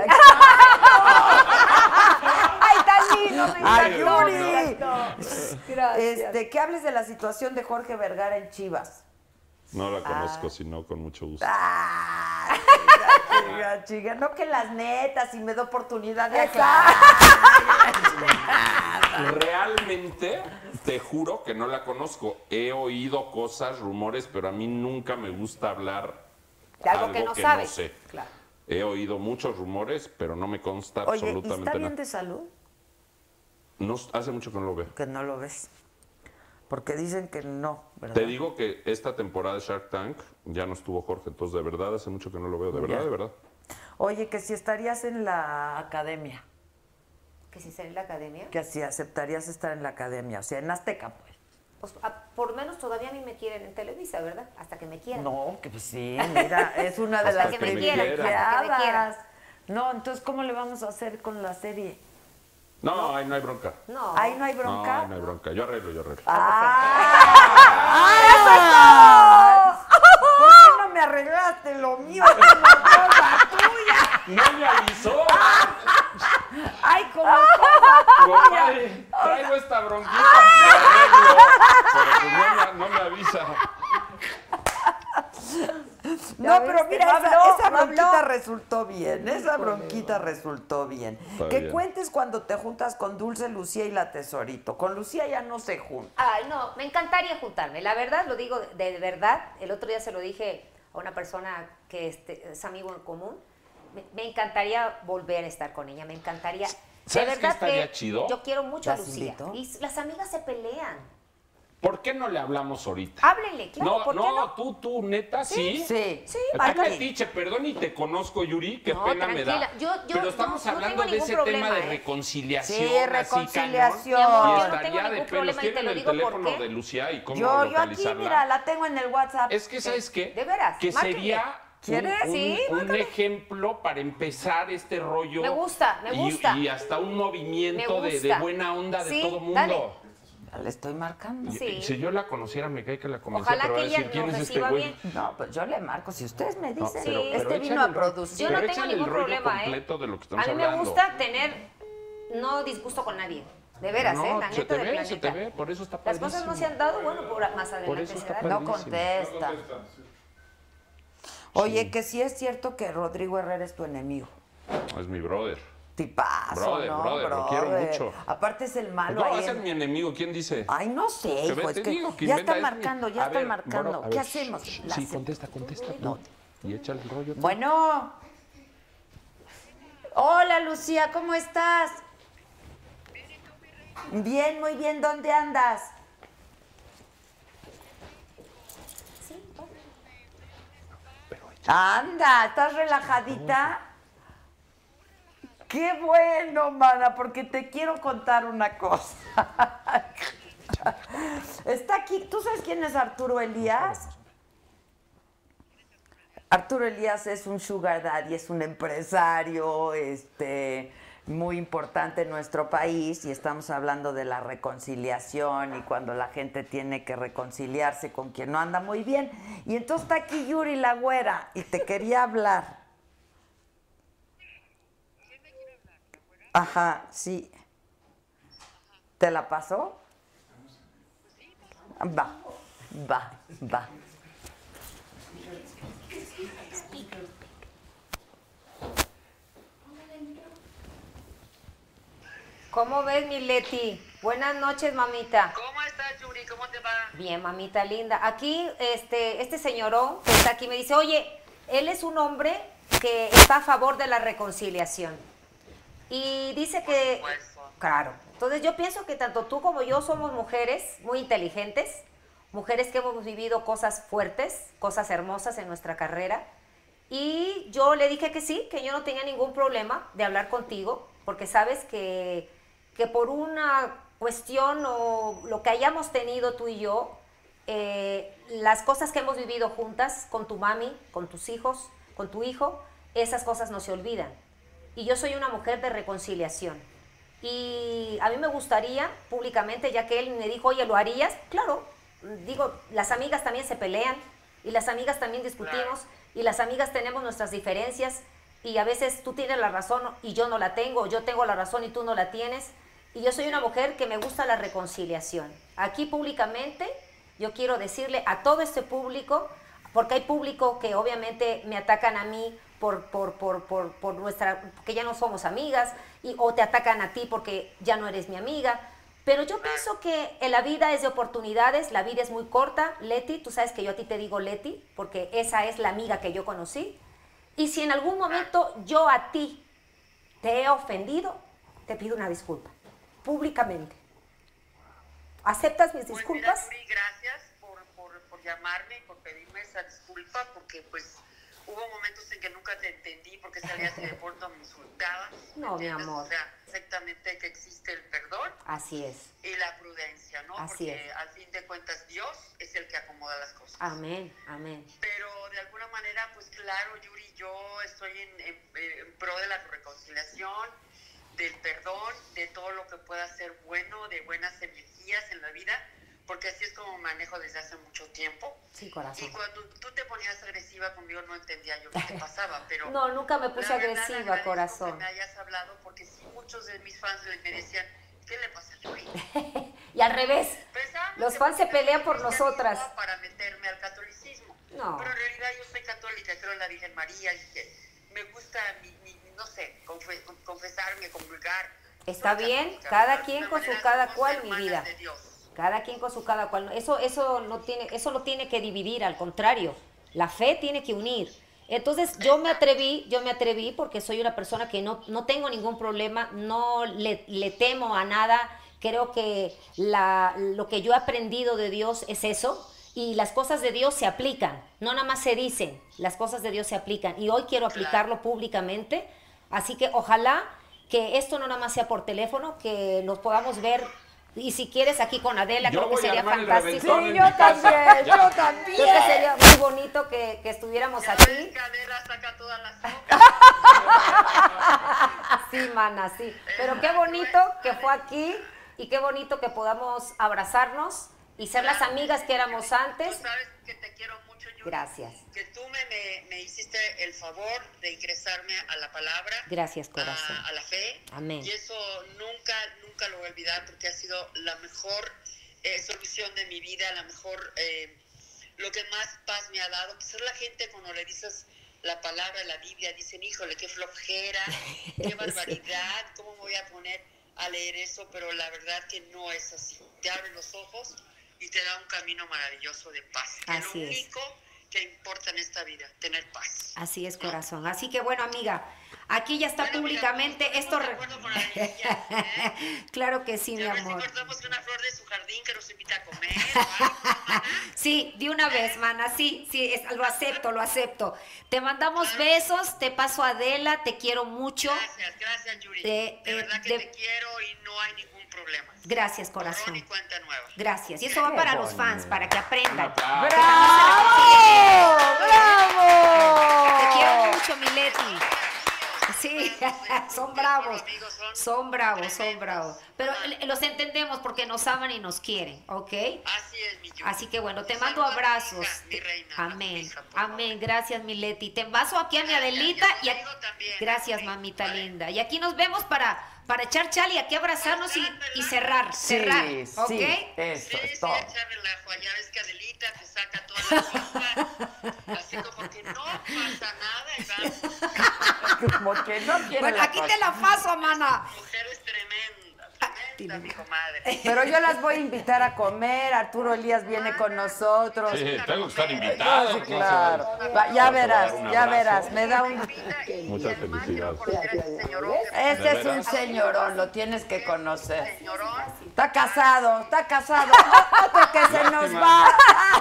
S1: ¡Ay, tan lindo!
S6: me
S1: ¡Ay,
S3: encantó,
S1: Yuri!
S3: me
S1: Este, que hables de la situación de Jorge Vergara en Chivas.
S3: No
S6: Ah.
S3: la conozco, sino con mucho gusto.
S1: Ah, chica, chica, chica. No que las netas y me da oportunidad de aclarar.
S3: Realmente, te juro que no la conozco. He oído cosas, rumores, pero a mí nunca me gusta hablar
S6: De algo que no sabes.
S3: sé.
S6: Claro.
S3: He oído muchos rumores, pero no me consta
S1: Oye, ¿y está
S3: absolutamente
S1: bien
S3: nada.
S1: de salud?
S3: No, hace mucho que no lo veo.
S1: Que no lo ves. Porque dicen que no, ¿verdad?
S3: Te digo que esta temporada de Shark Tank ya no estuvo Jorge, entonces de verdad hace mucho que no lo veo, de verdad, de verdad.
S1: Oye, que si estarías en la academia,
S6: Que si será en la academia.
S1: que si aceptarías estar en la academia, o sea, en Azteca, pues.
S6: Pues, a- por menos todavía a mí me quieren en Televisa, ¿verdad? Hasta que me quieran.
S1: No, que pues sí, mira, es una de
S3: Hasta
S1: las
S3: que me quieran,
S6: hasta que me quieran.
S1: privilegiadas. No, entonces, ¿cómo le vamos a hacer con la serie?
S3: No, ahí no hay bronca.
S6: No.
S1: Ahí no hay
S3: No,
S1: bronca.
S3: ahí no hay bronca. Yo arreglo, yo arreglo.
S1: ¡Ah! ¿Por qué no me arreglaste lo mío? Es una cosa tuya.
S3: ¡No me avisó!
S6: Ah.
S1: Ay, como cosa.
S3: Compadre, traigo esta bronquita. Me arreglo. Pero pues no me, no me avisa.
S1: No, pero
S6: ves,
S1: mira, esa,
S6: no habló,
S1: esa
S6: no habló.
S1: bronquita resultó bien. Esa bronquita resultó bien.
S3: Está
S1: que
S3: bien.
S1: cuentes cuando te juntas con Dulce Lucía y la Tesorito. Con Lucía ya no se junta.
S6: Ay, no, me encantaría juntarme. La verdad, lo digo de, de verdad. El otro día se lo dije a una persona que este, es amigo en común. Me, me encantaría volver a estar con ella. Me encantaría.
S3: ¿Sabes
S6: de
S3: qué
S6: verdad
S3: estaría chido?
S6: Yo quiero mucho a
S1: ¿Las
S6: Lucía.
S1: invito?
S6: Y s- las amigas se pelean.
S3: ¿Por qué no le hablamos ahorita?
S6: Háblenle, Ah, claro.
S3: no,
S6: ¿por qué
S3: no,
S6: no?
S3: tú, tú, neta, sí.
S1: Sí. Sí,
S3: Qué
S1: márcale.
S3: metiche, perdón y te conozco, Yuri, qué
S6: No,
S3: pena me da.
S6: tranquila, yo- yo
S3: Pero estamos
S6: no- no
S3: hablando
S6: tengo
S3: de ese
S6: ningún
S3: tema de
S6: problema, ¿eh?
S3: reconciliación.
S1: Sí,
S3: así,
S1: reconciliación.
S3: cañón.
S1: Mi amor,
S3: Y
S1: yo no
S6: tengo
S3: estaría de
S6: ningún
S3: pelos.
S6: problema y te
S3: Tienen
S6: lo
S3: el
S6: digo por
S3: teléfono
S6: qué.
S3: de Lucía y cómo
S1: Yo, yo aquí,
S3: localizarla.
S1: mira, la tengo en el WhatsApp.
S3: Es que, ¿sabes qué?
S6: De veras,
S3: Que
S6: márquenle.
S3: sería
S1: ¿Quieres?
S3: un, un-
S6: Sí,
S3: un
S6: márcale.
S3: ejemplo para empezar este rollo.
S6: Me gusta, me
S3: y-
S6: gusta.
S3: Y, hasta un movimiento
S6: Me
S3: de, de
S6: gusta.
S3: buena onda de
S6: Sí,
S3: todo mundo.
S6: dale.
S1: Ya Le estoy marcando.
S6: Sí.
S3: Y- Si yo la conociera, me cae que la conocía,
S6: Ojalá
S3: pero va
S6: que
S3: a decir,
S6: ella
S3: ¿quién
S6: nos
S3: es este
S6: reciba
S3: güey?
S6: bien.
S1: No, pues yo le marco. Si ustedes me dicen,
S6: pero- pero
S1: este
S3: échale
S1: vino a
S3: el rollo.
S1: producir.
S6: Yo no
S3: Pero
S6: tengo
S3: échale el
S6: ningún
S3: rollo
S6: problema, ¿eh?
S3: completo de lo que
S6: a mí
S3: estamos
S6: me
S3: hablando.
S6: gusta tener no disgusto con nadie. De veras, ¿eh?
S3: No,
S6: La
S3: se
S6: neta
S3: te
S6: del
S3: ve, se
S6: planeta.
S3: te ve, por eso está
S6: Las cosas no se
S3: padrísimo.
S6: han dado, bueno, por, más adelante
S3: eso
S6: se
S3: está
S6: darán.
S1: No
S3: padrísimo.
S1: contesta. Oye, que sí es cierto que Rodrigo Herrera es tu enemigo.
S3: Es mi brother.
S1: Tipazo,
S3: Brother,
S1: ¿no?
S3: brother, lo quiero
S1: brother?
S3: mucho.
S1: Aparte es el malo
S3: No,
S1: ahí
S3: va a ser
S1: en-
S3: mi enemigo, ¿quién dice?
S1: Ay, no sé,
S3: Que
S1: hijo,
S3: ve,
S1: es
S3: te
S1: que
S3: digo que
S1: ya
S3: inventa
S1: están
S3: es mi-
S1: marcando, ya
S3: A
S1: están
S3: ver,
S1: marcando.
S3: bueno, a
S1: ¿Qué
S3: ver,
S1: hacemos?
S3: shh,
S1: La
S3: Sí,
S1: se-
S3: contesta, contesta.
S1: No.
S3: tú. Y echa el rollo. tú.
S1: Bueno. Hola, Lucía, ¿cómo estás? Bien, muy bien, ¿dónde andas? Anda, ¿estás relajadita? Qué bueno, mana, porque te quiero contar una cosa. Está aquí, ¿tú sabes quién es Arturo Elías? Arturo Elías es un sugar daddy, es un empresario este, muy importante en nuestro país y estamos hablando de la reconciliación y cuando la gente tiene que reconciliarse con quien no anda muy bien. Y entonces está aquí Yuri la güera y te quería hablar. Ajá, sí. ¿Te la pasó? Va, va, va.
S6: ¿Cómo ves, mi Leti? Buenas noches, mamita.
S11: ¿Cómo estás, Yuri? ¿Cómo te va?
S6: Bien, mamita linda. Aquí, este, este señorón que está aquí me dice, oye, él es un hombre que está a favor de la reconciliación. Y dice que... Claro. Entonces yo pienso que tanto tú como yo somos mujeres muy inteligentes, mujeres que hemos vivido cosas fuertes, cosas hermosas en nuestra carrera. Y yo le dije que sí, que yo no tenía ningún problema de hablar contigo, porque sabes que, que por una cuestión o lo que hayamos tenido tú y yo, eh, las cosas que hemos vivido juntas con tu mami, con tus hijos, con tu hijo, esas cosas no se olvidan. Y yo soy una mujer de reconciliación. Y a mí me gustaría públicamente, ya que él me dijo, oye, ¿lo harías? Claro, digo, las amigas también se pelean y las amigas también discutimos y las amigas tenemos nuestras diferencias y a veces tú tienes la razón y yo no la tengo, o yo tengo la razón y tú no la tienes. Y yo soy una mujer que me gusta la reconciliación. Aquí públicamente yo quiero decirle a todo este público, porque hay público que obviamente me atacan a mí por, por, por, por, por nuestra, que ya no somos amigas, y, o te atacan a ti porque ya no eres mi amiga. Pero yo pienso que en la vida es de oportunidades, la vida es muy corta. Leti, tú sabes que yo a ti te digo Leti, porque esa es la amiga que yo conocí. Y si en algún momento yo a ti te he ofendido, te pido una disculpa, públicamente. ¿Aceptas mis
S11: Pues
S6: disculpas?
S11: mira, Yuri, gracias por, por, por llamarme y por pedirme esa disculpa, porque pues hubo momentos en que nunca te entendí porque salías de pronto me insultabas. ¿me
S6: No, mi
S11: entiendes?
S6: amor.
S11: O sea, exactamente que existe el perdón
S6: Así es.
S11: y la prudencia, ¿no?
S6: Así
S11: porque
S6: es.
S11: al fin de cuentas Dios es el que acomoda las cosas.
S6: Amén, amén.
S11: Pero de alguna manera, pues claro, Yuri, yo estoy en, en- en pro de la reconciliación, del perdón, de todo lo que pueda ser bueno, de buenas energías en la vida, porque así es como manejo desde hace mucho tiempo.
S6: Sí, corazón.
S11: Y cuando tú te ponías agresiva conmigo no entendía yo qué te pasaba, pero...
S6: No, nunca me
S11: la
S6: puse
S11: verdad,
S6: agresiva,
S11: agradezco
S6: corazón.
S11: Que me hayas hablado porque sí, muchos de mis fans le- me decían, ¿qué le pasa a Yuri?
S6: Y al revés.
S11: Pensaban
S6: Los
S11: que
S6: fans se
S11: porque
S6: pelean
S11: soy
S6: por nosotras.
S11: cristianismo Para meterme al catolicismo.
S6: No.
S11: Pero en realidad yo soy católica, creo en la Virgen María y que me gusta, mi, mi- no sé, confe- confesarme, comulgar.
S6: Está
S11: Soy
S6: bien,
S11: católica,
S6: cada
S11: de
S6: quien
S11: alguna
S6: con su
S11: manera
S6: cada
S11: somos
S6: cual, mi
S11: hermanas
S6: vida.
S11: de Dios.
S6: Cada quien con su cada cual. Eso, eso no tiene, eso no tiene que dividir, al contrario. La fe tiene que unir. Entonces yo me atreví, yo me atreví porque soy una persona que no, no tengo ningún problema, no le, le temo a nada. Creo que la- lo que yo he aprendido de Dios es eso. Y las cosas de Dios se aplican, no nada más se dicen, las cosas de Dios se aplican. Y hoy quiero aplicarlo públicamente. Así que ojalá que esto no nada más sea por teléfono, que nos podamos ver. Y si quieres aquí con Adela,
S3: Yo
S6: creo que
S3: voy a
S6: sería
S3: armar el
S6: fantástico.
S3: reventón Sí, en yo mi casa. también, Ya. yo
S6: también. Creo que sería muy bonito que, que estuviéramos
S11: Ya
S6: aquí.
S11: ves, cadera, saca todas las sopas.
S6: Sí, mana, sí. Pero qué bonito que fue aquí y qué bonito que podamos abrazarnos y ser las amigas que éramos antes.
S11: Tú sabes que te quiero mucho, Yuri.
S6: Gracias.
S11: Que tú me, me, me hiciste el favor de ingresarme a la palabra.
S6: Gracias, corazón.
S11: a, a la fe.
S6: Amén.
S11: Y eso nunca, nunca lo voy a olvidar porque ha sido la mejor eh, solución de mi vida, la mejor, eh, lo que más paz me ha dado. Quizás la gente cuando le dices la palabra, la Biblia, dicen, híjole, qué flojera, qué barbaridad, ¿cómo me voy a poner a leer eso? Pero la verdad que no es así. Te abre los ojos y te da un camino maravilloso de paz. que
S6: Así
S11: lo
S6: es.
S11: único que importa en esta vida, tener paz.
S6: Así es, corazón. Así que bueno, amiga, aquí ya está
S11: Bueno, mira,
S6: públicamente
S11: nos
S6: esto. re-
S11: ponemos de acuerdo con la energía, ¿eh?
S6: claro que sí,
S11: Y
S6: mi
S11: a ver si
S6: amor.
S11: cortamos una flor de su jardín que nos invita a comer. o algo, ¿no?
S6: Sí, de una vez, mana, sí, sí, es- lo acepto, lo acepto. Te mandamos besos, te paso a Adela, te quiero mucho.
S11: Gracias, gracias, Yuri.
S6: De-
S11: De,
S6: eh,
S11: verdad que
S6: de-
S11: te quiero y no hay ningún problema.
S6: Gracias,
S11: Borrón y
S6: corazón.
S11: cuenta nueva.
S6: Gracias. Y eso va para los fans, para que aprendan.
S7: ¡Bravo! ¡Bravo!
S6: Te quiero mucho, Mileti. Sí, son bravos. Son bravos, son bravos. Pero eh, los entendemos porque nos aman y nos quieren, ¿ok?
S11: Así es, mi Yuri.
S6: Así que bueno, te
S11: Y
S6: mando
S11: saluda a tu
S6: abrazos.
S11: hija, mi reina. a tu
S6: Amén.
S11: hija, por favor.
S6: Amén. Gracias, Mileti. Te paso aquí a mi
S11: Gracias,
S6: Adelita
S11: y
S6: y
S11: a
S6: a-
S11: tu amigo también,
S6: Gracias,
S11: ok,
S6: mamita
S11: vale.
S6: linda. Y aquí nos vemos para para echar chal y aquí abrazarnos y, y cerrar,
S7: Sí,
S6: cerrar, ¿ok?
S7: sí,
S11: Sí,
S7: eso
S11: sí,
S7: es todo.
S11: echar relajo. Ya ves que Adelita te saca todas las cosas. Así como que no pasa nada y va.
S7: Como que no quiere
S6: Bueno,
S7: la
S6: aquí
S7: cosa.
S6: te la paso, mana.
S11: Mujeres tremendas.
S1: Ah,
S11: está mi comadre.
S1: Pero yo las voy a invitar a comer. Arturo Elías viene
S6: Ah,
S1: con nosotros.
S3: Sí, tengo que estar
S1: Ah,
S3: invitado.
S1: sí,
S3: no se
S1: claro.
S3: vale.
S1: Va- ya
S3: Vamos a dar
S1: verás,
S3: un
S1: ya
S3: abrazo.
S1: verás. Me da un.
S3: Muchas felicidades.
S1: Este es un
S3: veras?
S1: señorón, lo tienes que conocer. Está casado, está casado. Porque se nos va.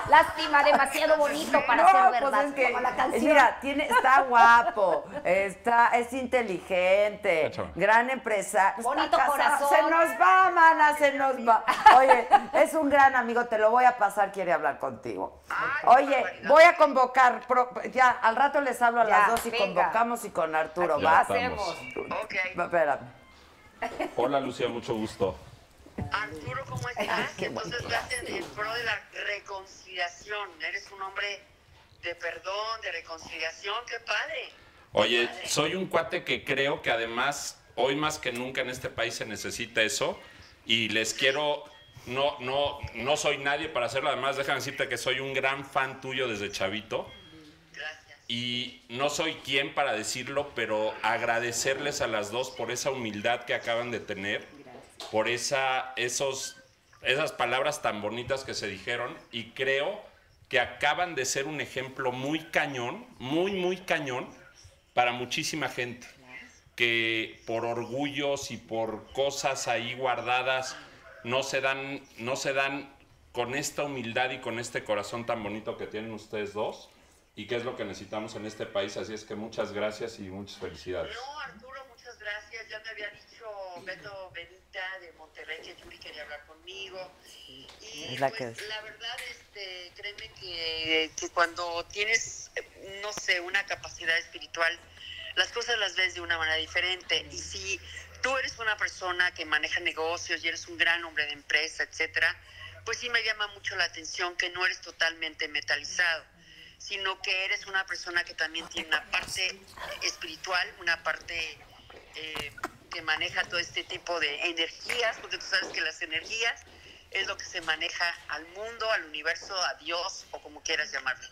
S6: Lástima, demasiado bonito para
S1: No,
S6: ser
S1: pues
S6: verdad.
S1: es que-
S6: como la canción.
S1: Mira, tiene, está guapo, está, es inteligente,
S3: Échame.
S1: gran empresa. está
S6: Bonito
S1: casado.
S6: corazón.
S1: Se nos va, mana, se nos va. Oye, es un gran amigo, te lo voy a pasar, quiere hablar contigo. Oye, voy a convocar, pro- ya, al rato les hablo a
S6: Ya,
S1: las dos y
S6: venga.
S1: convocamos y con Arturo
S3: Ya
S1: vas.
S3: estamos.
S1: Espérame.
S3: Hola Lucía, mucho gusto.
S11: Arturo, ¿cómo estás? Entonces, gracias en pro de la reconciliación. Eres un hombre de perdón, de reconciliación. ¡Qué padre!
S3: Oye, soy un cuate que creo que además hoy más que nunca en este país se necesita eso y les quiero no no no soy nadie para hacerlo, además déjame decirte que soy un gran fan tuyo desde chavito. Y no soy quien para decirlo, pero agradecerles a las dos por esa humildad que acaban de tener, por esa, esos, esas palabras tan bonitas que se dijeron y creo que acaban de ser un ejemplo muy cañón, muy, muy cañón para muchísima gente que por orgullos y por cosas ahí guardadas no se dan, no se dan con esta humildad y con este corazón tan bonito que tienen ustedes dos y que es lo que necesitamos en este país. Así es que muchas gracias y muchas felicidades.
S11: No, Arturo, muchas gracias. Ya me había dicho Beto Benita de Monterrey que Yuri quería hablar conmigo. Y
S1: Es la
S11: pues,
S1: que-
S11: la verdad, este, créeme que, que cuando tienes, eh, no sé, una capacidad espiritual, las cosas las ves de una manera diferente. Y si tú eres una persona que maneja negocios y eres un gran hombre de empresa, etcétera, pues sí me llama mucho la atención que no eres totalmente metalizado sino que eres una persona que también tiene una parte espiritual, una parte eh, que maneja todo este tipo de energías, porque tú sabes que las energías es lo que se maneja al mundo, al universo, a Dios o como quieras llamarle.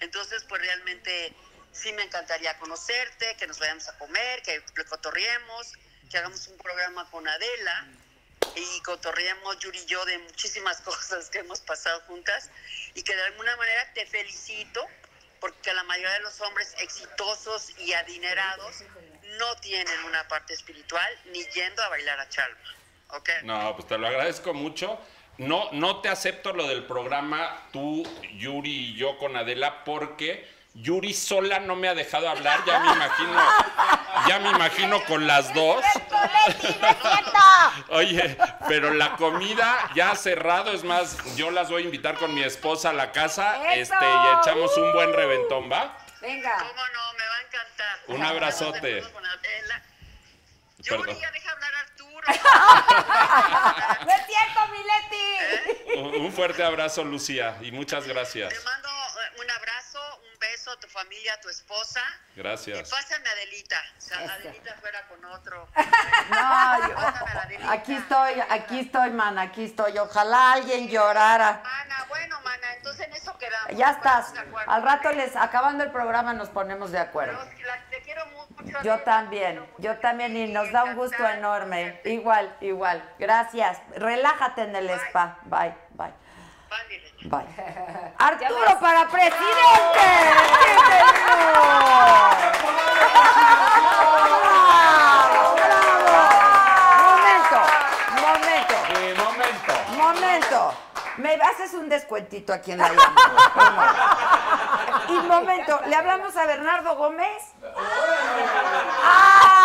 S11: Entonces, pues realmente sí me encantaría conocerte, que nos vayamos a comer, que cotorriemos, que hagamos un programa con Adela y cotorreamos Yuri y yo de muchísimas cosas que hemos pasado juntas y que de alguna manera te felicito porque la mayoría de los hombres exitosos y adinerados no tienen una parte espiritual ni yendo a bailar a chalma, ¿ok?
S3: No, pues te lo agradezco mucho. No, no te acepto lo del programa tú, Yuri y yo con Adela porque Yuri sola no me ha dejado hablar. Ya me imagino, ya me imagino con las dos. Oye, pero la comida ya ha cerrado. Es más, yo las voy a invitar con mi esposa a la casa,
S6: ¡Eso!
S3: este, y echamos un buen reventón, ¿va?
S6: Venga.
S11: ¿Cómo no? Me va a encantar.
S3: Un abrazote.
S11: Nos vemos con Adela.
S3: Perdón.
S11: Yuri, ya deja hablar a Arturo.
S6: ¡No es cierto, Mileti!
S3: Un un fuerte abrazo, Lucía, y muchas gracias.
S11: Te mando eh, un abrazo, un beso a tu familia, a tu esposa.
S3: Gracias.
S11: Y pásame a Adelita. O sea, Adelita fuera con otro.
S1: No, yo-
S11: Pásame a la Adelita.
S1: oh, aquí estoy, aquí estoy, mana, aquí estoy. Ojalá alguien llorara.
S11: Mana, bueno, mana, entonces en eso quedamos.
S1: Ya estás.
S11: Ponemos de acuerdo,
S1: Al rato
S11: ¿ok?
S1: les, acabando el programa, nos ponemos de acuerdo.
S11: Pero la- te quiero mucho.
S1: Yo
S11: Adela, te
S1: también,
S11: quiero
S1: yo
S11: mucho.
S1: también y nos da un gusto
S11: Encantada de
S1: enorme.
S11: conocerte.
S1: Igual, igual. Gracias. Relájate en el
S11: Bye.
S1: spa. Bye, bye,
S11: Ándele.
S1: bye. Arturo para presidente. ¡Sí, señor! ¡Bravo, bravo! Momento, momento.
S3: De momento.
S1: Momento. Me haces un descuentito aquí en la llamada. Y momento, le hablamos a Bernardo Gómez.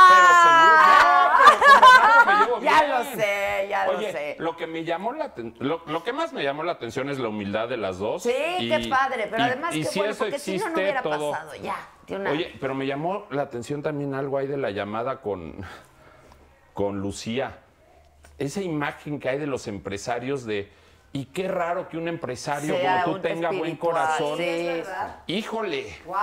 S1: ¡Ah!
S3: Pero seguro- no, pero como no, me llevo
S1: Ya
S3: bien.
S1: lo sé, ya lo
S3: Oye,
S1: sé.
S3: Lo que me llamó la aten- lo, lo que más me llamó la atención es la humildad de las dos.
S1: Sí,
S3: y-
S1: qué padre, pero
S3: y-
S1: además
S3: y
S1: qué
S3: si
S1: bueno,
S3: eso
S1: porque si no, no
S3: existe,
S1: hubiera
S3: todo.
S1: pasado ya. de una-
S3: Oye, pero me llamó la atención también algo ahí de la llamada con, con Lucía. Esa imagen que hay de los empresarios de. Y qué raro que un empresario
S1: Sea
S3: como tú
S1: un
S3: tenga buen
S1: espiritual,
S3: corazón.
S1: sí.
S6: Es verdad.
S3: Híjole,
S6: ¡Wow!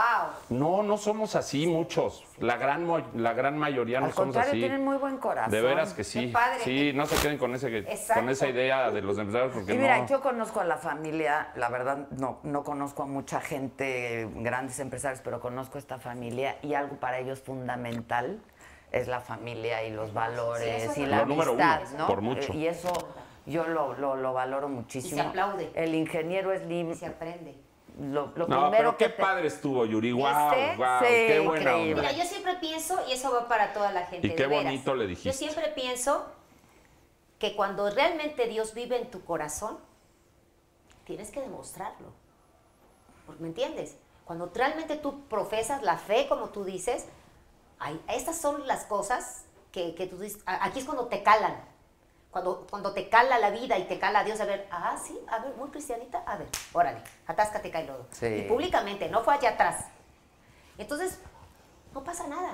S3: no, no somos así muchos. La gran, mo- la gran mayoría no
S1: Al
S3: somos
S1: contrario,
S3: así.
S1: tienen muy buen corazón.
S3: De veras que sí.
S6: Qué padre.
S3: Sí, no se queden con ese que-
S6: Exacto.
S3: con esa idea de los empresarios porque
S1: Y mira,
S3: no.
S1: yo conozco a la familia, la verdad no, no conozco a mucha gente, grandes empresarios, pero conozco a esta familia y algo para ellos fundamental es la familia y los valores
S12: eso
S1: y
S12: es
S1: la
S12: lo número uno,
S1: amistad, ¿no?
S3: por mucho.
S1: Eh, Y eso yo lo, lo, lo valoro muchísimo.
S12: Y se aplaude.
S1: El ingeniero es limpio.
S6: se aprende.
S1: Lo, lo primero
S3: No, pero qué
S1: que te-
S3: padre estuvo, Yuri. Wow,
S1: ¿Viste?
S3: wow,
S1: Sí,
S3: qué buena
S1: increíble.
S3: onda.
S6: Mira, yo siempre pienso, y eso va para toda la gente.
S3: Y qué
S6: de veras.
S3: bonito le dijiste.
S6: Yo siempre pienso que cuando realmente Dios vive en tu corazón, tienes que demostrarlo. Porque, ¿Me entiendes? Cuando realmente tú profesas la fe, como tú dices, ay, estas son las cosas que, que tú dices. a- Aquí es cuando te calan. Cuando, cuando te cala la vida y te cala a Dios, a ver, ah, sí, a ver, muy cristianita, a ver, órale, atáscate, cae lodo.
S1: Sí.
S6: Y públicamente, no fue allá atrás. Entonces, no pasa nada.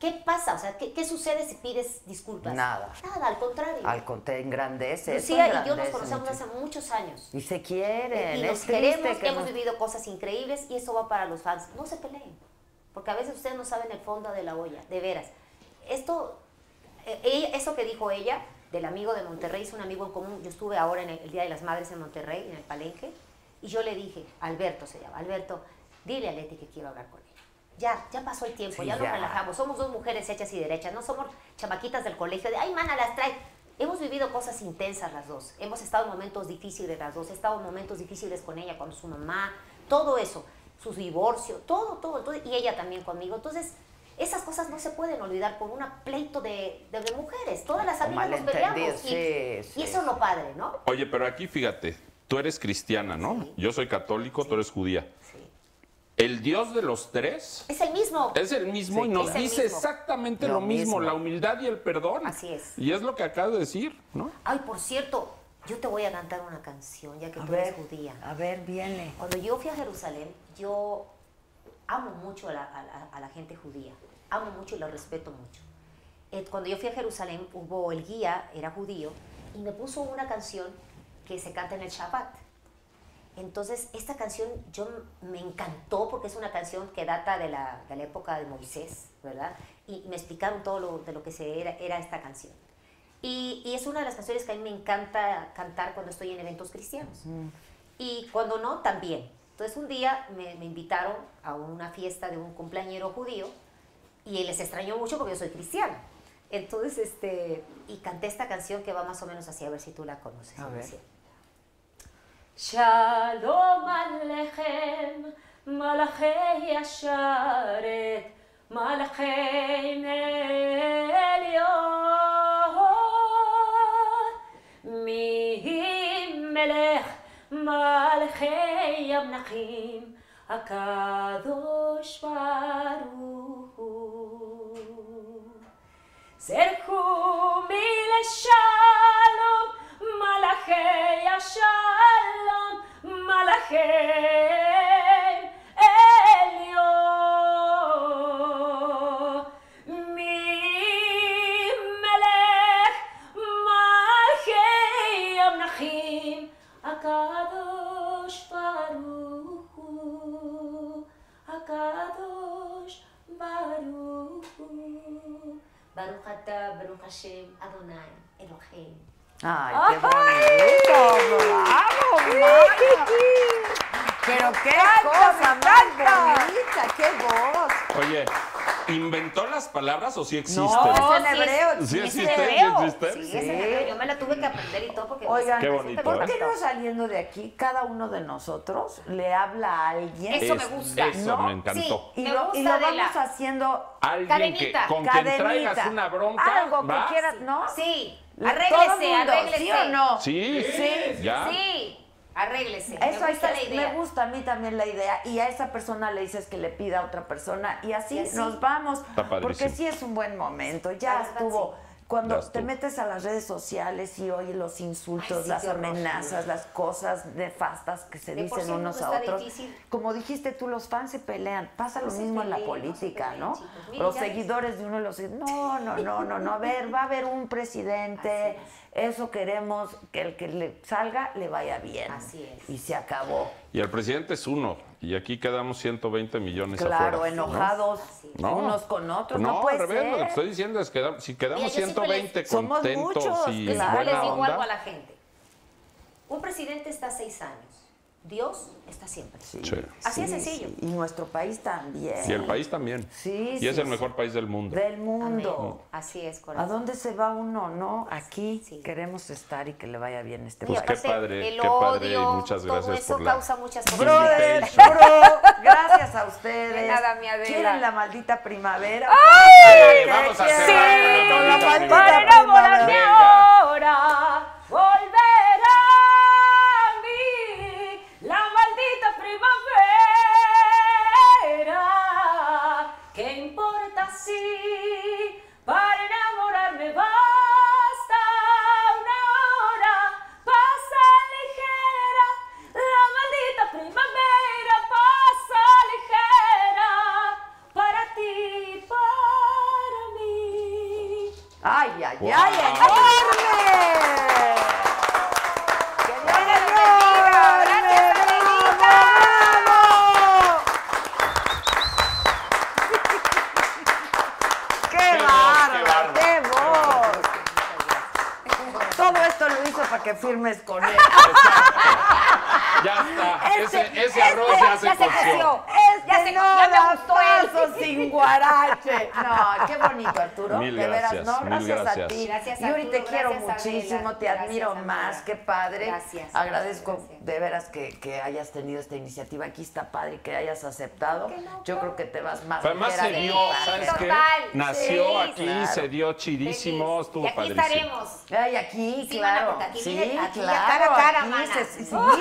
S6: ¿Qué pasa? O sea, ¿qué, qué sucede si pides disculpas?
S1: Nada.
S6: Nada, al contrario.
S1: Al contrario, engrandece. eso
S6: Lucía y yo nos
S1: engrandece
S6: conocemos
S1: mucho.
S6: hace muchos años.
S1: Y se
S6: Y
S1: quieren.
S6: nos
S1: es triste
S6: queremos,
S1: que
S6: hemos
S1: no-
S6: vivido cosas increíbles y eso va para los fans. No se peleen, porque a veces ustedes no saben el fondo de la olla, de veras. Esto, eh, ella- eso que dijo ella del amigo de Monterrey, es un amigo en común. Yo estuve ahora en el, el Día de las Madres en Monterrey, en el Palenque, y yo le dije, Alberto se llama, Alberto, dile a Leti que quiero hablar con ella. Ya, ya pasó el tiempo,
S1: Sí,
S6: ya,
S1: ya.
S6: nos relajamos. Somos dos mujeres hechas y derechas, no somos chamaquitas del colegio de, ay, mana, las trae. Hemos vivido cosas intensas las dos. Hemos estado en momentos difíciles las dos. He estado en momentos difíciles con ella, con su mamá, todo eso. Su divorcio, todo, todo. todo, y ella también conmigo. Entonces, esas cosas no se pueden olvidar por un pleito de, de- de mujeres. Todas las
S1: O
S6: amigas nos peleamos.
S1: malentendidos,
S6: Y,
S1: sí, sí.
S6: y eso es lo padre, ¿no?
S3: Oye, pero aquí fíjate, tú eres cristiana, ¿no?
S6: Sí.
S3: Yo soy católico, tú eres judía.
S6: Sí.
S3: El Dios de los tres
S6: Es el mismo.
S3: es el mismo
S1: Sí,
S3: y nos
S6: claro. Es el
S3: dice
S6: mismo.
S3: exactamente
S1: Lo
S3: lo, mismo,
S1: mismo.
S3: la humildad y el perdón.
S6: Así es.
S3: Y es lo que acabas de decir, ¿no?
S6: Ay, por cierto, yo te voy a cantar una canción, ya que
S1: A
S6: tú
S1: ver,
S6: eres judía.
S1: a ver, viene.
S6: Cuando yo fui a Jerusalén, yo amo mucho a la, a la- a la gente judía, amo mucho y la respeto mucho. Eh, Cuando yo fui a Jerusalén, hubo el guía, era judío, y me puso una canción que se canta en el Shabbat. Entonces, esta canción yo me encantó porque es una canción que data de la, de la época de Moisés, ¿verdad? Y me explicaron todo lo, de lo que se era, era esta canción. Y, y es una de las canciones que a mí me encanta cantar cuando estoy en eventos cristianos. Y cuando no, también. Entonces un día me, me invitaron a una fiesta de un cumpleañero judío y les extrañó mucho porque yo soy cristiana. Entonces, este, y canté esta canción que va más o menos así, a ver si tú la conoces.
S1: A ver.
S6: Decía, Shalom Alechem, Malachei Yasharet, Malachei Elion, Mimelech, Malachei Yamnachim, Akadosh Baruch. Hu. זרחו מלשלום, מלאכי השלום, מלאכי עליון. ממלך מלאכי המלכים, הקדוש ברוך הוא, הקדוש ברוך הוא. ברוך אתה, ברוך השם, אדוני, אלוהים.
S1: Ay, qué bonito. Bravo, Maya. Pero qué cosa más bonita, qué voz.
S3: Oye, ¿inventó las palabras o sí existen?
S1: No, es en
S6: sí es-
S1: hebreo.
S3: Sí
S6: es
S3: existe,
S6: hebreo.
S3: sí existe.
S6: Sí, es en hebreo. Yo me la tuve que aprender y todo porque...
S1: Oigan,
S3: Qué bonito,
S1: ¿por
S3: ¿eh?
S1: qué no saliendo de aquí cada uno de nosotros le habla a alguien?
S6: Eso me
S3: Es-
S6: gusta.
S3: Eso
S1: ¿No?
S3: me encantó.
S6: Sí.
S1: Y
S6: Me
S1: lo,
S6: gusta,
S1: y lo
S6: Adela.
S1: vamos haciendo
S3: Alguien
S6: Cadenita.
S3: que con
S1: cadenita.
S3: quien traigas una bronca.
S1: Algo que
S3: ¿va?
S1: quieras, ¿no?
S6: Sí,
S1: Todo
S6: arréglese,
S1: mundo,
S6: arréglese.
S1: ¿Sí o no?
S3: Sí,
S1: Sí.
S3: ya.
S6: Sí, arréglese.
S1: Eso
S6: me
S1: hay
S6: gusta
S1: que-
S6: la idea.
S1: me gusta a mí también la idea y a esa persona le dices que le pida a otra persona y así,
S6: Y así.
S1: nos vamos
S3: padrísimo.
S1: porque sí es un buen momento ya
S6: La verdad,
S1: estuvo cuando
S3: Ya
S1: te
S3: estuvo.
S1: metes a las redes sociales y oyes los insultos,
S6: Ay, sí,
S1: las
S6: qué horror.
S1: amenazas, las cosas nefastas que se
S6: De por
S1: dicen
S6: sí el
S1: unos
S6: mundo
S1: a
S6: está
S1: otros.
S6: difícil.
S1: Como dijiste tú, los fans se pelean. Pasa lo
S6: No se
S1: mismo en la
S6: peleen, no se
S1: política,
S6: peleen,
S1: ¿no?
S6: chicos. Miren,
S1: los
S6: ya ves.
S1: seguidores de uno y los e-, no, no, no, no, no. A ver, va a haber un presidente. Eso queremos que el que le salga le vaya bien.
S6: Así es.
S1: Y se acabó.
S3: Y el presidente es uno. Y aquí quedamos 120 millones
S1: Claro,
S3: afuera. ¿no?
S1: enojados
S6: Así es.
S3: No.
S1: unos con otros. No,
S3: al
S1: puede
S3: revés, Lo que
S1: ser.
S3: estoy diciendo es que da- si quedamos
S6: Mira, yo siempre
S3: 120
S6: les-
S1: Somos
S3: contentos
S1: muchos,
S3: y
S1: claro.
S6: Yo les
S3: buena
S6: digo algo a
S3: onda.
S6: la gente. Un presidente está seis años. Dios está siempre.
S3: Sí.
S6: Así
S1: Sí,
S6: es sencillo.
S1: sí. Y nuestro país también.
S3: Y el país también.
S1: Sí,
S3: y
S1: sí,
S3: es el
S1: sí.
S3: mejor país del mundo.
S1: Del mundo.
S3: Mm.
S6: Así es,
S1: ¿A
S6: corazón.
S1: dónde se va uno? No, aquí queremos estar y que le vaya bien este
S3: Pues
S1: país.
S3: qué padre, qué padre y muchas gracias
S6: eso
S3: por la
S6: causa muchas cosas.
S1: Brother,
S3: invitation.
S1: bro, gracias a ustedes.
S6: De nada, mi Adela.
S1: ¿Quieren la maldita primavera?
S6: ¡Ay!
S1: Vamos a
S6: cerrar
S1: con la
S6: maldita
S1: maldita primavera.
S6: enamorarme ahora, volver a mí, la maldita primavera. ¿Qué importa si para enamorarme basta una hora? Pasa ligera, la maldita primavera pasa ligera para ti, para mí.
S1: ¡Ay, ay,
S6: Wow.
S1: ay! ¡Enorme!
S6: ¡Que Dios les bendiga! ¡Gracias, Adelita!
S1: ¡Qué bárbaro! ¡Qué voz! Todo esto lo hizo para que firmes con él.
S3: Ya está.
S1: Este-
S3: Ah, ese ese
S1: este-
S3: arroz ya se coció.
S6: coció.
S1: Este
S6: Ya se-
S1: no
S6: ya me
S1: da
S6: gustó él.
S1: paso sin guarache. No, qué bonito, Arturo.
S3: Mil
S1: de veras,
S3: gracias,
S1: no,
S3: mil
S1: gracias, a
S3: gracias.
S1: ti.
S6: Gracias,
S1: Yuri, te
S6: Arturo,
S1: quiero
S6: gracias,
S1: muchísimo,
S6: Adela,
S1: te
S6: gracias,
S1: admiro
S6: amiga.
S1: más, qué padre.
S6: Gracias,
S1: Agradezco
S6: gracias.
S1: de veras que, que hayas tenido esta iniciativa. Aquí está padre que hayas aceptado. Yo creo que te vas más
S3: Además
S1: ligera
S3: se
S1: de
S3: dio,
S1: mi parte.
S3: ¿sabes qué?
S6: total,
S3: Nació
S6: feliz,
S3: aquí,
S6: claro.
S3: se dio chidísimo,
S6: Feliz.
S3: estuvo
S6: Y aquí
S3: padrísimo.
S6: estaremos.
S1: Ay, aquí,
S6: Sí, mana,
S1: claro.
S6: porque aquí
S1: sí,
S6: viene- aquí ya
S1: claro.
S6: cara a cara,
S1: aquí
S6: mana.
S1: se- sí.
S6: ¡Ujú!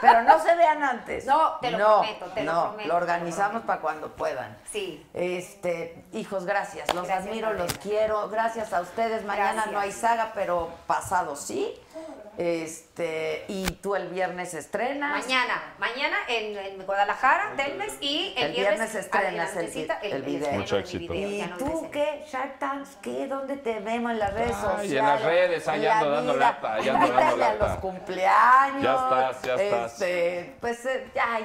S1: Pero no se vean antes.
S6: No, te lo
S1: No,
S6: prometo, te lo
S1: no,
S6: prometo,
S1: Lo
S6: te lo
S1: organizamos
S6: prometo.
S1: para cuando puedan.
S6: Sí.
S1: Este, hijos, gracias. Los
S6: Gracias,
S1: admiro, los
S6: Adela.
S1: quiero. Gracias a ustedes. Mañana
S6: Gracias.
S1: no hay saga, pero pasado sí. Este, y tú el viernes estrenas.
S6: Mañana, mañana en, en Guadalajara, Telmes, y el,
S1: El viernes estrenas
S6: a la nochecita,
S1: el- el video.
S6: estreno
S3: Mucho
S6: de mi
S3: éxito.
S6: video,
S1: ¿Y
S6: ya no
S1: tú
S6: me sé.
S1: qué? Shark Tanks, ¿qué? ¿Dónde te vemos en las redes sociales?
S3: Ay, en las redes, ahí
S1: En la
S3: ando dando
S1: vida.
S3: lata, ahí ando dando
S1: Invítale a
S3: lata.
S1: los cumpleaños.
S3: Ya estás, ya estás.
S1: Este, pues, eh, ay,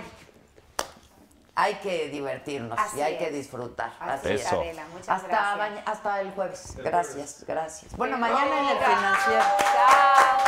S1: hay que divertirnos
S6: Así
S1: y hay que
S6: es.
S1: disfrutar.
S6: Así
S1: Así
S3: es, Eso.
S6: Adela, muchas
S1: Hasta,
S6: gracias.
S1: maña- hasta el jueves. Gracias, gracias. Bueno, mañana en el
S6: Chao.
S1: financiero.
S6: Chao.